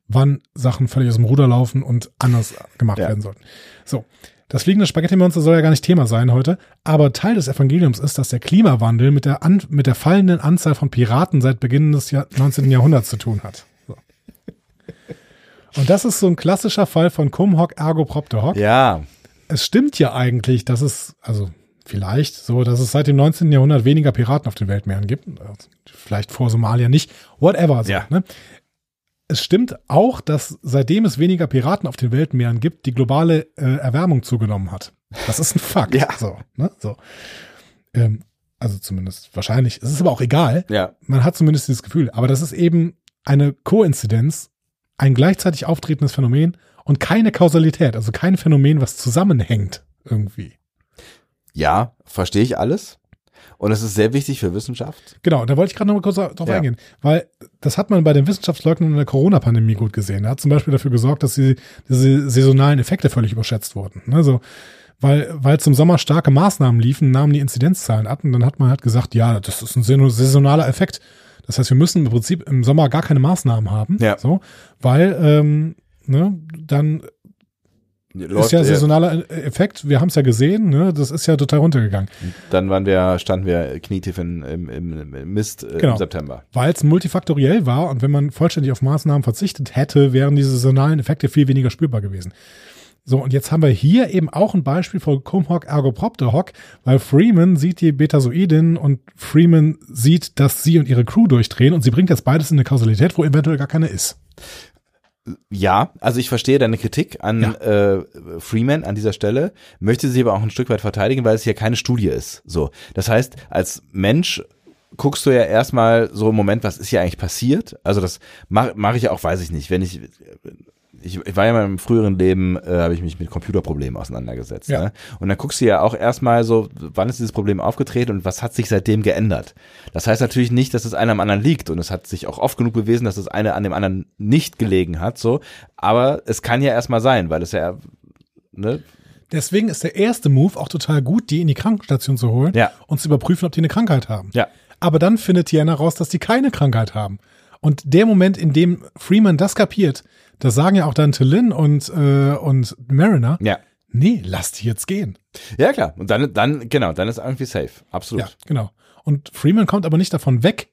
wann Sachen völlig aus dem Ruder laufen und anders gemacht
Ja.
werden sollten. So. Das fliegende Spaghetti-Monster soll ja gar nicht Thema sein heute, aber Teil des Evangeliums ist, dass der Klimawandel mit der, an, mit der fallenden Anzahl von Piraten seit Beginn des Jahr 19. Jahrhunderts zu tun hat. So. Und das ist so ein klassischer Fall von Cum hoc ergo propter hoc
ja,
es stimmt ja eigentlich, dass es, also vielleicht so, dass es seit dem 19. Jahrhundert weniger Piraten auf den Weltmeeren gibt. Also Vielleicht vor Somalia nicht. Whatever. So,
Ja.
ne? Es stimmt auch, dass seitdem es weniger Piraten auf den Weltmeeren gibt, die globale äh, Erwärmung zugenommen hat. Das ist ein Fakt.
Ja.
So, ne? so. Ähm, also zumindest wahrscheinlich. Es ist aber auch egal
ja.
man hat zumindest dieses Gefühl. Aber das ist eben eine Koinzidenz, ein gleichzeitig auftretendes Phänomen und keine Kausalität, also kein Phänomen, was zusammenhängt irgendwie.
Ja, verstehe ich alles. Und das ist sehr wichtig für Wissenschaft.
Genau, da wollte ich gerade noch mal kurz drauf
Ja.
eingehen, weil das hat man bei den Wissenschaftsleugnern in der Corona-Pandemie gut gesehen. Da hat zum Beispiel dafür gesorgt, dass die, diese saisonalen Effekte völlig überschätzt wurden. Ne? So, weil, weil zum Sommer starke Maßnahmen liefen, nahmen die Inzidenzzahlen ab und dann hat man halt gesagt, ja, das ist ein saison- saisonaler Effekt. Das heißt, wir müssen im Prinzip im Sommer gar keine Maßnahmen haben,
Ja.
so, weil ähm, ne, dann ist
Läuft,
ja
äh,
saisonaler Effekt. Wir haben es ja gesehen, ne? das ist ja total runtergegangen.
Dann waren wir, standen wir knietief in, im, im, im Mist äh,
Genau.
im September.
weil es multifaktoriell war und wenn man vollständig auf Maßnahmen verzichtet hätte, wären diese saisonalen Effekte viel weniger spürbar gewesen. So, und jetzt haben wir hier eben auch ein Beispiel von Cum Hoc ergo propter hoc, weil Freeman sieht die Betasoidin und Freeman sieht, dass sie und ihre Crew durchdrehen und sie bringt jetzt beides in eine Kausalität, wo eventuell gar keine ist.
Ja, also ich verstehe deine Kritik an
Ja.
äh, Freeman an dieser Stelle, möchte sie aber auch ein Stück weit verteidigen, weil es hier keine Studie ist. So, das heißt, als Mensch guckst du ja erstmal so im Moment, was ist hier eigentlich passiert? Also das mache mach ich ja auch, weiß ich nicht, wenn ich ich, ich war ja in meinem früheren Leben, äh, habe ich mich mit Computerproblemen auseinandergesetzt.
Ja.
Ne? Und dann guckst du ja auch erstmal so, wann ist dieses Problem aufgetreten und was hat sich seitdem geändert. Das heißt natürlich nicht, dass das eine am anderen liegt und es hat sich auch oft genug bewiesen, dass das eine an dem anderen nicht gelegen hat, so. Aber es kann ja erstmal sein, weil es ja, ne?
Deswegen ist der erste Move auch total gut, die in die Krankenstation zu holen
Ja.
und zu überprüfen, ob die eine Krankheit haben.
Ja.
Aber dann findet Tiana raus, dass die keine Krankheit haben. Und der Moment, in dem Freeman das kapiert, das sagen ja auch dann Tillin und, äh, und Mariner,
Ja.
nee, lass die jetzt gehen.
Ja, klar. Und dann, dann, genau, dann ist irgendwie safe. Absolut.
Ja, genau. Und Freeman kommt aber nicht davon weg,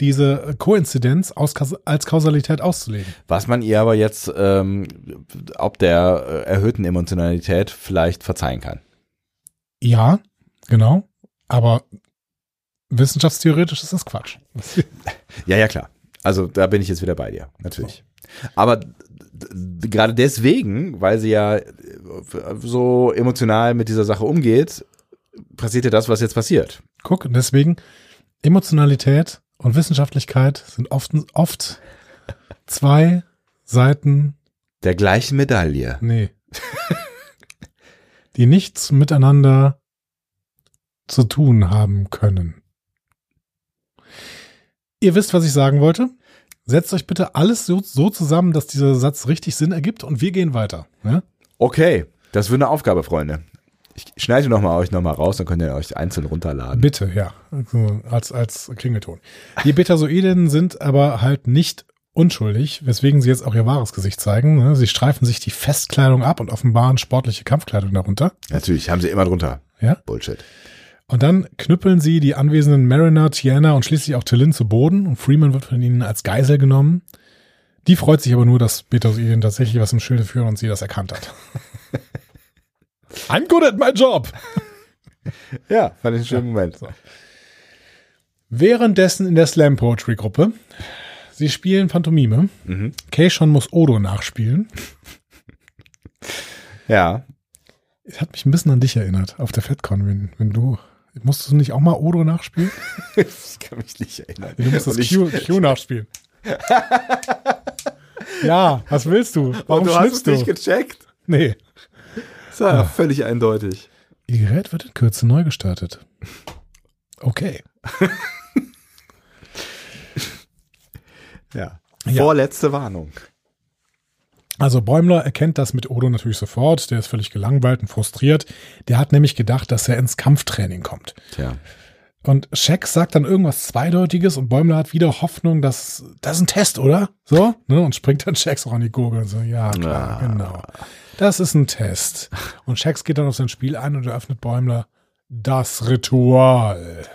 diese Koinzidenz aus, als Kausalität auszulegen.
Was man ihr aber jetzt, ähm, ob der äh, erhöhten Emotionalität vielleicht verzeihen kann.
Ja, genau. Aber wissenschaftstheoretisch ist das Quatsch.
Ja, ja, klar. Also da bin ich jetzt wieder bei dir, natürlich. Aber d- d- gerade deswegen, weil sie ja äh, so emotional mit dieser Sache umgeht, passiert ja das, was jetzt passiert.
Guck, und deswegen Emotionalität und Wissenschaftlichkeit sind oft, oft zwei Seiten,
Der gleichen Medaille.
nee, die nichts miteinander zu tun haben können. Ihr wisst, was ich sagen wollte. Setzt euch bitte alles so, so zusammen, dass dieser Satz richtig Sinn ergibt und wir gehen weiter. Ne?
Okay, das wird eine Aufgabe, Freunde. Ich schneide noch mal euch nochmal raus, dann könnt ihr euch einzeln runterladen.
Bitte, ja. Also als, als Klingelton. Die Betasoiden sind aber halt nicht unschuldig, weswegen sie jetzt auch ihr wahres Gesicht zeigen. ne? Sie streifen sich die Festkleidung ab und offenbaren sportliche Kampfkleidung darunter.
Natürlich, haben sie immer drunter.
Ja.
Bullshit.
Und dann knüppeln sie die anwesenden Mariner, Tiana und schließlich auch Tillin zu Boden und Freeman wird von ihnen als Geisel genommen. Die freut sich aber nur, dass Betasoiden tatsächlich was im Schilde führen und sie das erkannt hat. I'm good at my job.
Ja, fand ich einen schönen Moment.
Währenddessen in der Slam Poetry Gruppe. Sie spielen Pantomime.
Mhm.
Keishon muss Odo nachspielen.
Ja,
Es hat mich ein bisschen an dich erinnert auf der FedCon, wenn, wenn du. Musstest du nicht auch mal Odo nachspielen?
ich kann mich nicht erinnern.
Nee, Du musst das
Und ich-
Q, Q nachspielen. ja, was willst du? Warum
Und du hast es
schnippst du?
nicht gecheckt.
Nee.
Das war ja völlig eindeutig.
Ihr Gerät wird in Kürze neu gestartet. Okay.
Ja.
Ja.
Vorletzte Warnung.
Also Bäumler erkennt das mit Odo natürlich sofort. Der ist völlig gelangweilt und frustriert. Der hat nämlich gedacht, dass er ins Kampftraining kommt.
Tja.
Und Scheck sagt dann irgendwas Zweideutiges und Bäumler hat wieder Hoffnung, dass das ist ein Test, oder? So? Ne? Und springt dann Schecks auch an die Gurgel. und So, ja, klar,
Na.
genau. Das ist ein Test. Und Schecks geht dann auf sein Spiel ein und eröffnet Bäumler das Ritual.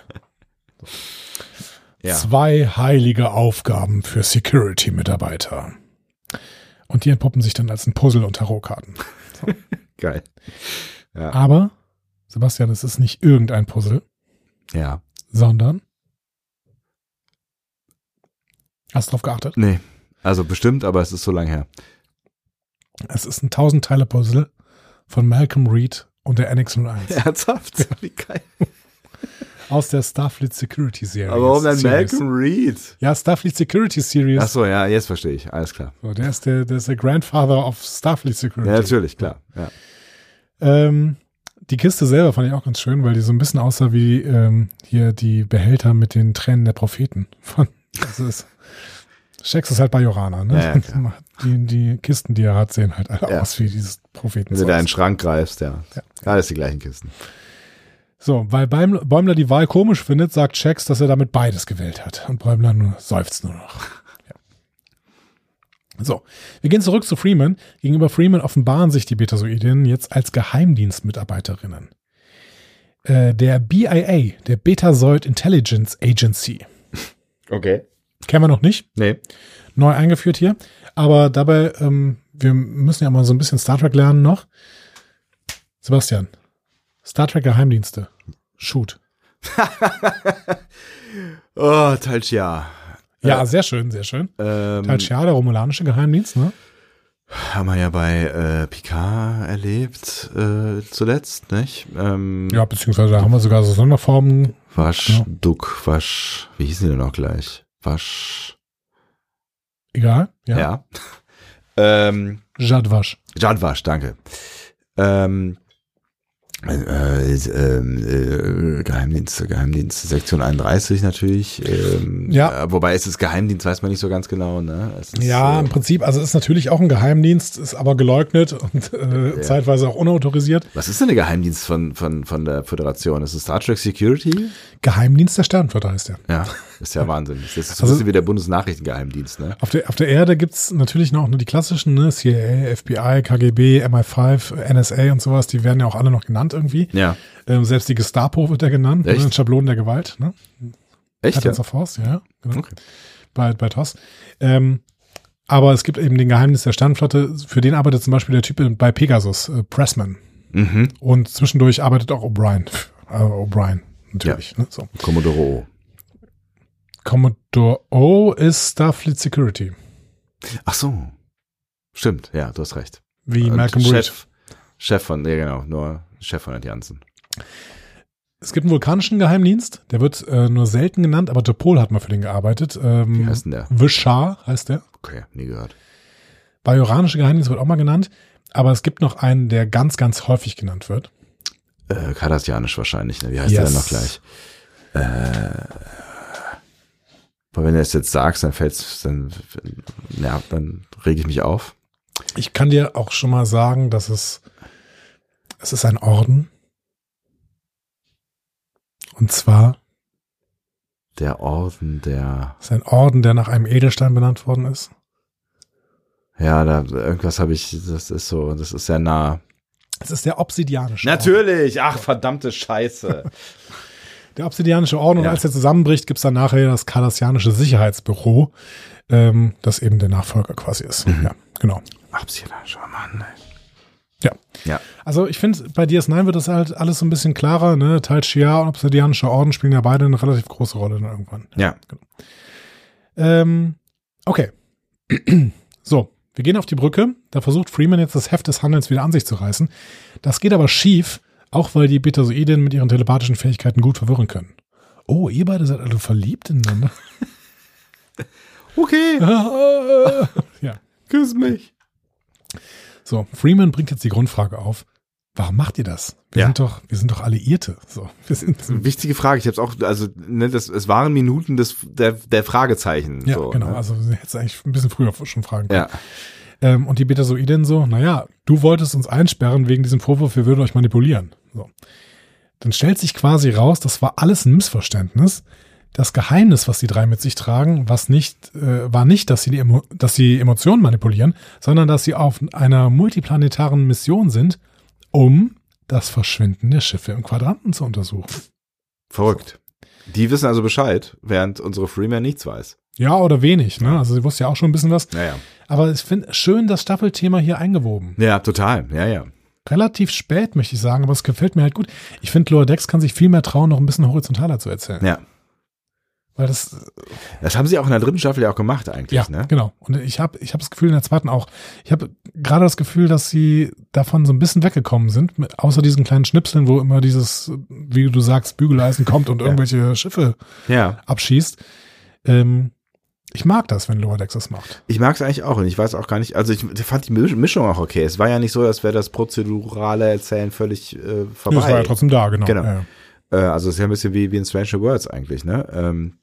Ja.
Zwei heilige Aufgaben für Security-Mitarbeiter. Und die entpuppen sich dann als ein Puzzle und Tarotkarten.
Geil. Ja.
Aber, Sebastian, es ist nicht irgendein Puzzle.
ja.
sondern hast du drauf geachtet?
Nee. Also bestimmt, aber es ist so lange her.
Es ist ein Tausend-Teile-Puzzle von Malcolm Reed und der Annex 01
Ernsthaft? Wie geil.
aus der Starfleet Security Series.
Aber warum denn
Series.
Malcolm Reed?
Ja, Starfleet Security Series.
Ach so, ja, jetzt verstehe ich. Alles klar.
So, der, ist der, der ist der Grandfather of Starfleet
Ja,
Security.
natürlich, klar. Ja.
Ähm, Die Kiste selber fand ich auch ganz schön, weil die so ein bisschen aussah wie ähm, hier die Behälter mit den Tränen der Propheten. Von, das ist, Shakes ist halt Bajorana, ne?
Ja, ja, klar.
die, die Kisten, die er hat, sehen halt alle
Ja.
aus wie dieses Propheten.
Wenn du da in den Schrank greifst, ja.
Ja.
Alles die gleichen Kisten.
So, weil Bäum- Bäumler die Wahl komisch findet, sagt Shakes, dass er damit beides gewählt hat. Und Bäumler nur seufzt nur noch. Ja. So, wir gehen zurück zu Freeman. Gegenüber Freeman offenbaren sich die Betasoidinnen jetzt als Geheimdienstmitarbeiterinnen. Äh, der BIA, der Betasoid Intelligence Agency.
Okay.
Kennen wir noch nicht,
Nee.
neu eingeführt hier. Aber dabei, ähm, wir müssen ja mal so ein bisschen Star Trek lernen noch. Sebastian, Star Trek Geheimdienste. Shoot.
Oh, Talchia.
Ja, Mhm. sehr schön, sehr schön.
Ähm,
Tatjana, der romulanische Geheimdienst, ne?
Haben wir ja bei äh, Picard erlebt äh, zuletzt, nicht? Ähm,
Ja, beziehungsweise da haben wir sogar so Sonderformen.
Wasch,
Ja.
Duck, Wasch. Wie hießen die denn auch gleich? Wasch.
Egal. Ja.
Ja. ähm,
Jadwasch.
Jadwasch, danke. Ähm, äh, äh, äh, Geheimdienste, Geheimdienste, Sektion 31 natürlich. Ähm,
Ja.
äh, Wobei es ist Geheimdienst, weiß man nicht so ganz genau. Ne? Es ist,
Ja,
äh,
im Prinzip, also ist natürlich auch ein Geheimdienst, ist aber geleugnet und äh,
Ja.
zeitweise auch unautorisiert.
was ist denn der Geheimdienst von, von, von der Föderation? Ist es Star Trek Security?
Geheimdienst der Sternflotte heißt der.
Ja, ist ja Wahnsinn. Das ist so ein
Also-
bisschen wie der Bundesnachrichtengeheimdienst, ne?
Auf der, auf der Erde gibt's natürlich noch nur die klassischen, ne? CIA, FBI, KGB, MI5, NSA und sowas, die werden ja auch alle noch genannt irgendwie.
Ja.
Ähm, selbst die Gestapo wird da genannt,
Echt?
ne? Schablonen der Gewalt, ne?
Echt? Ja?
Patterns of Force, ja. Genau.
Okay.
Bei, bei TOS. Ähm, aber es gibt eben den Geheimnis der Sternflotte. Für den arbeitet zum Beispiel der Typ bei Pegasus, äh, Pressman.
Mhm.
Und zwischendurch arbeitet auch O'Brien. Äh, O'Brien, natürlich. Ne? So.
Commodore O.
Commodore O ist Starfleet Security,
Ach so. Stimmt, ja, du hast recht.
wie
Und
Malcolm Reed.
Chef, Chef von, ja genau, nur Chef von der Janssen.
Es gibt einen vulkanischen Geheimdienst, der wird äh, nur selten genannt, aber Topol hat mal für den gearbeitet. Ähm,
Wie heißt denn der?
Vishar heißt der.
Okay, nie gehört.
Bajoranische Geheimdienst wird auch mal genannt, aber es gibt noch einen, der ganz, ganz häufig genannt wird.
Äh, Kardassianisch wahrscheinlich, ne? Wie heißt der
Yes.
denn noch gleich? Äh, aber wenn du es jetzt sagst, dann fällt's, dann, ja, dann reg ich mich auf.
Ich kann dir auch schon mal sagen, dass es, es ist ein Orden. Und zwar
Der Orden der,
ist ein Orden, der nach einem Edelstein benannt worden ist.
ja, da, irgendwas habe ich, das ist so, das ist sehr nah.
Es ist der obsidianische
Natürlich, ach verdammte Scheiße.
Orden. Der obsidianische Orden. Und
Ja.
als der zusammenbricht, gibt's dann nachher das kardassianische Sicherheitsbüro, ähm, das eben der Nachfolger quasi ist.
Mhm.
Ja, genau.
Obsidianischer Mann. ey.
Ja.
Ja.
Also ich finde, bei DS9 wird das halt alles so ein bisschen klarer. Ne? Teil Shia und obsidianischer Orden spielen ja beide eine relativ große Rolle dann irgendwann.
Ja.
Ähm, okay. So, wir gehen auf die Brücke. Da versucht Freeman jetzt das Heft des Handelns wieder an sich zu reißen. Das geht aber schief, auch weil die Betasoiden mit ihren telepathischen Fähigkeiten gut verwirren können. Oh, ihr beide seid alle verliebt ineinander.
Okay,
ja.
küss mich.
So, Freeman bringt jetzt die Grundfrage auf. Warum macht ihr das? Wir
Ja.
sind doch, wir sind doch Alliierte. So, wir sind,
Wichtige Frage. Ich habe es auch, also ne, das, es waren Minuten des der, der Fragezeichen.
ja,
so,
genau.
Ne?
Also, hättest du eigentlich ein bisschen früher schon fragen können.
Ja,
Ähm, und die Betasoiden so, naja, du wolltest uns einsperren wegen diesem Vorwurf, wir würden euch manipulieren. So. Dann stellt sich quasi raus, das war alles ein Missverständnis. Das Geheimnis, was die drei mit sich tragen, was nicht, äh, war nicht, dass sie, die Emo dass sie Emotionen manipulieren, sondern dass sie auf einer multiplanetaren Mission sind, um das Verschwinden der Schiffe im Quadranten zu untersuchen.
verrückt. Die wissen also Bescheid, während unsere Freeman nichts weiß.
Ja, oder wenig, ne? Also sie wusste ja auch schon ein bisschen was.
Naja.
Aber ich finde schön das Staffelthema hier eingewoben.
Ja, total. Ja, ja.
relativ spät, möchte ich sagen, aber es gefällt mir halt gut. Ich finde, Lower Decks kann sich viel mehr trauen, noch ein bisschen horizontaler zu erzählen.
Ja.
Weil das,
Das haben sie auch in der dritten Staffel ja auch gemacht eigentlich,
ja,
ne?
genau. Und ich habe ich hab das Gefühl in der zweiten auch, ich habe gerade das Gefühl, dass sie davon so ein bisschen weggekommen sind, mit, außer diesen kleinen Schnipseln, wo immer dieses, wie du sagst, Bügeleisen kommt und irgendwelche Schiffe
Ja.
abschießt. Ähm, ich mag das, wenn Lower Decks das macht.
Ich mag es eigentlich auch und ich weiß auch gar nicht, also ich fand die Misch- Mischung auch okay. Es war ja nicht so, als wäre das prozedurale Erzählen völlig äh, vorbei.
Nee, das war ja trotzdem da, genau.
Genau.
Ja, ja.
Äh, also es ist ja ein bisschen wie, wie in Stranger Words eigentlich, ne? Ähm,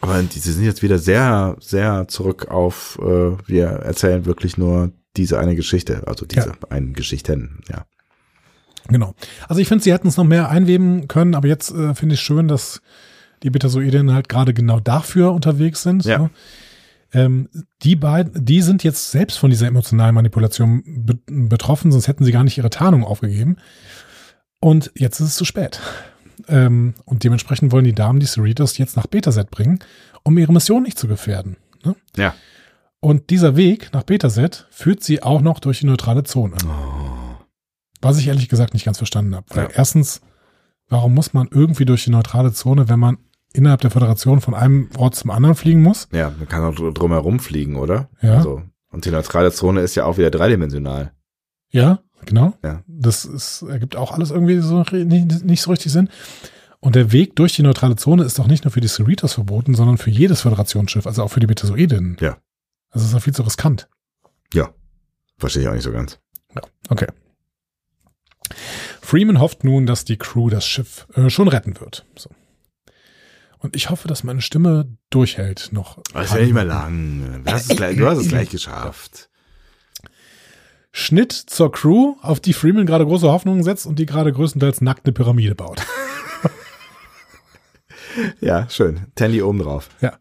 aber die, sie sind jetzt wieder sehr, sehr zurück auf, äh, wir erzählen wirklich nur diese eine Geschichte, also diese einen Geschichten, ja.
Genau. Also ich finde, sie hätten es noch mehr einweben können, aber jetzt äh, finde ich schön, dass die Betasoiden halt gerade genau dafür unterwegs sind.
Ja.
Ne? Ähm, die beiden, die sind jetzt selbst von dieser emotionalen Manipulation be betroffen, sonst hätten sie gar nicht ihre Tarnung aufgegeben. Und jetzt ist es zu spät. Ähm, und dementsprechend wollen die Damen die Cerritos jetzt nach Betaset bringen, um ihre Mission nicht zu gefährden. Ne?
Ja.
Und dieser Weg nach Betaset führt sie auch noch durch die neutrale Zone.
Oh.
Was ich ehrlich gesagt nicht ganz verstanden habe. Weil
Ja.
erstens, warum muss man irgendwie durch die neutrale Zone, wenn man innerhalb der Föderation von einem Ort zum anderen fliegen muss?
Ja, man kann auch dr- drumherum fliegen, oder?
Ja.
Also, und die neutrale Zone ist ja auch wieder dreidimensional.
Ja, genau.
Ja.
Das ist, ergibt auch alles irgendwie so ri- nicht, nicht so richtig Sinn. Und der Weg durch die neutrale Zone ist doch nicht nur für die Cerritos verboten, sondern für jedes Föderationsschiff, also auch für die Betasoiden.
Ja.
Das ist doch viel zu riskant.
Verstehe ich auch nicht so ganz.
Okay. Freeman hofft nun, dass die Crew das Schiff äh, schon retten wird. So. Und ich hoffe, dass meine Stimme durchhält noch.
Das ist ja nicht mehr lang. Du hast es gleich, du hast es gleich geschafft.
Schnitt zur Crew, auf die Freeman gerade große Hoffnungen setzt und die gerade größtenteils nackt eine Pyramide baut.
Ja, schön. Tandy oben drauf.
Ja.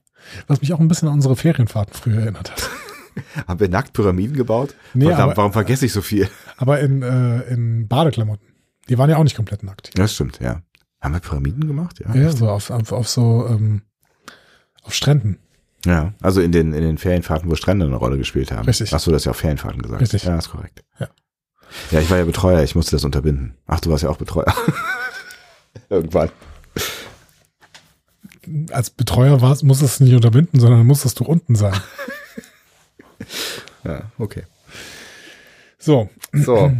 Was mich auch ein bisschen an unsere Ferienfahrten früher erinnert hat.
Haben wir nackt Pyramiden gebaut?
Nee,
Verdammt,
aber-
warum vergesse ich so viel?
Aber in, äh, in Badeklamotten. Die waren ja auch nicht komplett nackt.
Das stimmt, ja. Haben wir Pyramiden gemacht? Ja.
Ja, so auf, auf, auf so ähm, auf Stränden.
Ja, also in den, in den Ferienfahrten, wo Strände eine Rolle gespielt haben.
Richtig.
Hast du das ja auch Ferienfahrten gesagt?
Richtig.
Ja, ist korrekt.
Ja.
Ja, ich war ja Betreuer, ich musste das unterbinden. Ach, du warst ja auch Betreuer. Irgendwann.
Als Betreuer warst, musstest du nicht unterbinden, sondern musstest du unten sein.
Ja, okay.
So,
So.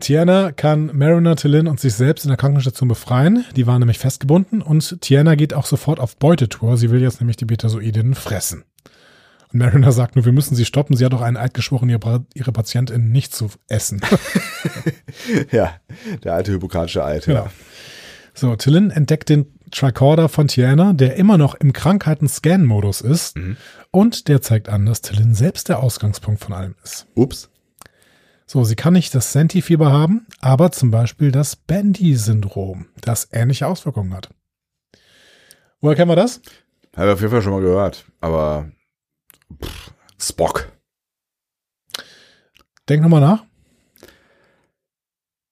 Tiana kann Mariner, Tillin und sich selbst in der Krankenstation befreien. Die waren nämlich festgebunden und Tiana geht auch sofort auf Beutetour. Sie will jetzt nämlich die Betasoidinnen fressen. Und Mariner sagt nur, wir müssen sie stoppen. Sie hat auch einen Eid geschworen, ihre, Pa- ihre PatientInnen nicht zu essen.
ja, der alte hypokratische Alte.
Genau. So, Tillin entdeckt den Tricorder von Tiana, der immer noch im Krankheiten-Scan-Modus ist. Und der zeigt an, dass Tillin selbst der Ausgangspunkt von allem ist.
Ups.
So, sie kann nicht das Senti-Fieber haben, aber zum Beispiel das Bendy-Syndrom, das ähnliche Auswirkungen hat. Woher kennen wir das?
Habe ich auf jeden Fall schon mal gehört. Aber pff, Spock.
Denk nochmal nach.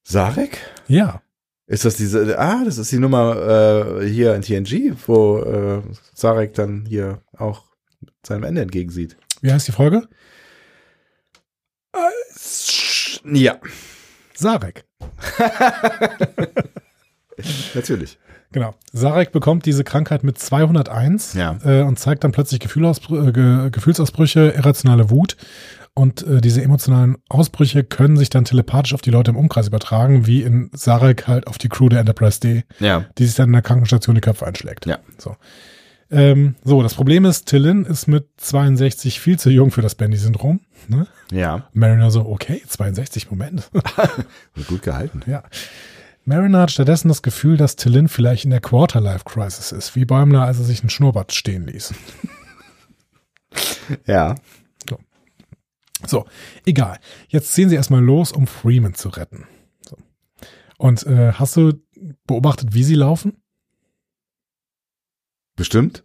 Sarek?
Ja,
Ist das diese, ah, das ist die Nummer äh, hier in TNG, wo äh, Sarek dann hier auch seinem Ende entgegensieht.
wie heißt die Folge?
Ja,
Sarek.
natürlich.
Genau. Sarek bekommt diese Krankheit mit 201
Ja.
äh, und zeigt dann plötzlich Gefühlausbrü äh, Ge Gefühlsausbrüche, irrationale Wut. Und äh, diese emotionalen Ausbrüche können sich dann telepathisch auf die Leute im Umkreis übertragen, wie in Sarek halt auf die Crew der Enterprise D.
Ja.
die sich dann in der Krankenstation die Köpfe einschlägt.
Ja.
So. Ähm, so, das Problem ist, Tillin ist mit 62 viel zu jung für das Bendy-Syndrom. Ne?
Ja.
Mariner so, okay, 62, Moment.
Und gut gehalten.
ja. Mariner hat stattdessen das Gefühl, dass Tillin vielleicht in der Quarterlife-Crisis ist, wie Bäumler, als er sich einen Schnurrbart stehen ließ.
Ja.
So, egal. Jetzt ziehen sie erstmal los, um Freeman zu retten. So. Und äh, hast du beobachtet, wie sie laufen?
Bestimmt.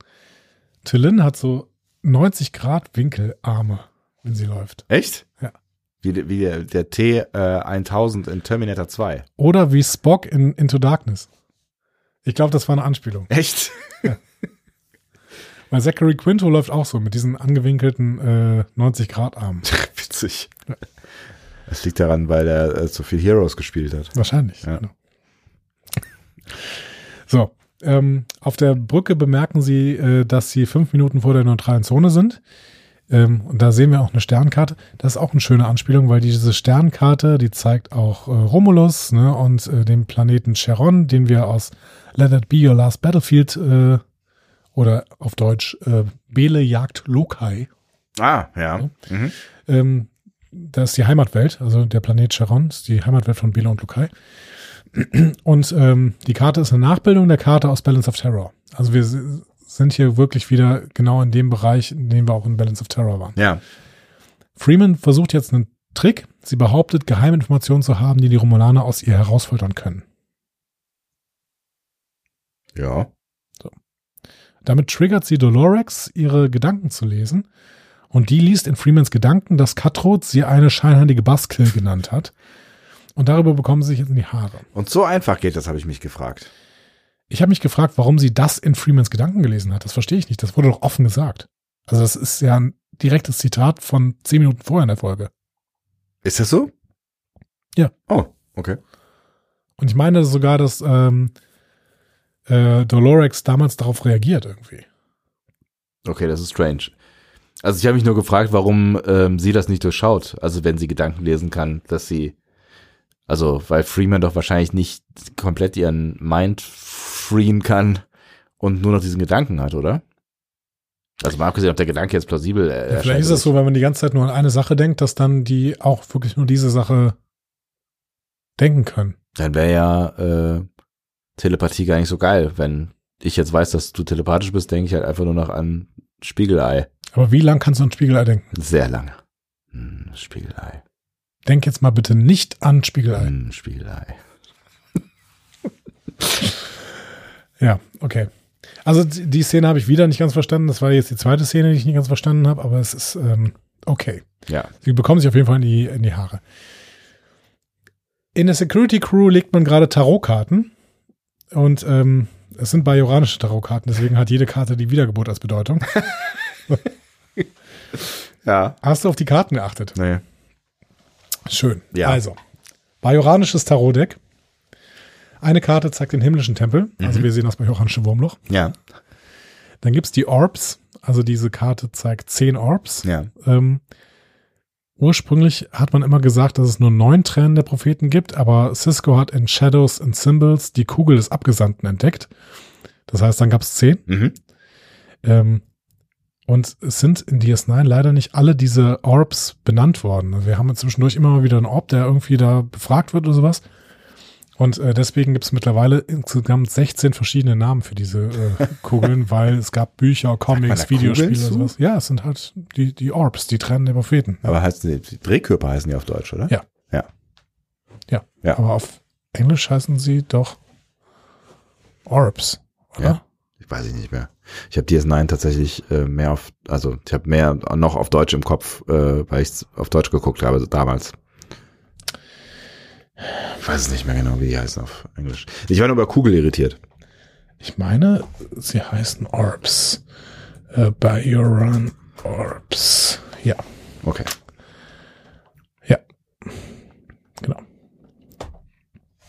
Tillin hat so 90 Grad Winkelarme, wenn sie läuft.
Echt?
Ja.
Wie, der- wie der, der T-1000 in Terminator 2.
Oder wie Spock in Into Darkness. Ich glaube, das war eine Anspielung.
Echt?
Weil Zachary Quinto läuft auch so mit diesen angewinkelten äh, 90 Grad Armen.
Witzig. Das liegt daran, weil er äh, so viel Heroes gespielt hat.
Wahrscheinlich.
Ja.
Genau. So, ähm, auf der Brücke bemerken sie, äh, dass sie fünf Minuten vor der neutralen Zone sind. Ähm, und da sehen wir auch eine Sternkarte. Das ist auch eine schöne Anspielung, weil diese Sternkarte, die zeigt auch äh, Romulus ne, und äh, den Planeten Charon, den wir aus Let It Be Your Last Battlefield äh, Oder auf Deutsch, äh, Bele jagt Lokai.
Ah, ja. Mhm.
Ähm, das ist die Heimatwelt, also der Planet Charon ist die Heimatwelt von Bele und Lokai. Und ähm, die Karte ist eine Nachbildung der Karte aus Balance of Terror. Also wir s- sind hier wirklich wieder genau in dem Bereich, in dem wir auch in Balance of Terror waren.
Ja.
Freeman versucht jetzt einen Trick. Sie behauptet, Geheiminformationen zu haben, die die Romulaner aus ihr herausfoltern können.
Ja.
Damit triggert sie Dolorex, ihre Gedanken zu lesen. Und die liest in Freemans Gedanken, dass Cutthroat sie eine scheinheilige Buskill genannt hat. Und darüber bekommen sie sich jetzt in die Haare.
Und so einfach geht das, habe ich mich gefragt.
Ich habe mich gefragt, warum sie das in Freemans Gedanken gelesen hat. Das verstehe ich nicht. Das wurde doch offen gesagt. Also das ist ja ein direktes Zitat von zehn Minuten vorher in der Folge.
Ist das so?
Ja.
Oh, okay.
Und ich meine sogar, dass ähm, äh, Dolorex damals darauf reagiert irgendwie.
Okay, das ist strange. Also ich habe mich nur gefragt, warum ähm, sie das nicht durchschaut. Also wenn sie Gedanken lesen kann, dass sie, also weil Freeman doch wahrscheinlich nicht komplett ihren Mind freeen kann und nur noch diesen Gedanken hat, oder? Also mal abgesehen, ob der Gedanke jetzt plausibel äh,
Ja,
erscheint
vielleicht ist
oder
das so, wenn man die ganze Zeit nur an eine Sache denkt, dass dann die auch wirklich nur diese Sache denken können.
nicht. Dann wäre ja äh, Telepathie gar nicht so geil. Wenn ich jetzt weiß, dass du telepathisch bist, denke ich halt einfach nur noch an Spiegelei.
Aber wie lang kannst du an Spiegelei denken?
Sehr lange. Hm, Spiegelei.
Denk jetzt mal bitte nicht an Spiegelei.
Hm, Spiegelei.
Ja, okay. Also die die Szene habe ich wieder nicht ganz verstanden. Das war jetzt die zweite Szene, die ich nicht ganz verstanden habe, aber es ist ähm, okay.
Ja.
Sie bekommen sich auf jeden Fall in die, in die Haare. In der Security Crew legt man gerade Tarotkarten. Und ähm, es sind bajoranische Tarotkarten, deswegen hat jede Karte die Wiedergeburt als Bedeutung.
Ja.
Hast du auf die Karten geachtet?
Nee.
Schön.
Ja.
Also, bajoranisches Tarotdeck. Eine Karte zeigt den himmlischen Tempel. Also wir sehen das bajoranische Wurmloch.
Ja.
Dann gibt's die Orbs. Also diese Karte zeigt zehn Orbs.
Ja.
Ähm, ursprünglich hat man immer gesagt, dass es nur neun Tränen der Propheten gibt, aber Cisco hat in Shadows and Symbols die Kugel des Abgesandten entdeckt. Das heißt, dann gab's zehn.
Mhm.
Ähm, und es sind in DS9 leider nicht alle diese Orbs benannt worden. Also Wir haben zwischendurch immer mal wieder einen Orb, der irgendwie da befragt wird oder sowas. Und äh, deswegen gibt es mittlerweile insgesamt 16 verschiedene Namen für diese äh, Kugeln, weil es gab Bücher,
man
Comics,
da
Videospiele und
Kugeln zu?
sowas. Ja, es sind halt die, die Orbs, die Tränen der Propheten.
Aber heißt, die Drehkörper heißen die auf Deutsch, oder?
Ja.
Ja. ja.
Aber auf Englisch heißen sie doch Orbs, oder?
Ja. Ich weiß ich nicht mehr. Ich habe DS9 tatsächlich äh, mehr auf, also ich habe mehr noch auf Deutsch im Kopf, äh, weil ich auf Deutsch geguckt habe so damals. Ich weiß es nicht mehr genau, wie die heißen auf Englisch. Ich war nur über Kugel irritiert.
Ich meine, sie heißen Orbs. Äh, Bajoran Orbs. Ja,
Okay.
ja. Genau.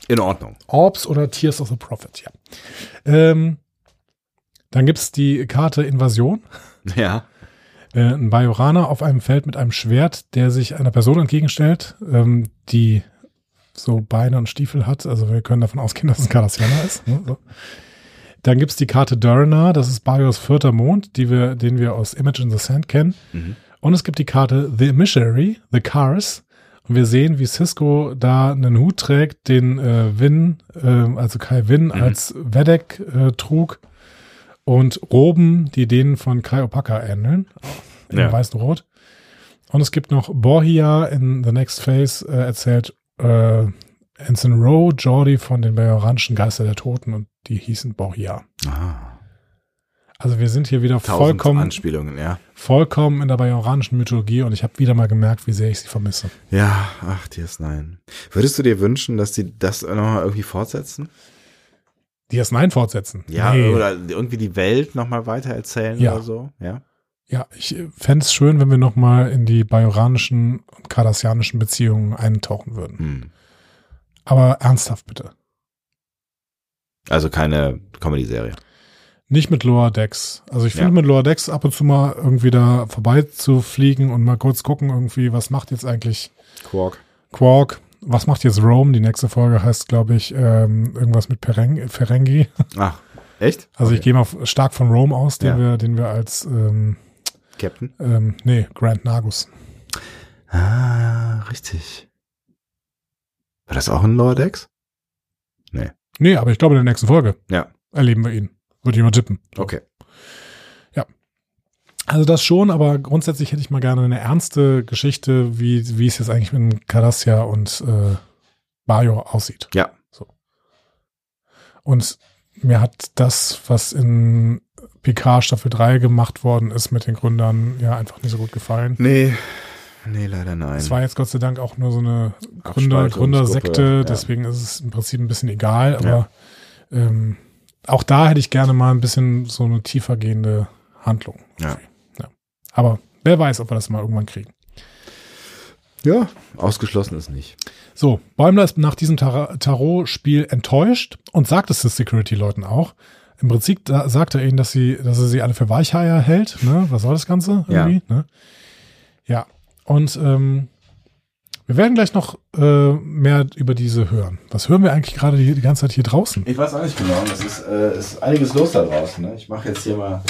In Ordnung.
Orbs oder Tears of the Prophet, ja. Ähm, dann gibt's die Karte Invasion.
Ja.
Äh, ein Bajoraner auf einem Feld mit einem Schwert, der sich einer Person entgegenstellt, ähm, die so Beine und Stiefel hat. Also wir können davon ausgehen, dass es ein Cardassianer ist. Ne? So. Dann gibt's die Karte Durna, das ist Bajos vierter Mond, die wir, den wir aus Image in the Sand kennen. Und es gibt die Karte The Emissary, The Cars. Und wir sehen, wie Cisco da einen Hut trägt, den äh, Win, äh, also Kai
Mhm.
Win als Vedek äh, trug. Und Roben, die denen von Kai Opaka ähneln. In
Ja.
weiß und rot. Und es gibt noch Borgia in The Next Phase äh, erzählt äh, Anson Rowe, Jordi von den Bajoranischen Geister der Toten und die hießen Borgia.
Ah.
Also wir sind hier wieder
Tausend
vollkommen
Anspielungen, ja.
vollkommen in der bajoranischen Mythologie und ich habe wieder mal gemerkt, wie sehr ich sie vermisse.
Ja, ach, DS9. Würdest du dir wünschen, dass die das nochmal irgendwie fortsetzen?
DS9 fortsetzen.
Ja,
nee.
oder irgendwie die Welt nochmal weiter erzählen
Ja.
oder so? Ja.
ja ich fände es schön, wenn wir nochmal in die bajoranischen und kardassianischen Beziehungen eintauchen würden.
Hm.
Aber ernsthaft bitte.
Also keine Comedy-Serie.
Nicht mit Lower Decks. Also ich finde
Ja.
mit Lower Decks ab und zu mal irgendwie da vorbei zu fliegen und mal kurz gucken irgendwie, was macht jetzt eigentlich
Quark.
Quark? Was macht jetzt Rome? Die nächste Folge heißt, glaube ich, ähm, irgendwas mit Pereng Ferengi.
Ach, Echt?
Also ich
Okay.
gehe mal f- stark von Rome aus, den
Ja.
wir, den wir als ähm,
Captain?
ähm, nee, Grand Nagus.
Ah, richtig. War das auch ein Lower Decks?
Nee, aber ich glaube in der nächsten Folge
Ja.
erleben wir ihn. Würde ich mal tippen.
Okay.
Also das schon, aber grundsätzlich hätte ich mal gerne eine ernste Geschichte, wie, wie es jetzt eigentlich mit Cardassia und äh, Bayo aussieht.
Ja.
So. Und mir hat das, was in PK Staffel 3 gemacht worden ist mit den Gründern, ja einfach nicht so gut gefallen.
Nee. Nee, leider nein.
Es war jetzt Gott sei Dank auch nur so eine Gründer,
Abspaltungsgruppe,
Gründersekte,
ja.
deswegen ist es im Prinzip ein bisschen egal, aber ähm, auch da hätte ich gerne mal ein bisschen so eine tiefergehende Handlung.
Ja.
Ja. Aber wer weiß, ob wir das mal irgendwann kriegen.
Ja, ausgeschlossen ist nicht.
So, Bäumler ist nach diesem Tar Tarot-Spiel enttäuscht und sagt es den Security-Leuten auch. Im Prinzip da sagt er ihnen, dass, sie, dass er sie alle für Weicheier hält. Ne? Was soll das Ganze?
Ja.
Irgendwie, Ne? ja. Und ähm, wir werden gleich noch äh, mehr über diese hören. Was hören wir eigentlich gerade die, die ganze Zeit hier draußen?
Ich weiß auch nicht genau. Es ist, äh, ist einiges los da draußen. Ne? Ich mache jetzt hier mal.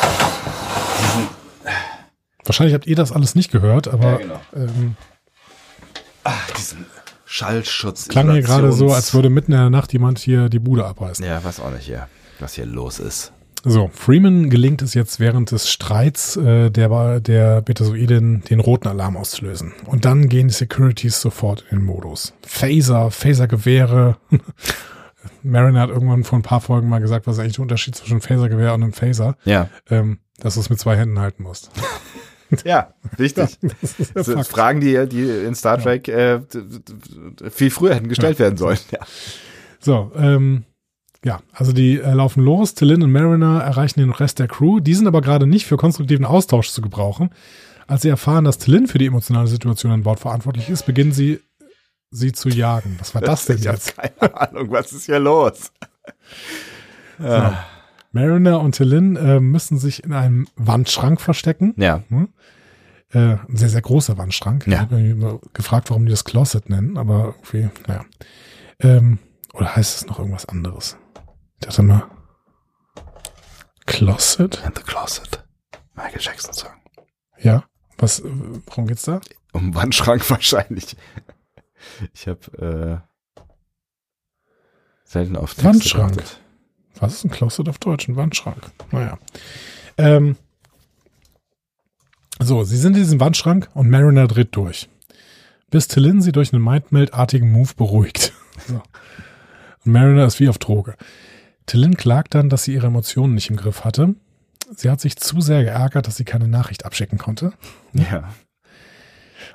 Diesen,
Wahrscheinlich habt ihr das alles nicht gehört, aber
Ja, genau.
ähm,
ach, diesen Schallschutz.
klang hier gerade so,
Isolations-
als würde mitten in der Nacht jemand hier die Bude abreißen.
Ja, weiß auch nicht, ja. Was hier los ist.
So, Freeman gelingt es jetzt während des Streits äh, der, der Betasoiden, den roten Alarm auszulösen. Und dann gehen die Securities sofort in den Modus. Phaser, Phasergewehre. Mariner hat irgendwann vor ein paar Folgen mal gesagt, was ist eigentlich der Unterschied zwischen Phasergewehr und einem Phaser?
Ja.
Ähm, dass du es mit zwei Händen halten musst.
Ja, wichtig.
Das ist der
Das sind
Fakt.
Fragen, die, die in Star Trek äh, d- d- d- viel früher hätten gestellt werden sollen. Ja.
So, ähm, ja, also die äh, laufen los. Tillin und Mariner erreichen den Rest der Crew. Die sind aber gerade nicht für konstruktiven Austausch zu gebrauchen. Als sie erfahren, dass Tillin für die emotionale Situation an Bord verantwortlich ist, beginnen sie, sie zu jagen. Was war das denn
ich habe
jetzt?
keine Ahnung, was ist hier los?
Mariner und Tillin äh, müssen sich in einem Wandschrank verstecken.
Ja.
Äh, ein sehr, sehr großer Wandschrank. Ich
Ja.
habe mich immer gefragt, warum die das Closet nennen, aber irgendwie, naja. Ähm, oder heißt es noch irgendwas anderes? Ich dachte mal, Closet?
In the Closet. Michael Jackson Song.
Ja. Was, äh, worum geht's da?
Um Wandschrank wahrscheinlich. Ich habe äh, selten auf Texte
Wandschrank.
geachtet.
Was ist ein Closet auf Deutsch? Ein Wandschrank. Naja. Ähm, so, sie sind in diesem Wandschrank und Mariner dreht durch. Bis Tillin sie durch einen Mindmeld-artigen Move beruhigt. So. Und Mariner ist wie auf Droge. Tillin klagt dann, dass sie ihre Emotionen nicht im Griff hatte. Sie hat sich zu sehr geärgert, dass sie keine Nachricht abschicken konnte.
Ja.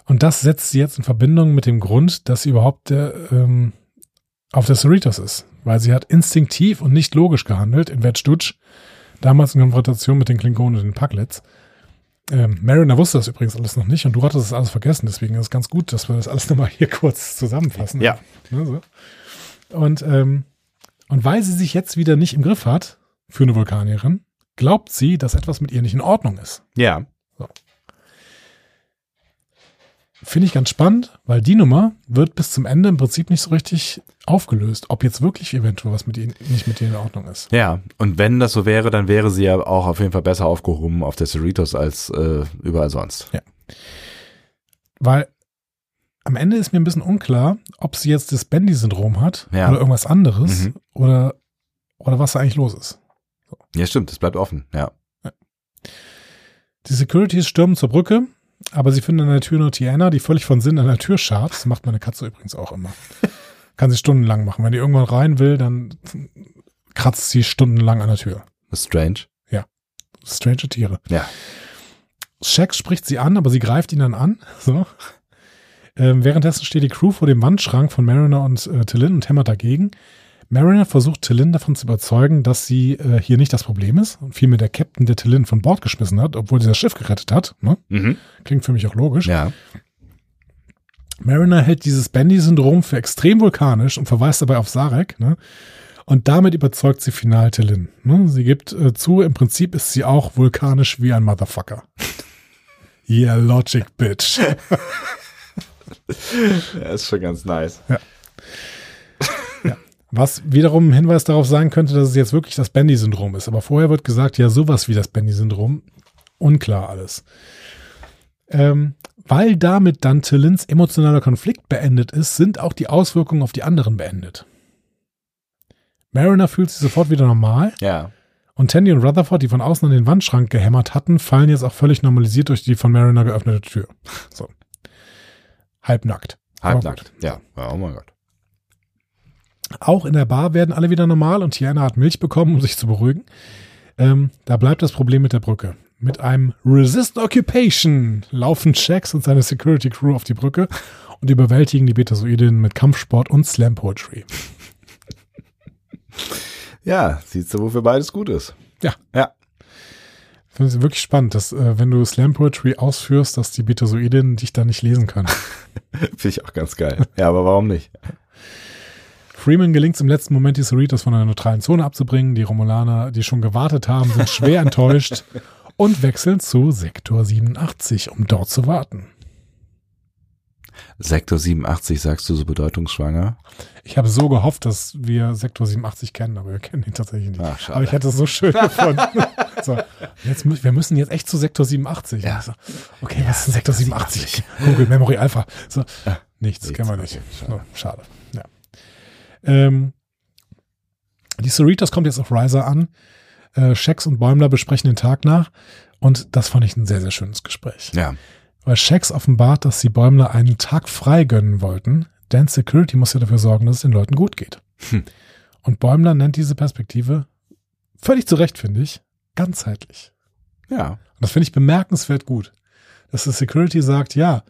Und das setzt sie jetzt in Verbindung mit dem Grund, dass sie überhaupt der, ähm, auf der Cerritos ist. Weil sie hat instinktiv und nicht logisch gehandelt in Wettstutsch, damals in Konfrontation mit den Klingonen und den Packlets. Ähm, Mariner wusste das übrigens alles noch nicht und du hattest das alles vergessen, deswegen ist es ganz gut, dass wir das alles nochmal hier kurz zusammenfassen.
Ja.
Ne, so. Und, ähm, und weil sie sich jetzt wieder nicht im Griff hat, für eine Vulkanierin, glaubt sie, dass etwas mit ihr nicht in Ordnung ist.
Ja.
Finde ich ganz spannend, weil die Nummer wird bis zum Ende im Prinzip nicht so richtig aufgelöst, ob jetzt wirklich eventuell was mit ihnen nicht mit denen in Ordnung ist.
Ja. Und wenn das so wäre, dann wäre sie ja auch auf jeden Fall besser aufgehoben auf der Cerritos als äh, überall sonst.
Weil am Ende ist mir ein bisschen unklar, ob sie jetzt das Bendy-Syndrom hat
Ja.
oder irgendwas anderes
Mhm.
oder, oder was da eigentlich los ist.
Ja, stimmt. Das bleibt offen. Ja.
Die Securities stürmen zur Brücke, aber sie finden an der Tür nur Tiana, die völlig von Sinn an der Tür scharrt. Das macht meine Katze übrigens auch immer. Kann sie stundenlang machen. Wenn die irgendwann rein will, dann kratzt sie stundenlang an der Tür.
Strange.
Strange Tiere.
Ja.
Shax spricht sie an, aber sie greift ihn dann an. So. Ähm, währenddessen steht die Crew vor dem Wandschrank von Mariner und äh, Tillin und hämmert dagegen. Mariner versucht Tillin davon zu überzeugen, dass sie äh, hier nicht das Problem ist und vielmehr der Captain, der Tillin von Bord geschmissen hat, obwohl sie das Schiff gerettet hat. Ne?
Mhm.
Klingt für mich auch logisch.
Ja.
Mariner hält dieses Bendy-Syndrom für extrem vulkanisch und verweist dabei auf Sarek. Ne? Und damit überzeugt sie final Tillin. Ne? Sie gibt äh, zu, im Prinzip ist sie auch vulkanisch wie ein Motherfucker. yeah, logic, bitch.
ja. Ist schon ganz nice.
Was wiederum einen Hinweis darauf sein könnte, dass es jetzt wirklich das Bendy-Syndrom ist. Aber vorher wird gesagt, ja, sowas wie das Bendy-Syndrom. Unklar alles. Ähm, weil damit dann Tillins emotionaler Konflikt beendet ist, sind auch die Auswirkungen auf die anderen beendet. Mariner fühlt sich sofort wieder normal
Ja.
und Tandy und Rutherford, die von außen an den Wandschrank gehämmert hatten, fallen jetzt auch völlig normalisiert durch die von Mariner geöffnete Tür. So. Halbnackt. Aber gut.
Halbnackt. Ja. ja. Oh mein Gott.
Auch in der Bar werden alle wieder normal und Tiana hat Milch bekommen, um sich zu beruhigen. Ähm, da bleibt das Problem mit der Brücke. Mit einem Resist Occupation laufen Shax und seine Security Crew auf die Brücke und überwältigen die Betasoidinnen mit Kampfsport und Slam Poetry.
Ja, siehst du, wofür beides gut ist.
Ja.
Ja.
Finde ich wirklich spannend, dass äh, wenn du Slam Poetry ausführst, dass die Betasoidinnen dich da nicht lesen können.
Finde ich auch ganz geil. Ja, aber warum nicht?
Freeman gelingt es im letzten Moment, die Cerritos von einer neutralen Zone abzubringen. Die Romulaner, die schon gewartet haben, sind schwer enttäuscht und wechseln zu Sektor 87, um dort zu warten.
Sektor 87, sagst du so bedeutungsschwanger?
Ich habe so gehofft, dass wir Sektor 87 kennen, aber wir kennen ihn tatsächlich nicht.
Ach, schade.
aber ich hätte es so schön gefunden. so, jetzt, mü- wir müssen jetzt echt zu Sektor 87.
Ja.
So, okay, was ist denn Sektor 87? Google Memory Alpha. So, nichts,
nichts,
kennen wir nicht.
okay,
schade. schade. Ja. Ähm, die Cerritos kommt jetzt auf Riser an. Äh, Shax und Bäumler besprechen den Tag nach. Und das fand ich ein sehr, sehr schönes Gespräch
Ja.
weil Shax offenbart, dass die Bäumler einen Tag frei gönnen wollten, denn Security muss ja dafür sorgen, dass es den Leuten gut geht.
Hm.
Und Bäumler nennt diese Perspektive, völlig zu Recht finde ich, ganzheitlich.
Ja.
Und das finde ich bemerkenswert gut, dass das Security sagt, ja,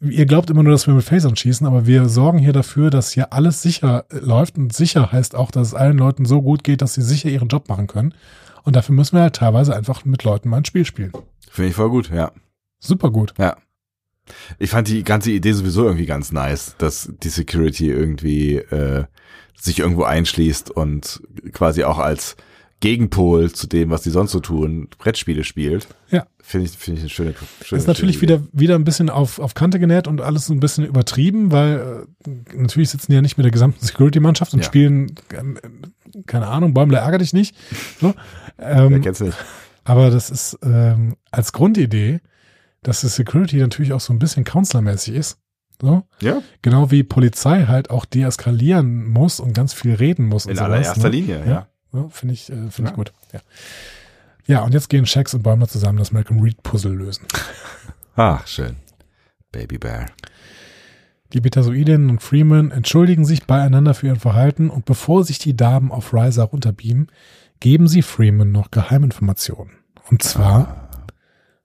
ihr glaubt immer nur, dass wir mit Phasern schießen, aber wir sorgen hier dafür, dass hier alles sicher äh, läuft und sicher heißt auch, dass es allen Leuten so gut geht, dass sie sicher ihren Job machen können. Und dafür müssen wir halt teilweise einfach mit Leuten mal ein Spiel spielen.
Finde ich voll gut, ja.
Super gut.
Ich fand die ganze Idee sowieso irgendwie ganz nice, dass die Security irgendwie äh, sich irgendwo einschließt und quasi auch als Gegenpol zu dem, was die sonst so tun, Brettspiele spielt.
Ja.
Finde ich, finde ich eine schöne, schöne
Das ist natürlich
schöne Idee.
wieder, wieder ein bisschen auf, auf Kante genäht und alles so ein bisschen übertrieben, weil äh, natürlich sitzen die ja nicht mit der gesamten Security-Mannschaft und
Ja.
spielen, ähm, keine Ahnung, Bäumler ärger dich nicht. So.
Wer
Ähm,
kennt's nicht?
aber das ist ähm, als Grundidee, dass die Security natürlich auch so ein bisschen counselormäßig ist. So.
Ja,
Genau wie Polizei halt auch deeskalieren muss und ganz viel reden muss. und
in
sowas,
allererster
ne?
Linie, ja.
Ja. ja Finde ich, äh, find
Ja.
ich gut. Ja. ja, und jetzt gehen Shax und Bäumler zusammen das Malcolm Reed-Puzzle lösen.
Ach, Ah, schön. Baby Bear.
Die Betasoidinnen und Freeman entschuldigen sich beieinander für ihr Verhalten und bevor sich die Damen auf Riser runterbeamen, geben sie Freeman noch Geheiminformationen. Und zwar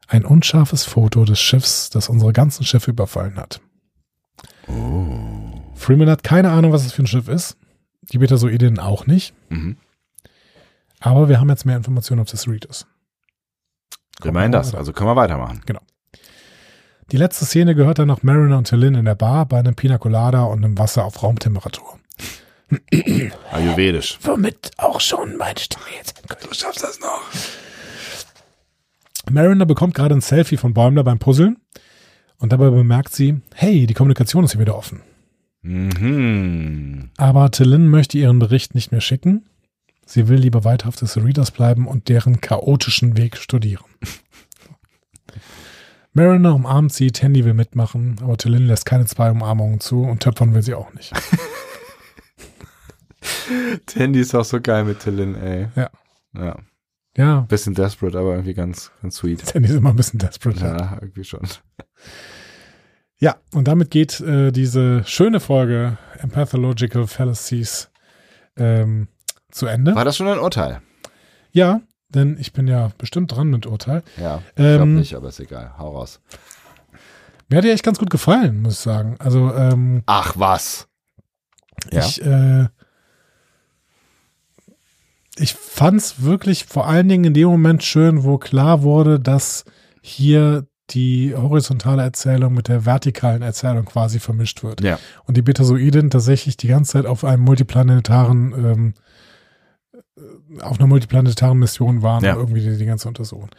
ein unscharfes Foto des Schiffs, das unsere ganzen Schiffe überfallen hat. Freeman hat keine Ahnung, was es für ein Schiff ist. Die Betasoidinnen auch nicht.
Mhm.
Aber wir haben jetzt mehr Informationen auf das Read ist.
Immerhin das, also können wir weitermachen.
Die letzte Szene gehört dann noch Mariner und Tillin in der Bar bei einem Pina Colada und einem Wasser auf Raumtemperatur.
Ayurvedisch.
Womit auch schon meine Stimme jetzt endgültig. Du schaffst das noch. Mariner bekommt gerade ein Selfie von Bäumler beim Puzzeln und dabei bemerkt sie, hey, die Kommunikation ist hier wieder offen.
Mhm.
Aber Tillin möchte ihren Bericht nicht mehr schicken. Sie will lieber weiter auf des Readers bleiben und deren chaotischen Weg studieren. Mariner umarmt sie, Tandy will mitmachen, aber Tillin lässt keine zwei Umarmungen zu und töpfern will sie auch nicht.
Tandy ist auch so geil mit Tillin, ey.
Ja.
Ja.
Ja,
Bisschen desperate, aber irgendwie ganz, ganz sweet.
Tandy ist immer ein bisschen desperate.
Ja, irgendwie schon.
Ja, und damit geht äh, diese schöne Folge Empathological Fallacies ähm, zu Ende.
War das schon ein Urteil?
Ja, denn ich bin ja bestimmt dran mit Urteil.
Ja, ich
Ähm,
glaube nicht, aber ist egal. Hau raus.
Mir hat ja echt ganz gut gefallen, muss ich sagen. Also ähm,
Ach was. Ja.
ich, äh, ich fand's wirklich vor allen Dingen in dem Moment schön, wo klar wurde, dass hier die horizontale Erzählung mit der vertikalen Erzählung quasi vermischt wird.
Ja.
und die Betasoiden tatsächlich die ganze Zeit auf einem multiplanetaren, ähm, äh, auf einer multiplanetaren Mission waren,
Ja.
um irgendwie die, die ganze Untersuchung.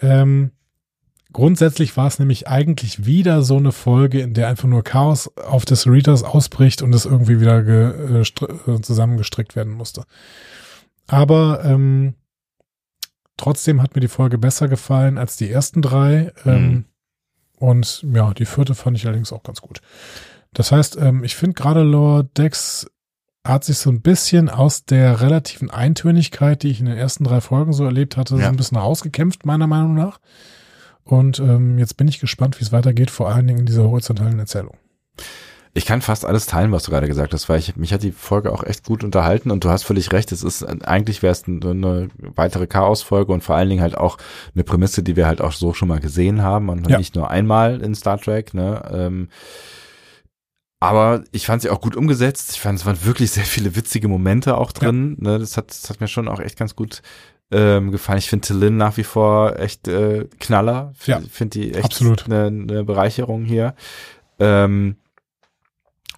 Ähm, Grundsätzlich war es nämlich eigentlich wieder so eine Folge, in der einfach nur Chaos auf des Readers ausbricht und es irgendwie wieder ge, äh, str- äh, zusammengestrickt werden musste. Aber ähm, trotzdem hat mir die Folge besser gefallen als die ersten drei. Ähm,
Mhm.
Und ja, die vierte fand ich allerdings auch ganz gut. Das heißt, ähm, ich finde gerade Lord Dex hat sich so ein bisschen aus der relativen Eintönigkeit, die ich in den ersten drei Folgen so erlebt hatte, so
Ja.
ein bisschen rausgekämpft, meiner Meinung nach. Und ähm, jetzt bin ich gespannt, wie es weitergeht, vor allen Dingen in dieser horizontalen Erzählung.
Ich kann fast alles teilen, was du gerade gesagt hast, weil ich, mich hat die Folge auch echt gut unterhalten und du hast völlig recht. Es ist, äh, eigentlich wäre es eine, eine weitere Chaos-Folge und vor allen Dingen halt auch eine Prämisse, die wir halt auch so schon mal gesehen haben und
Ja.
nicht nur einmal in Star Trek, ne? Ähm, aber ich fand sie auch gut umgesetzt. Ich fand, es waren wirklich sehr viele witzige Momente auch drin. Ne? Das, hat, das hat mir schon auch echt ganz gut ähm, gefallen. Ich finde Tillin nach wie vor echt äh, Knaller.
Ja,
Ich finde die echt
absolut.
Eine, eine Bereicherung hier. Ähm,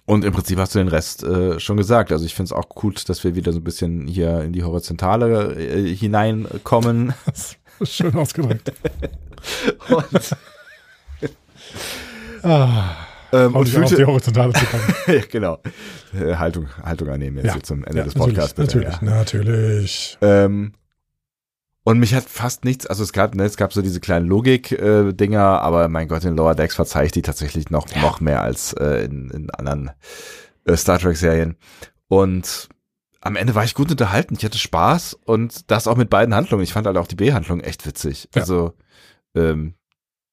und im Prinzip hast du den Rest äh, schon gesagt. Also ich finde es auch gut, dass wir wieder so ein bisschen hier in die Horizontale äh, hineinkommen.
Schön ausgedrückt.
Und,
ah,
ähm,
und
und
auf die
fühlte,
horizontale zu kommen.
ja, genau, Äh, Haltung, Haltung annehmen jetzt
Ja.
hier zum Ende des
natürlich,
Podcasts. bitte,
natürlich, natürlich.
Ähm, und mich hat fast nichts, also es gab, ne, es gab so diese kleinen Logik-Dinger, aber mein Gott, in Lower Decks verzeih ich die tatsächlich noch, noch mehr als äh, in, in anderen äh, Star Trek-Serien. Und am Ende war ich gut unterhalten, ich hatte Spaß und das auch mit beiden Handlungen. Ich fand halt auch die B-Handlung echt witzig.
Ja.
Also, ähm,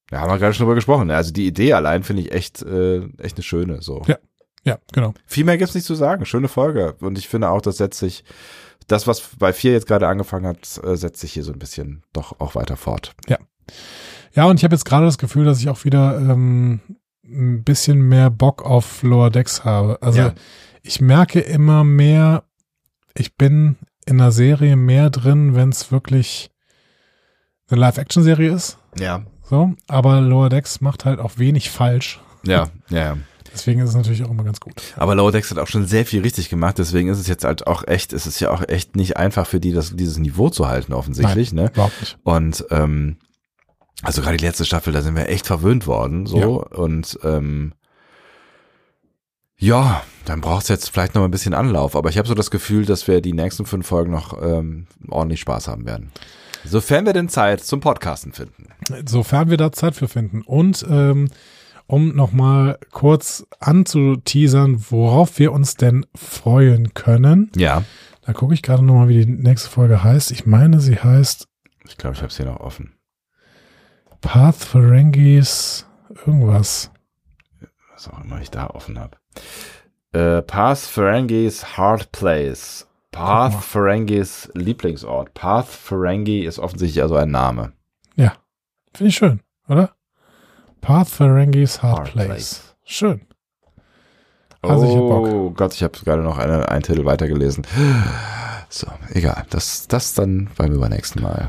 da haben wir gerade schon drüber gesprochen. Also die Idee allein finde ich echt, äh, echt eine schöne. So.
Ja, genau.
Viel mehr gibt's nicht zu sagen. Schöne Folge. Und ich finde auch, das setzt sich, das, was bei vier jetzt gerade angefangen hat, äh, setzt sich hier so ein bisschen doch auch weiter fort.
Ja, und ich habe jetzt gerade das Gefühl, dass ich auch wieder ähm, ein bisschen mehr Bock auf Lower Decks habe. Also
Ja.
ich merke immer mehr, ich bin in einer Serie mehr drin, wenn es wirklich eine Live-Action-Serie ist.
Ja,
So, aber Lower Decks macht halt auch wenig falsch.
ja, ja.
Deswegen ist es natürlich auch immer ganz gut.
Aber Lower Decks hat auch schon sehr viel richtig gemacht, deswegen ist es jetzt halt auch echt, ist es ist ja auch echt nicht einfach für die, das, dieses Niveau zu halten, offensichtlich, ne?
Überhaupt nicht.
Und ähm, also gerade die letzte Staffel, da sind wir echt verwöhnt worden. So.
Ja.
Und ähm, ja, dann braucht's jetzt vielleicht noch ein bisschen Anlauf. Aber ich habe so das Gefühl, dass wir die nächsten fünf Folgen noch ähm, ordentlich Spaß haben werden. Sofern wir denn Zeit zum Podcasten finden.
Sofern wir da Zeit für finden. Und ähm, um nochmal kurz anzuteasern, worauf wir uns denn freuen können.
Ja.
Da gucke ich gerade nochmal, wie die nächste Folge heißt. Ich meine, sie heißt
Ich glaube, ich habe es hier noch offen.
Path Ferengis irgendwas.
Was auch immer ich da offen habe. Äh, Path Ferengis Hard Place.
mal.
Path Ferengis Lieblingsort. Path Ferengi ist offensichtlich also ein Name.
Finde ich schön, oder? Path Ferengis Hard,
Hard
Place.
Place.
Schön. Also ich hab Bock.
oh Gott, ich habe gerade noch eine, einen Titel weitergelesen. So, egal. Das, das dann beim übernächsten Mal.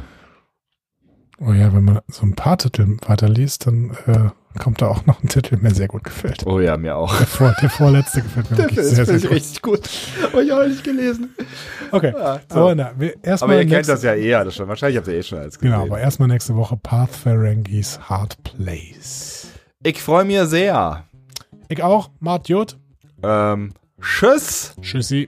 Oh ja, wenn man so ein paar Titel weiterliest, dann äh, kommt da auch noch ein Titel, der mir sehr gut gefällt.
Oh ja, mir auch.
Der, vor, der vorletzte gefällt mir wirklich sehr, sehr gut.
richtig gut. Habe ich auch nicht gelesen.
Okay,
Ja, Ah, so.
aber na, wir- erstmal
Aber ihr kennt
nächste-
das ja eh alles schon. Wahrscheinlich habt ihr eh schon alles gesehen.
Genau, aber erstmal nächste Woche Path Ferengis Hard Place.
Ich freue mich sehr.
Ich auch, Mart Jod.
Ähm, tschüss.
Tschüssi.